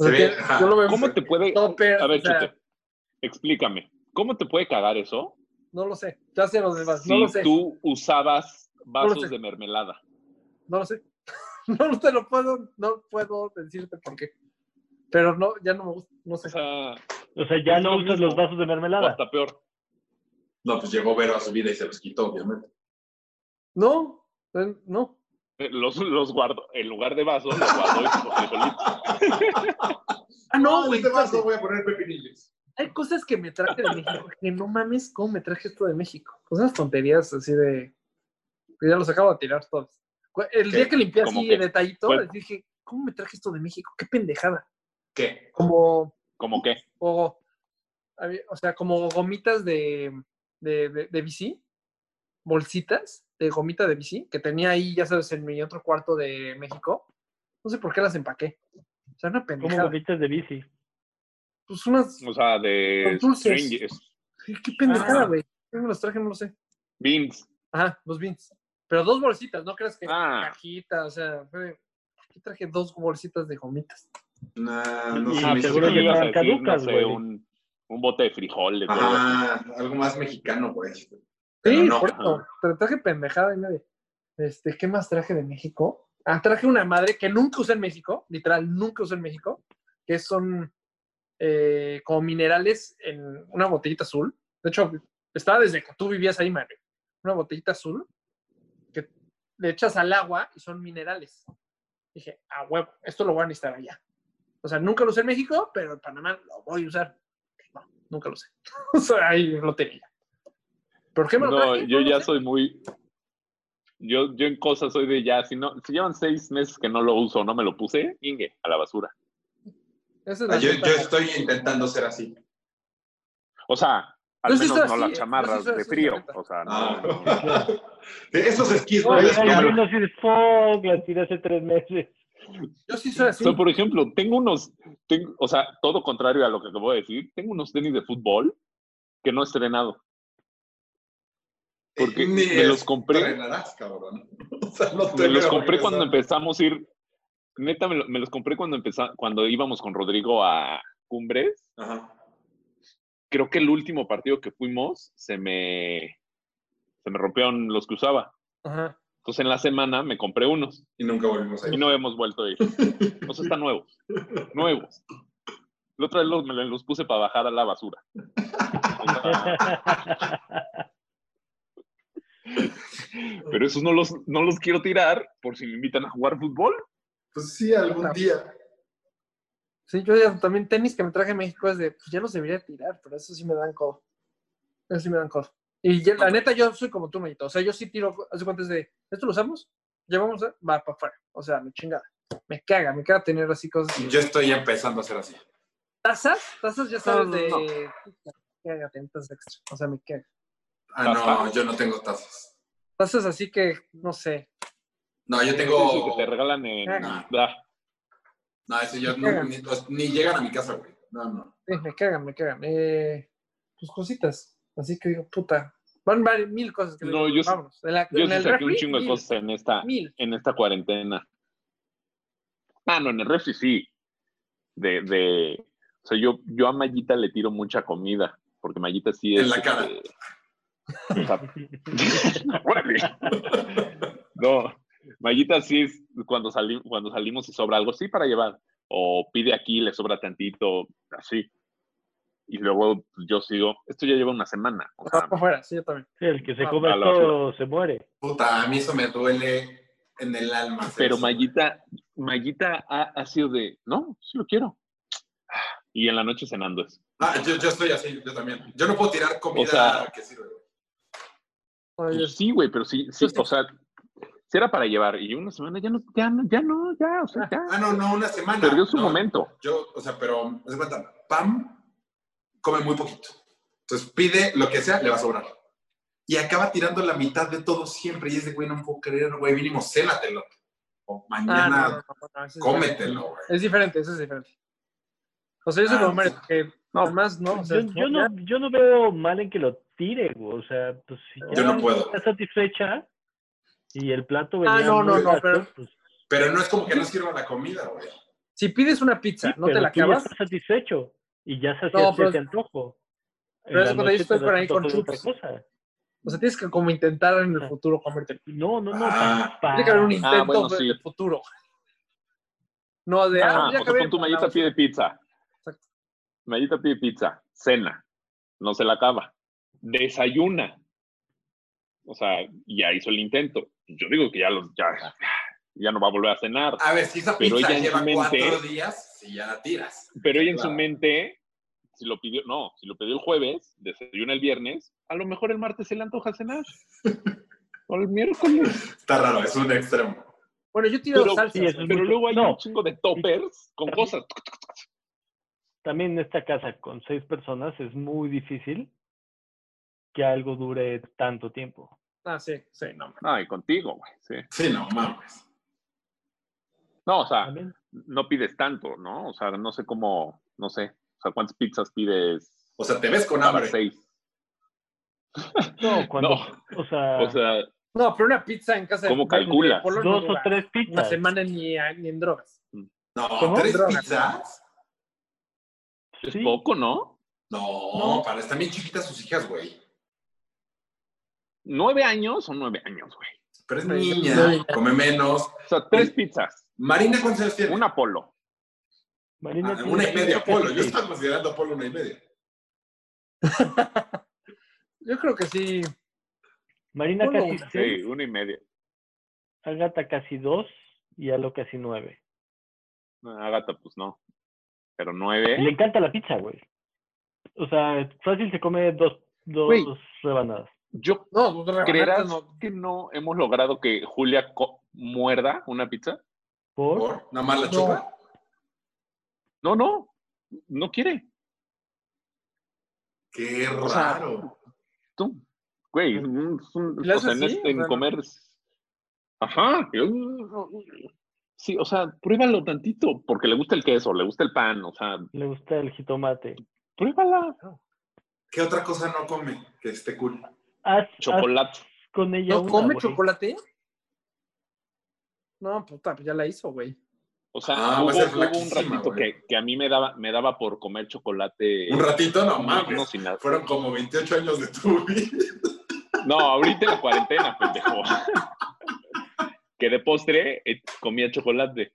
[SPEAKER 3] O
[SPEAKER 4] Se
[SPEAKER 3] sea,
[SPEAKER 4] ve,
[SPEAKER 3] que
[SPEAKER 4] ajá.
[SPEAKER 3] yo lo veo
[SPEAKER 2] ¿Cómo te puede.?
[SPEAKER 3] topper,
[SPEAKER 2] A ver,
[SPEAKER 3] o sea,
[SPEAKER 2] Chute, explícame. ¿cómo te puede cagar eso
[SPEAKER 3] no lo sé. Ya sé los demás,
[SPEAKER 2] si
[SPEAKER 3] Pues, no lo sé.
[SPEAKER 2] tú usabas vasos
[SPEAKER 3] sé.
[SPEAKER 2] de mermelada?
[SPEAKER 3] No lo sé. no te lo puedo, no puedo decirte por qué. Pero no, ya no me gusta, no
[SPEAKER 2] O
[SPEAKER 3] sé.
[SPEAKER 2] sea,
[SPEAKER 1] O sea, ya
[SPEAKER 2] Es lo
[SPEAKER 1] no usas
[SPEAKER 2] mismo.
[SPEAKER 1] los vasos de
[SPEAKER 2] o
[SPEAKER 1] mermelada.
[SPEAKER 2] hasta peor.
[SPEAKER 4] No, pues llegó Vero a su vida y se los quitó, obviamente.
[SPEAKER 3] No, eh, no.
[SPEAKER 2] Eh, Los, los guardo, en lugar de vasos, los guardo y porque solito.
[SPEAKER 3] Ah, no, güey.
[SPEAKER 4] este vaso voy a poner pepinillos.
[SPEAKER 3] Hay cosas que me traje de México que no mames cómo me traje esto de México. Unas tonterías así de. que ya los acabo de tirar todos. Cu- El
[SPEAKER 4] ¿Qué?
[SPEAKER 3] día que limpié
[SPEAKER 2] ¿Cómo
[SPEAKER 3] así
[SPEAKER 2] qué?
[SPEAKER 3] el detallito,
[SPEAKER 2] ¿Cuál?
[SPEAKER 3] dije, ¿cómo me traje esto de México? ¡Qué pendejada!
[SPEAKER 4] ¿Qué?
[SPEAKER 3] Como.
[SPEAKER 2] ¿Cómo qué?
[SPEAKER 3] O, a ver, o sea, como gomitas de, de, de, de bici, bolsitas de gomita de bici, que tenía ahí, ya sabes, en mi otro cuarto de México. No sé por qué las empaqué. O sea, una
[SPEAKER 1] Como
[SPEAKER 3] pendejada.
[SPEAKER 1] gomitas de bici.
[SPEAKER 3] Pues unas.
[SPEAKER 2] O sea, de
[SPEAKER 3] Con dulces.
[SPEAKER 2] stringes,
[SPEAKER 3] ¡Qué pendejada,
[SPEAKER 4] Ah.
[SPEAKER 3] güey! Yo me las traje, no lo sé.
[SPEAKER 2] beans.
[SPEAKER 3] Ajá, dos beans. Pero dos bolsitas, ¿no crees que
[SPEAKER 2] Ah.
[SPEAKER 3] cajita? O sea, fue- aquí traje dos bolsitas de gomitas.
[SPEAKER 4] Nah, no
[SPEAKER 1] Y
[SPEAKER 4] sé.
[SPEAKER 2] Ah,
[SPEAKER 4] me
[SPEAKER 1] seguro
[SPEAKER 2] pensé
[SPEAKER 4] hizo-
[SPEAKER 1] que
[SPEAKER 2] ibas a
[SPEAKER 1] estaban
[SPEAKER 2] decir,
[SPEAKER 1] caducas,
[SPEAKER 2] no sé,
[SPEAKER 1] güey.
[SPEAKER 2] un, un bote de frijol. De todo.
[SPEAKER 3] Ah,
[SPEAKER 4] Ajá, algo más mexicano, pues. güey. Pero
[SPEAKER 3] Sí,
[SPEAKER 4] no.
[SPEAKER 3] por eso. Pero traje pendejada y nadie. Este, ¿qué más traje de México? Ah, traje una madre que nunca usé en México, literal, nunca usé en México, que son eh, como minerales en una botellita azul. De hecho, estaba desde que tú vivías ahí, Mario. Una botellita azul que le echas al agua y son minerales. Dije, a huevo, esto lo voy a necesitar allá. O sea, nunca lo usé en México, pero en Panamá lo voy a usar. No, nunca lo usé. o sea, ahí lo tenía. ¿Por qué me lo
[SPEAKER 2] No,
[SPEAKER 3] traje?
[SPEAKER 2] yo
[SPEAKER 3] No lo
[SPEAKER 2] ya
[SPEAKER 3] sé.
[SPEAKER 2] soy muy. Yo, yo en cosas soy de ya, si, no, si llevan seis meses que no lo uso, no me lo puse, ingue, a la basura.
[SPEAKER 3] Esa es
[SPEAKER 4] Ah,
[SPEAKER 3] la
[SPEAKER 4] Yo,
[SPEAKER 3] neta.
[SPEAKER 4] yo estoy intentando ser así.
[SPEAKER 2] O sea, al
[SPEAKER 3] Yo sí
[SPEAKER 2] menos
[SPEAKER 3] soy
[SPEAKER 2] no
[SPEAKER 3] así, eh, yo
[SPEAKER 2] las
[SPEAKER 3] sí
[SPEAKER 2] chamarras
[SPEAKER 3] soy
[SPEAKER 2] de
[SPEAKER 3] así, la
[SPEAKER 2] frío.
[SPEAKER 3] neta.
[SPEAKER 2] O sea, no,
[SPEAKER 4] Ah.
[SPEAKER 2] no,
[SPEAKER 4] Esos esquís no
[SPEAKER 1] Oye,
[SPEAKER 4] les
[SPEAKER 1] a mí
[SPEAKER 4] toman.
[SPEAKER 1] no sirve. Fuck, la tiré hace tres meses.
[SPEAKER 3] Yo sí soy así.
[SPEAKER 2] O sea, por ejemplo, tengo unos, tengo- o sea, todo contrario a lo que acabo de decir, tengo unos tenis de fútbol que no he estrenado. Porque
[SPEAKER 4] Ni
[SPEAKER 2] me los
[SPEAKER 4] es-
[SPEAKER 2] compré.
[SPEAKER 4] estrenarás, cabrón. O sea, no te
[SPEAKER 2] Me los
[SPEAKER 4] veo
[SPEAKER 2] compré cuando
[SPEAKER 4] regresando.
[SPEAKER 2] empezamos a ir, neta, me, lo- me los compré cuando empezamos, cuando íbamos con Rodrigo a Cumbres.
[SPEAKER 4] Ajá.
[SPEAKER 2] Creo que el último partido que fuimos se me, se me rompieron los que usaba.
[SPEAKER 3] Ajá.
[SPEAKER 2] Entonces en la semana me compré unos
[SPEAKER 4] Y nunca volvimos ahí.
[SPEAKER 2] y no hemos vuelto a ir. O sea, están nuevos, nuevos. La otra vez los, me los puse para bajar a la basura. O sea, Pero esos no los, no los quiero tirar por si me invitan a jugar fútbol.
[SPEAKER 4] Pues sí, algún día.
[SPEAKER 3] Sí, yo ya también tenis que me traje a México es de, pues ya los debería tirar, pero eso sí me dan codo. Eso sí me dan codo. Y ya- la neta, yo soy como tú, Mayito. O sea, yo sí tiro, hace cuánto es de, ¿esto lo usamos? Ya vamos a, va para afuera. O sea, me chingada. Me caga, me caga tener así cosas.
[SPEAKER 4] Yo estoy empezando a ser así.
[SPEAKER 3] ¿Tazas? ¿Tazas ya sabes
[SPEAKER 2] No,
[SPEAKER 3] de...?
[SPEAKER 2] no.
[SPEAKER 3] Puta, Me caga tener tazas extra. O sea, me caga.
[SPEAKER 4] Ah, no,
[SPEAKER 2] Ajá.
[SPEAKER 4] yo no tengo tazas.
[SPEAKER 3] Tazas así que, no sé.
[SPEAKER 4] No, yo
[SPEAKER 2] Eso
[SPEAKER 4] tengo.
[SPEAKER 2] que te regalan en...
[SPEAKER 4] Ah.
[SPEAKER 2] Ah.
[SPEAKER 4] No, eso yo no- ni, ni llegan a mi casa, güey. No, no.
[SPEAKER 3] Sí, me cagan, me cagan. Eh, pues cositas. Así que digo, puta. Van varias, mil cosas que
[SPEAKER 2] No,
[SPEAKER 3] digo,
[SPEAKER 2] yo sí-
[SPEAKER 3] vámonos. En la-
[SPEAKER 2] Yo
[SPEAKER 3] en
[SPEAKER 2] sí
[SPEAKER 3] el
[SPEAKER 2] saqué un
[SPEAKER 3] refri,
[SPEAKER 2] chingo de
[SPEAKER 3] mil,
[SPEAKER 2] cosas en esta,
[SPEAKER 3] Mil.
[SPEAKER 2] en esta cuarentena. Ah, no, en el refri sí. De, de, o sea, yo, yo a Mayita le tiro mucha comida, porque Mayita sí es...
[SPEAKER 4] En la cara.
[SPEAKER 2] este, o sea, órale. no, Mayita sí es cuando, sali- cuando salimos y sobra algo, sí para llevar. O pide aquí, le sobra tantito, así. Y luego pues, yo sigo, esto ya lleva una semana. o sea,
[SPEAKER 3] Ah, afuera, sí, yo también.
[SPEAKER 1] Sí, el que se
[SPEAKER 3] Ah,
[SPEAKER 1] coma
[SPEAKER 2] a la
[SPEAKER 1] todo se muere.
[SPEAKER 4] Puta, a mí eso me duele en el alma. hacer
[SPEAKER 2] Pero
[SPEAKER 4] eso.
[SPEAKER 2] Mayita, Mayita ha, ha sido de, no, sí lo quiero. Y en la noche cenando eso.
[SPEAKER 4] Ah, yo, yo estoy así, yo también. Yo no puedo tirar comida
[SPEAKER 2] O sea-
[SPEAKER 4] que sirve, güey.
[SPEAKER 3] No, yo-
[SPEAKER 2] Pues sí, güey, pero sí, sí,
[SPEAKER 3] Yo sí.
[SPEAKER 2] o sea, si era para llevar y una semana ya no, ya no, ya no, ya, o sea, ya.
[SPEAKER 4] Ah, no, no, una semana.
[SPEAKER 2] Perdió su
[SPEAKER 4] No,
[SPEAKER 2] momento.
[SPEAKER 4] Yo, o sea, pero, haz de cuenta, Pam come muy poquito. Entonces pide lo que sea, le va a sobrar. Y acaba tirando la mitad de todo siempre. Y es de, güey, no puedo creer, güey, mínimo cénatelo. O
[SPEAKER 3] Ah, no, no,
[SPEAKER 4] mañana
[SPEAKER 3] no, no, no, eso es
[SPEAKER 4] cómetelo,
[SPEAKER 3] diferente.
[SPEAKER 4] güey.
[SPEAKER 3] Es diferente, eso es diferente. O sea, yo soy
[SPEAKER 4] Ah,
[SPEAKER 3] hombre que
[SPEAKER 2] No.
[SPEAKER 3] además, ¿no? O sea,
[SPEAKER 1] yo, yo no, yo no veo mal en que lo tire, güey. O sea, pues si ya
[SPEAKER 4] Yo no puedo.
[SPEAKER 1] está satisfecha y el plato venía
[SPEAKER 3] Ah, no, no,
[SPEAKER 1] muy
[SPEAKER 3] no,
[SPEAKER 1] bajo,
[SPEAKER 3] pero
[SPEAKER 1] pues,
[SPEAKER 4] Pero no es como que no sirva la comida, güey.
[SPEAKER 3] si pides una pizza,
[SPEAKER 1] sí,
[SPEAKER 3] ¿no te
[SPEAKER 1] pero
[SPEAKER 3] la
[SPEAKER 1] tú ya
[SPEAKER 3] acabas?
[SPEAKER 1] estás satisfecho y ya se
[SPEAKER 3] No,
[SPEAKER 1] hacía
[SPEAKER 3] pero-
[SPEAKER 1] ese antojo. En
[SPEAKER 3] pero es
[SPEAKER 1] la
[SPEAKER 3] cuando yo
[SPEAKER 1] noche
[SPEAKER 3] estoy
[SPEAKER 1] te
[SPEAKER 3] por
[SPEAKER 1] das
[SPEAKER 3] ahí con
[SPEAKER 1] antojo de otra
[SPEAKER 3] chups.
[SPEAKER 1] cosa.
[SPEAKER 3] O sea, tienes que como intentar en
[SPEAKER 1] Ah.
[SPEAKER 3] el futuro comértelo.
[SPEAKER 1] No, no, no.
[SPEAKER 4] Ah.
[SPEAKER 1] pa-
[SPEAKER 3] Tiene que haber un
[SPEAKER 1] pa-
[SPEAKER 3] intento
[SPEAKER 2] bueno,
[SPEAKER 3] de-
[SPEAKER 2] sí.
[SPEAKER 3] del futuro. No, de, ah,
[SPEAKER 2] Ah,
[SPEAKER 1] pues
[SPEAKER 3] ya
[SPEAKER 2] o sea,
[SPEAKER 3] acabé.
[SPEAKER 2] pon tu Mayita pide pizza.
[SPEAKER 3] Exacto.
[SPEAKER 2] Mayita pide pizza, cena, no se la acaba, desayuna. O sea, ya hizo el intento. Yo digo que ya, los, ya, ya no va a volver a cenar.
[SPEAKER 4] A ver, si esa
[SPEAKER 2] Pero
[SPEAKER 4] pizza
[SPEAKER 2] ella en
[SPEAKER 4] lleva
[SPEAKER 2] su mente-
[SPEAKER 4] cuatro días, si ya la tiras.
[SPEAKER 2] Pero ella en
[SPEAKER 4] Claro.
[SPEAKER 2] su mente, si lo pidió, no, si lo pidió el jueves, desayuna el viernes, a lo mejor el martes se le antoja cenar. o el miércoles.
[SPEAKER 4] Está raro, es un extremo.
[SPEAKER 3] Bueno, yo tiro
[SPEAKER 2] Pero-
[SPEAKER 3] salsa.
[SPEAKER 1] sí, eso es
[SPEAKER 2] Pero
[SPEAKER 1] mucho.
[SPEAKER 2] luego hay
[SPEAKER 1] No.
[SPEAKER 2] un chingo de toppers con cosas.
[SPEAKER 1] También en esta casa con seis personas es muy difícil que algo dure tanto tiempo.
[SPEAKER 3] Ah, sí, sí, no.
[SPEAKER 2] Ay, contigo, güey. Sí.
[SPEAKER 4] Sí, no mames.
[SPEAKER 2] No, o sea,
[SPEAKER 1] También.
[SPEAKER 2] no pides tanto, ¿no? O sea, no sé cómo, no sé. O sea, ¿cuántas pizzas pides?
[SPEAKER 4] O sea, te ves con
[SPEAKER 2] Para
[SPEAKER 4] hambre.
[SPEAKER 2] seis.
[SPEAKER 1] No, cuando,
[SPEAKER 2] No.
[SPEAKER 1] o sea,
[SPEAKER 2] O sea,
[SPEAKER 3] No, pero una pizza en casa
[SPEAKER 2] ¿Cómo
[SPEAKER 3] de-
[SPEAKER 2] calculas?
[SPEAKER 3] de Polo no
[SPEAKER 1] dos o
[SPEAKER 3] dura
[SPEAKER 1] tres
[SPEAKER 3] Una
[SPEAKER 1] pizzas.
[SPEAKER 3] semana ni, ni en drogas.
[SPEAKER 4] No,
[SPEAKER 1] ¿Cómo?
[SPEAKER 4] ¿tres
[SPEAKER 3] Drogas.
[SPEAKER 4] pizzas?
[SPEAKER 2] es
[SPEAKER 1] Sí.
[SPEAKER 2] poco, ¿no?
[SPEAKER 4] No,
[SPEAKER 1] No.
[SPEAKER 4] para están bien chiquitas sus hijas, güey.
[SPEAKER 2] Nueve años son nueve años, güey.
[SPEAKER 4] Pero es
[SPEAKER 3] Sí,
[SPEAKER 4] niña,
[SPEAKER 3] sí.
[SPEAKER 4] come menos.
[SPEAKER 2] O sea, tres pizzas,
[SPEAKER 4] Marina, ¿cuántos años tiene?
[SPEAKER 2] una polo.
[SPEAKER 1] Marina
[SPEAKER 4] Ah,
[SPEAKER 1] tiene
[SPEAKER 4] una y media,
[SPEAKER 1] casi
[SPEAKER 4] Polo. Yo
[SPEAKER 1] seis.
[SPEAKER 4] estaba considerando Polo una y media.
[SPEAKER 3] Yo creo que sí.
[SPEAKER 1] Marina
[SPEAKER 3] Bueno,
[SPEAKER 1] casi
[SPEAKER 2] Sí,
[SPEAKER 1] seis,
[SPEAKER 2] una y media.
[SPEAKER 1] Agata casi dos y Alo casi nueve.
[SPEAKER 2] Agata, pues no. Pero
[SPEAKER 4] ¿Eh?
[SPEAKER 1] Y le
[SPEAKER 2] nueve.
[SPEAKER 1] encanta la pizza, güey. O sea, fácil se come dos, dos
[SPEAKER 2] Güey.
[SPEAKER 1] rebanadas.
[SPEAKER 2] Yo
[SPEAKER 3] No, dos
[SPEAKER 2] creerás
[SPEAKER 3] rebanadas no.
[SPEAKER 2] que no hemos logrado que Julia co- muerda una pizza.
[SPEAKER 1] ¿Por?
[SPEAKER 4] ¿Por? ¿Nada más la chupa?
[SPEAKER 2] No, no, no quiere.
[SPEAKER 4] Qué
[SPEAKER 2] O sea,
[SPEAKER 4] raro.
[SPEAKER 2] Tú, güey, es un- es un-
[SPEAKER 3] ¿Le
[SPEAKER 2] o sea,
[SPEAKER 3] haces
[SPEAKER 2] en,
[SPEAKER 3] así?
[SPEAKER 2] este,
[SPEAKER 3] O
[SPEAKER 2] en
[SPEAKER 3] sea, no.
[SPEAKER 2] comer. es- Ajá. yo- Sí, o sea, pruébalo tantito, porque le gusta el queso, le gusta el pan, o sea,
[SPEAKER 1] Le gusta el jitomate.
[SPEAKER 2] pruébala.
[SPEAKER 4] ¿Qué otra cosa no come que esté cool?
[SPEAKER 1] Haz, haz
[SPEAKER 2] Chocolate.
[SPEAKER 1] con ella
[SPEAKER 3] ¿No
[SPEAKER 1] una,
[SPEAKER 3] come
[SPEAKER 1] güey.
[SPEAKER 3] chocolate? No, puta, pues ya la hizo, güey.
[SPEAKER 2] O sea,
[SPEAKER 4] Ah,
[SPEAKER 2] hubo,
[SPEAKER 4] va a ser
[SPEAKER 2] hubo un
[SPEAKER 4] flaquísima,
[SPEAKER 2] ratito
[SPEAKER 4] güey.
[SPEAKER 2] que, que a mí me daba, me daba por comer chocolate.
[SPEAKER 4] Un ratito, no
[SPEAKER 2] Eh, No,
[SPEAKER 4] mames.
[SPEAKER 2] sin nada.
[SPEAKER 4] Fueron como 28 años de tu vida.
[SPEAKER 2] No, ahorita en la cuarentena, pendejo. que de postre eh, comía chocolate.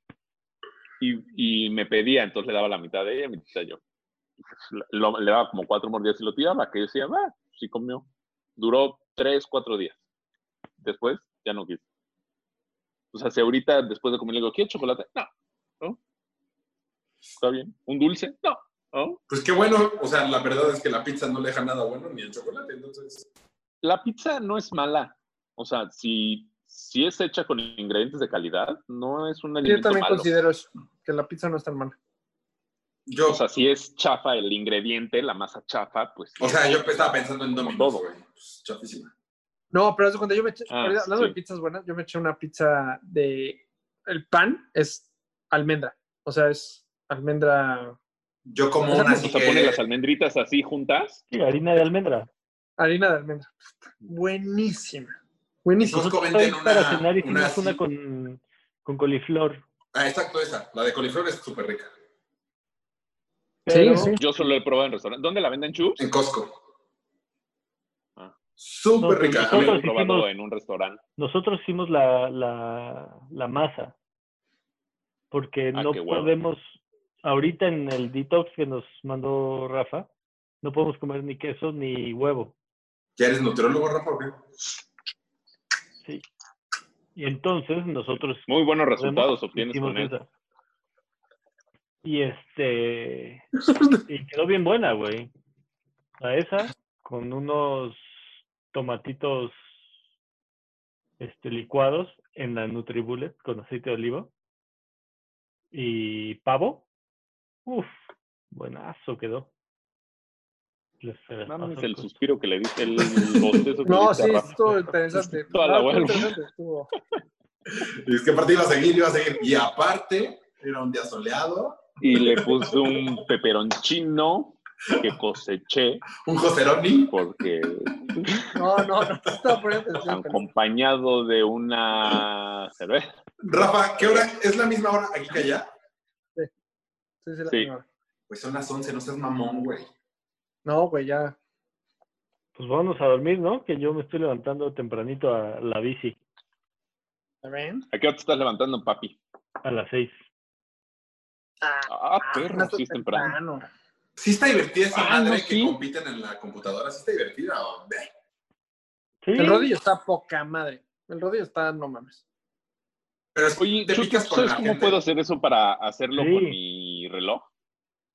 [SPEAKER 2] Y, y me pedía, entonces le daba la mitad de ella y mitad yo. Lo- le daba como cuatro mordidas y lo tiraba, que yo decía, va, sí comió. Duró tres, cuatro días. Después, ya no quiso. O sea, si ahorita, después de comer, le digo, ¿quieres chocolate? No. ¿No? ¿Está bien? ¿Un dulce? No. ¿No?
[SPEAKER 4] Pues qué bueno. O sea, la verdad es que la pizza no le deja nada bueno ni el chocolate. Entonces,
[SPEAKER 2] la pizza no es mala. O sea, si, si es hecha con ingredientes de calidad, no es un
[SPEAKER 3] Yo
[SPEAKER 2] alimento
[SPEAKER 3] también
[SPEAKER 2] malo.
[SPEAKER 3] considero eso, que la pizza no es tan mala.
[SPEAKER 4] yo,
[SPEAKER 2] O sea, si es chafa el ingrediente, la masa chafa, pues...
[SPEAKER 4] yo estaba pensando en Domino's,
[SPEAKER 2] todo.
[SPEAKER 4] güey. Pues, chafísima.
[SPEAKER 3] No, pero haz de cuenta, yo me eché,
[SPEAKER 2] Ah,
[SPEAKER 3] ahorita, hablando de
[SPEAKER 2] sí.
[SPEAKER 3] pizzas buenas, yo me eché una pizza de, el pan es almendra, o sea, es almendra,
[SPEAKER 4] Yo como
[SPEAKER 3] O sea,
[SPEAKER 2] o
[SPEAKER 4] una así
[SPEAKER 2] sea,
[SPEAKER 4] que...
[SPEAKER 2] pone las almendritas así juntas.
[SPEAKER 1] Sí, harina de almendra.
[SPEAKER 3] harina de almendra. Puta, Buenísima, buenísima.
[SPEAKER 4] Costco
[SPEAKER 1] Nosotros
[SPEAKER 4] venden
[SPEAKER 1] hoy para
[SPEAKER 4] una-
[SPEAKER 1] cenar hicimos
[SPEAKER 4] una así.
[SPEAKER 1] una con, con coliflor.
[SPEAKER 4] Ah, exacto, esa. La de coliflor es súper rica.
[SPEAKER 1] Pero
[SPEAKER 3] sí.
[SPEAKER 2] Yo solo he probado en restaurantes. ¿Dónde la venden, Chups?
[SPEAKER 4] En Costco.
[SPEAKER 2] Ah.
[SPEAKER 4] Súper
[SPEAKER 1] No,
[SPEAKER 4] rica.
[SPEAKER 2] Yo la he
[SPEAKER 1] Nosotros
[SPEAKER 2] probado
[SPEAKER 1] hicimos-
[SPEAKER 2] en un restaurante.
[SPEAKER 1] nosotros hicimos la, la, la masa. Porque
[SPEAKER 2] Ah,
[SPEAKER 1] no
[SPEAKER 2] qué hueva.
[SPEAKER 1] podemos, ahorita en el detox que nos mandó Rafa, no podemos comer ni queso ni huevo.
[SPEAKER 4] ¿Ya eres nutriólogo, Rafa? o qué?
[SPEAKER 1] Y entonces nosotros
[SPEAKER 2] Muy buenos
[SPEAKER 1] Podemos-
[SPEAKER 2] resultados obtienes
[SPEAKER 1] hicimos
[SPEAKER 2] con eso.
[SPEAKER 1] esa. Y este. Y quedó bien buena, güey. A esa, con unos tomatitos este, licuados en la Nutribullet con aceite de oliva y pavo. Uf, buenazo quedó. Les- se las
[SPEAKER 2] Mames,
[SPEAKER 1] paso
[SPEAKER 2] el
[SPEAKER 1] con-
[SPEAKER 2] suspiro que le diste, el bostezo que le
[SPEAKER 3] pues. No,
[SPEAKER 2] diste a
[SPEAKER 3] sí,
[SPEAKER 2] Rafa.
[SPEAKER 3] estuvo interesante.
[SPEAKER 2] Toda la
[SPEAKER 3] No,
[SPEAKER 2] vuelta.
[SPEAKER 3] estuvo interesante, estuvo.
[SPEAKER 4] Y es que aparte iba a seguir, iba a seguir. Y aparte, era un día soleado,
[SPEAKER 2] Y le puse un peperoncino que coseché
[SPEAKER 4] un Joseroni.
[SPEAKER 2] porque
[SPEAKER 3] No, no, no, no estaba poniendo atención. pero-
[SPEAKER 2] acompañado de una cerveza.
[SPEAKER 4] Rafa, ¿qué hora? ¿Es la misma hora aquí que allá?
[SPEAKER 3] Sí, sí, la
[SPEAKER 2] Sí.
[SPEAKER 3] primera.
[SPEAKER 4] Pues son las 11, no seas mamón, güey.
[SPEAKER 3] No, güey, ya.
[SPEAKER 1] Pues vámonos a dormir, ¿no? Que yo me estoy levantando tempranito a la bici,
[SPEAKER 3] ¿La ven?
[SPEAKER 2] ¿A qué hora te estás levantando, papi?
[SPEAKER 1] a las seis.
[SPEAKER 3] Ah,
[SPEAKER 2] Ah,
[SPEAKER 3] no
[SPEAKER 2] perro,
[SPEAKER 3] está
[SPEAKER 2] sí es temprano.
[SPEAKER 4] Sí está divertida esa
[SPEAKER 2] Ah,
[SPEAKER 4] madre
[SPEAKER 2] no,
[SPEAKER 4] que
[SPEAKER 2] sí.
[SPEAKER 4] compiten en la computadora. Sí está divertida, hombre.
[SPEAKER 1] Sí,
[SPEAKER 3] El rodillo está poca madre. El rodillo está, no mames.
[SPEAKER 4] Pero es-
[SPEAKER 2] Oye,
[SPEAKER 4] te
[SPEAKER 2] Chuy,
[SPEAKER 4] picas con
[SPEAKER 2] ¿sabes
[SPEAKER 4] la
[SPEAKER 2] cómo
[SPEAKER 4] gente.
[SPEAKER 2] puedo hacer eso para hacerlo
[SPEAKER 1] Sí.
[SPEAKER 2] con mi reloj?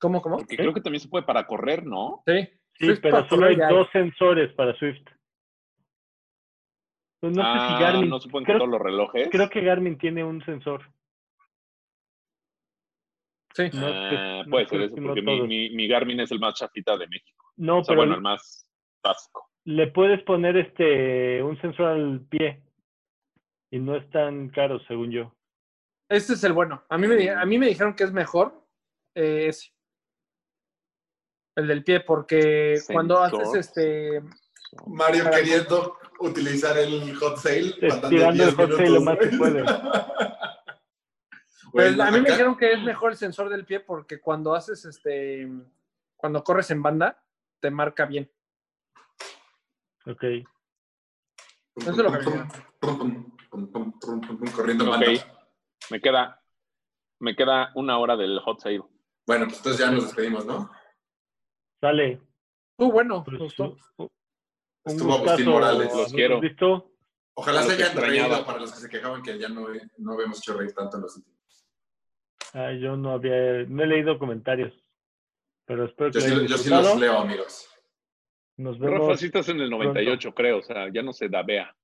[SPEAKER 3] ¿Cómo, cómo?
[SPEAKER 2] Porque creo que también se puede para correr, ¿no?
[SPEAKER 3] Sí.
[SPEAKER 1] sí,
[SPEAKER 3] Swift
[SPEAKER 1] pero
[SPEAKER 3] para
[SPEAKER 1] solo hay
[SPEAKER 3] correr ya hay.
[SPEAKER 1] dos sensores para Swift. Pues no sé
[SPEAKER 2] ah,
[SPEAKER 1] si Garmin.
[SPEAKER 2] no se pueden
[SPEAKER 1] creo-
[SPEAKER 2] con todos los relojes.
[SPEAKER 1] Creo que Garmin tiene un sensor.
[SPEAKER 3] Sí.
[SPEAKER 1] no,
[SPEAKER 2] Ah,
[SPEAKER 1] que-
[SPEAKER 2] puede ser
[SPEAKER 1] no, creo
[SPEAKER 2] eso,
[SPEAKER 1] que no
[SPEAKER 2] porque mi,
[SPEAKER 1] todos.
[SPEAKER 2] mi, mi Garmin es el más chafita de México.
[SPEAKER 1] No,
[SPEAKER 2] O sea,
[SPEAKER 1] pero
[SPEAKER 2] Ah, bueno, el más básico.
[SPEAKER 1] le puedes poner este un sensor al pie. Y no es tan caro, según yo.
[SPEAKER 3] Este es el bueno. A mí me, di- a mí me dijeron que es mejor eh, ese. El del pie, porque cuando
[SPEAKER 2] Sensor.
[SPEAKER 3] haces este.
[SPEAKER 4] Mario queriendo utilizar el hot sale. faltando
[SPEAKER 1] Estirando el
[SPEAKER 4] 10
[SPEAKER 1] hot sale lo
[SPEAKER 4] minutos,
[SPEAKER 1] más que
[SPEAKER 4] güey.
[SPEAKER 1] puede.
[SPEAKER 4] Güey,
[SPEAKER 3] Pues, a mí me
[SPEAKER 4] acá-
[SPEAKER 3] dijeron que es mejor el sensor del pie porque cuando haces este. Cuando corres en banda, te marca bien.
[SPEAKER 1] Ok.
[SPEAKER 3] Eso es lo que me dijeron.
[SPEAKER 4] Corriendo en
[SPEAKER 2] Ok.
[SPEAKER 4] banda.
[SPEAKER 2] Me queda, me queda una hora del hot sale.
[SPEAKER 4] Bueno, pues entonces ya nos despedimos, ¿no?
[SPEAKER 1] Sale.
[SPEAKER 3] Tú, bueno,
[SPEAKER 1] Pues,
[SPEAKER 3] me gustó.
[SPEAKER 1] un- un
[SPEAKER 4] Estuvo Agustín
[SPEAKER 1] gustazo.
[SPEAKER 4] Morales.
[SPEAKER 2] Los quiero.
[SPEAKER 1] ¿Listo?
[SPEAKER 4] Ojalá
[SPEAKER 2] Los
[SPEAKER 4] se hayan
[SPEAKER 2] extrañaba.
[SPEAKER 4] reído para los que se quejaban que ya no, no habíamos hecho reír tanto a los últimos.
[SPEAKER 1] Ah, yo no había, no he leído comentarios. Pero espero que
[SPEAKER 4] Yo
[SPEAKER 1] lo
[SPEAKER 4] sí,
[SPEAKER 1] hayan
[SPEAKER 4] yo sí
[SPEAKER 1] disfrutado.
[SPEAKER 4] los leo, amigos.
[SPEAKER 1] Nos vemos.
[SPEAKER 2] Rafa, sí estás en el 98, creo. O sea, ya no se dabea.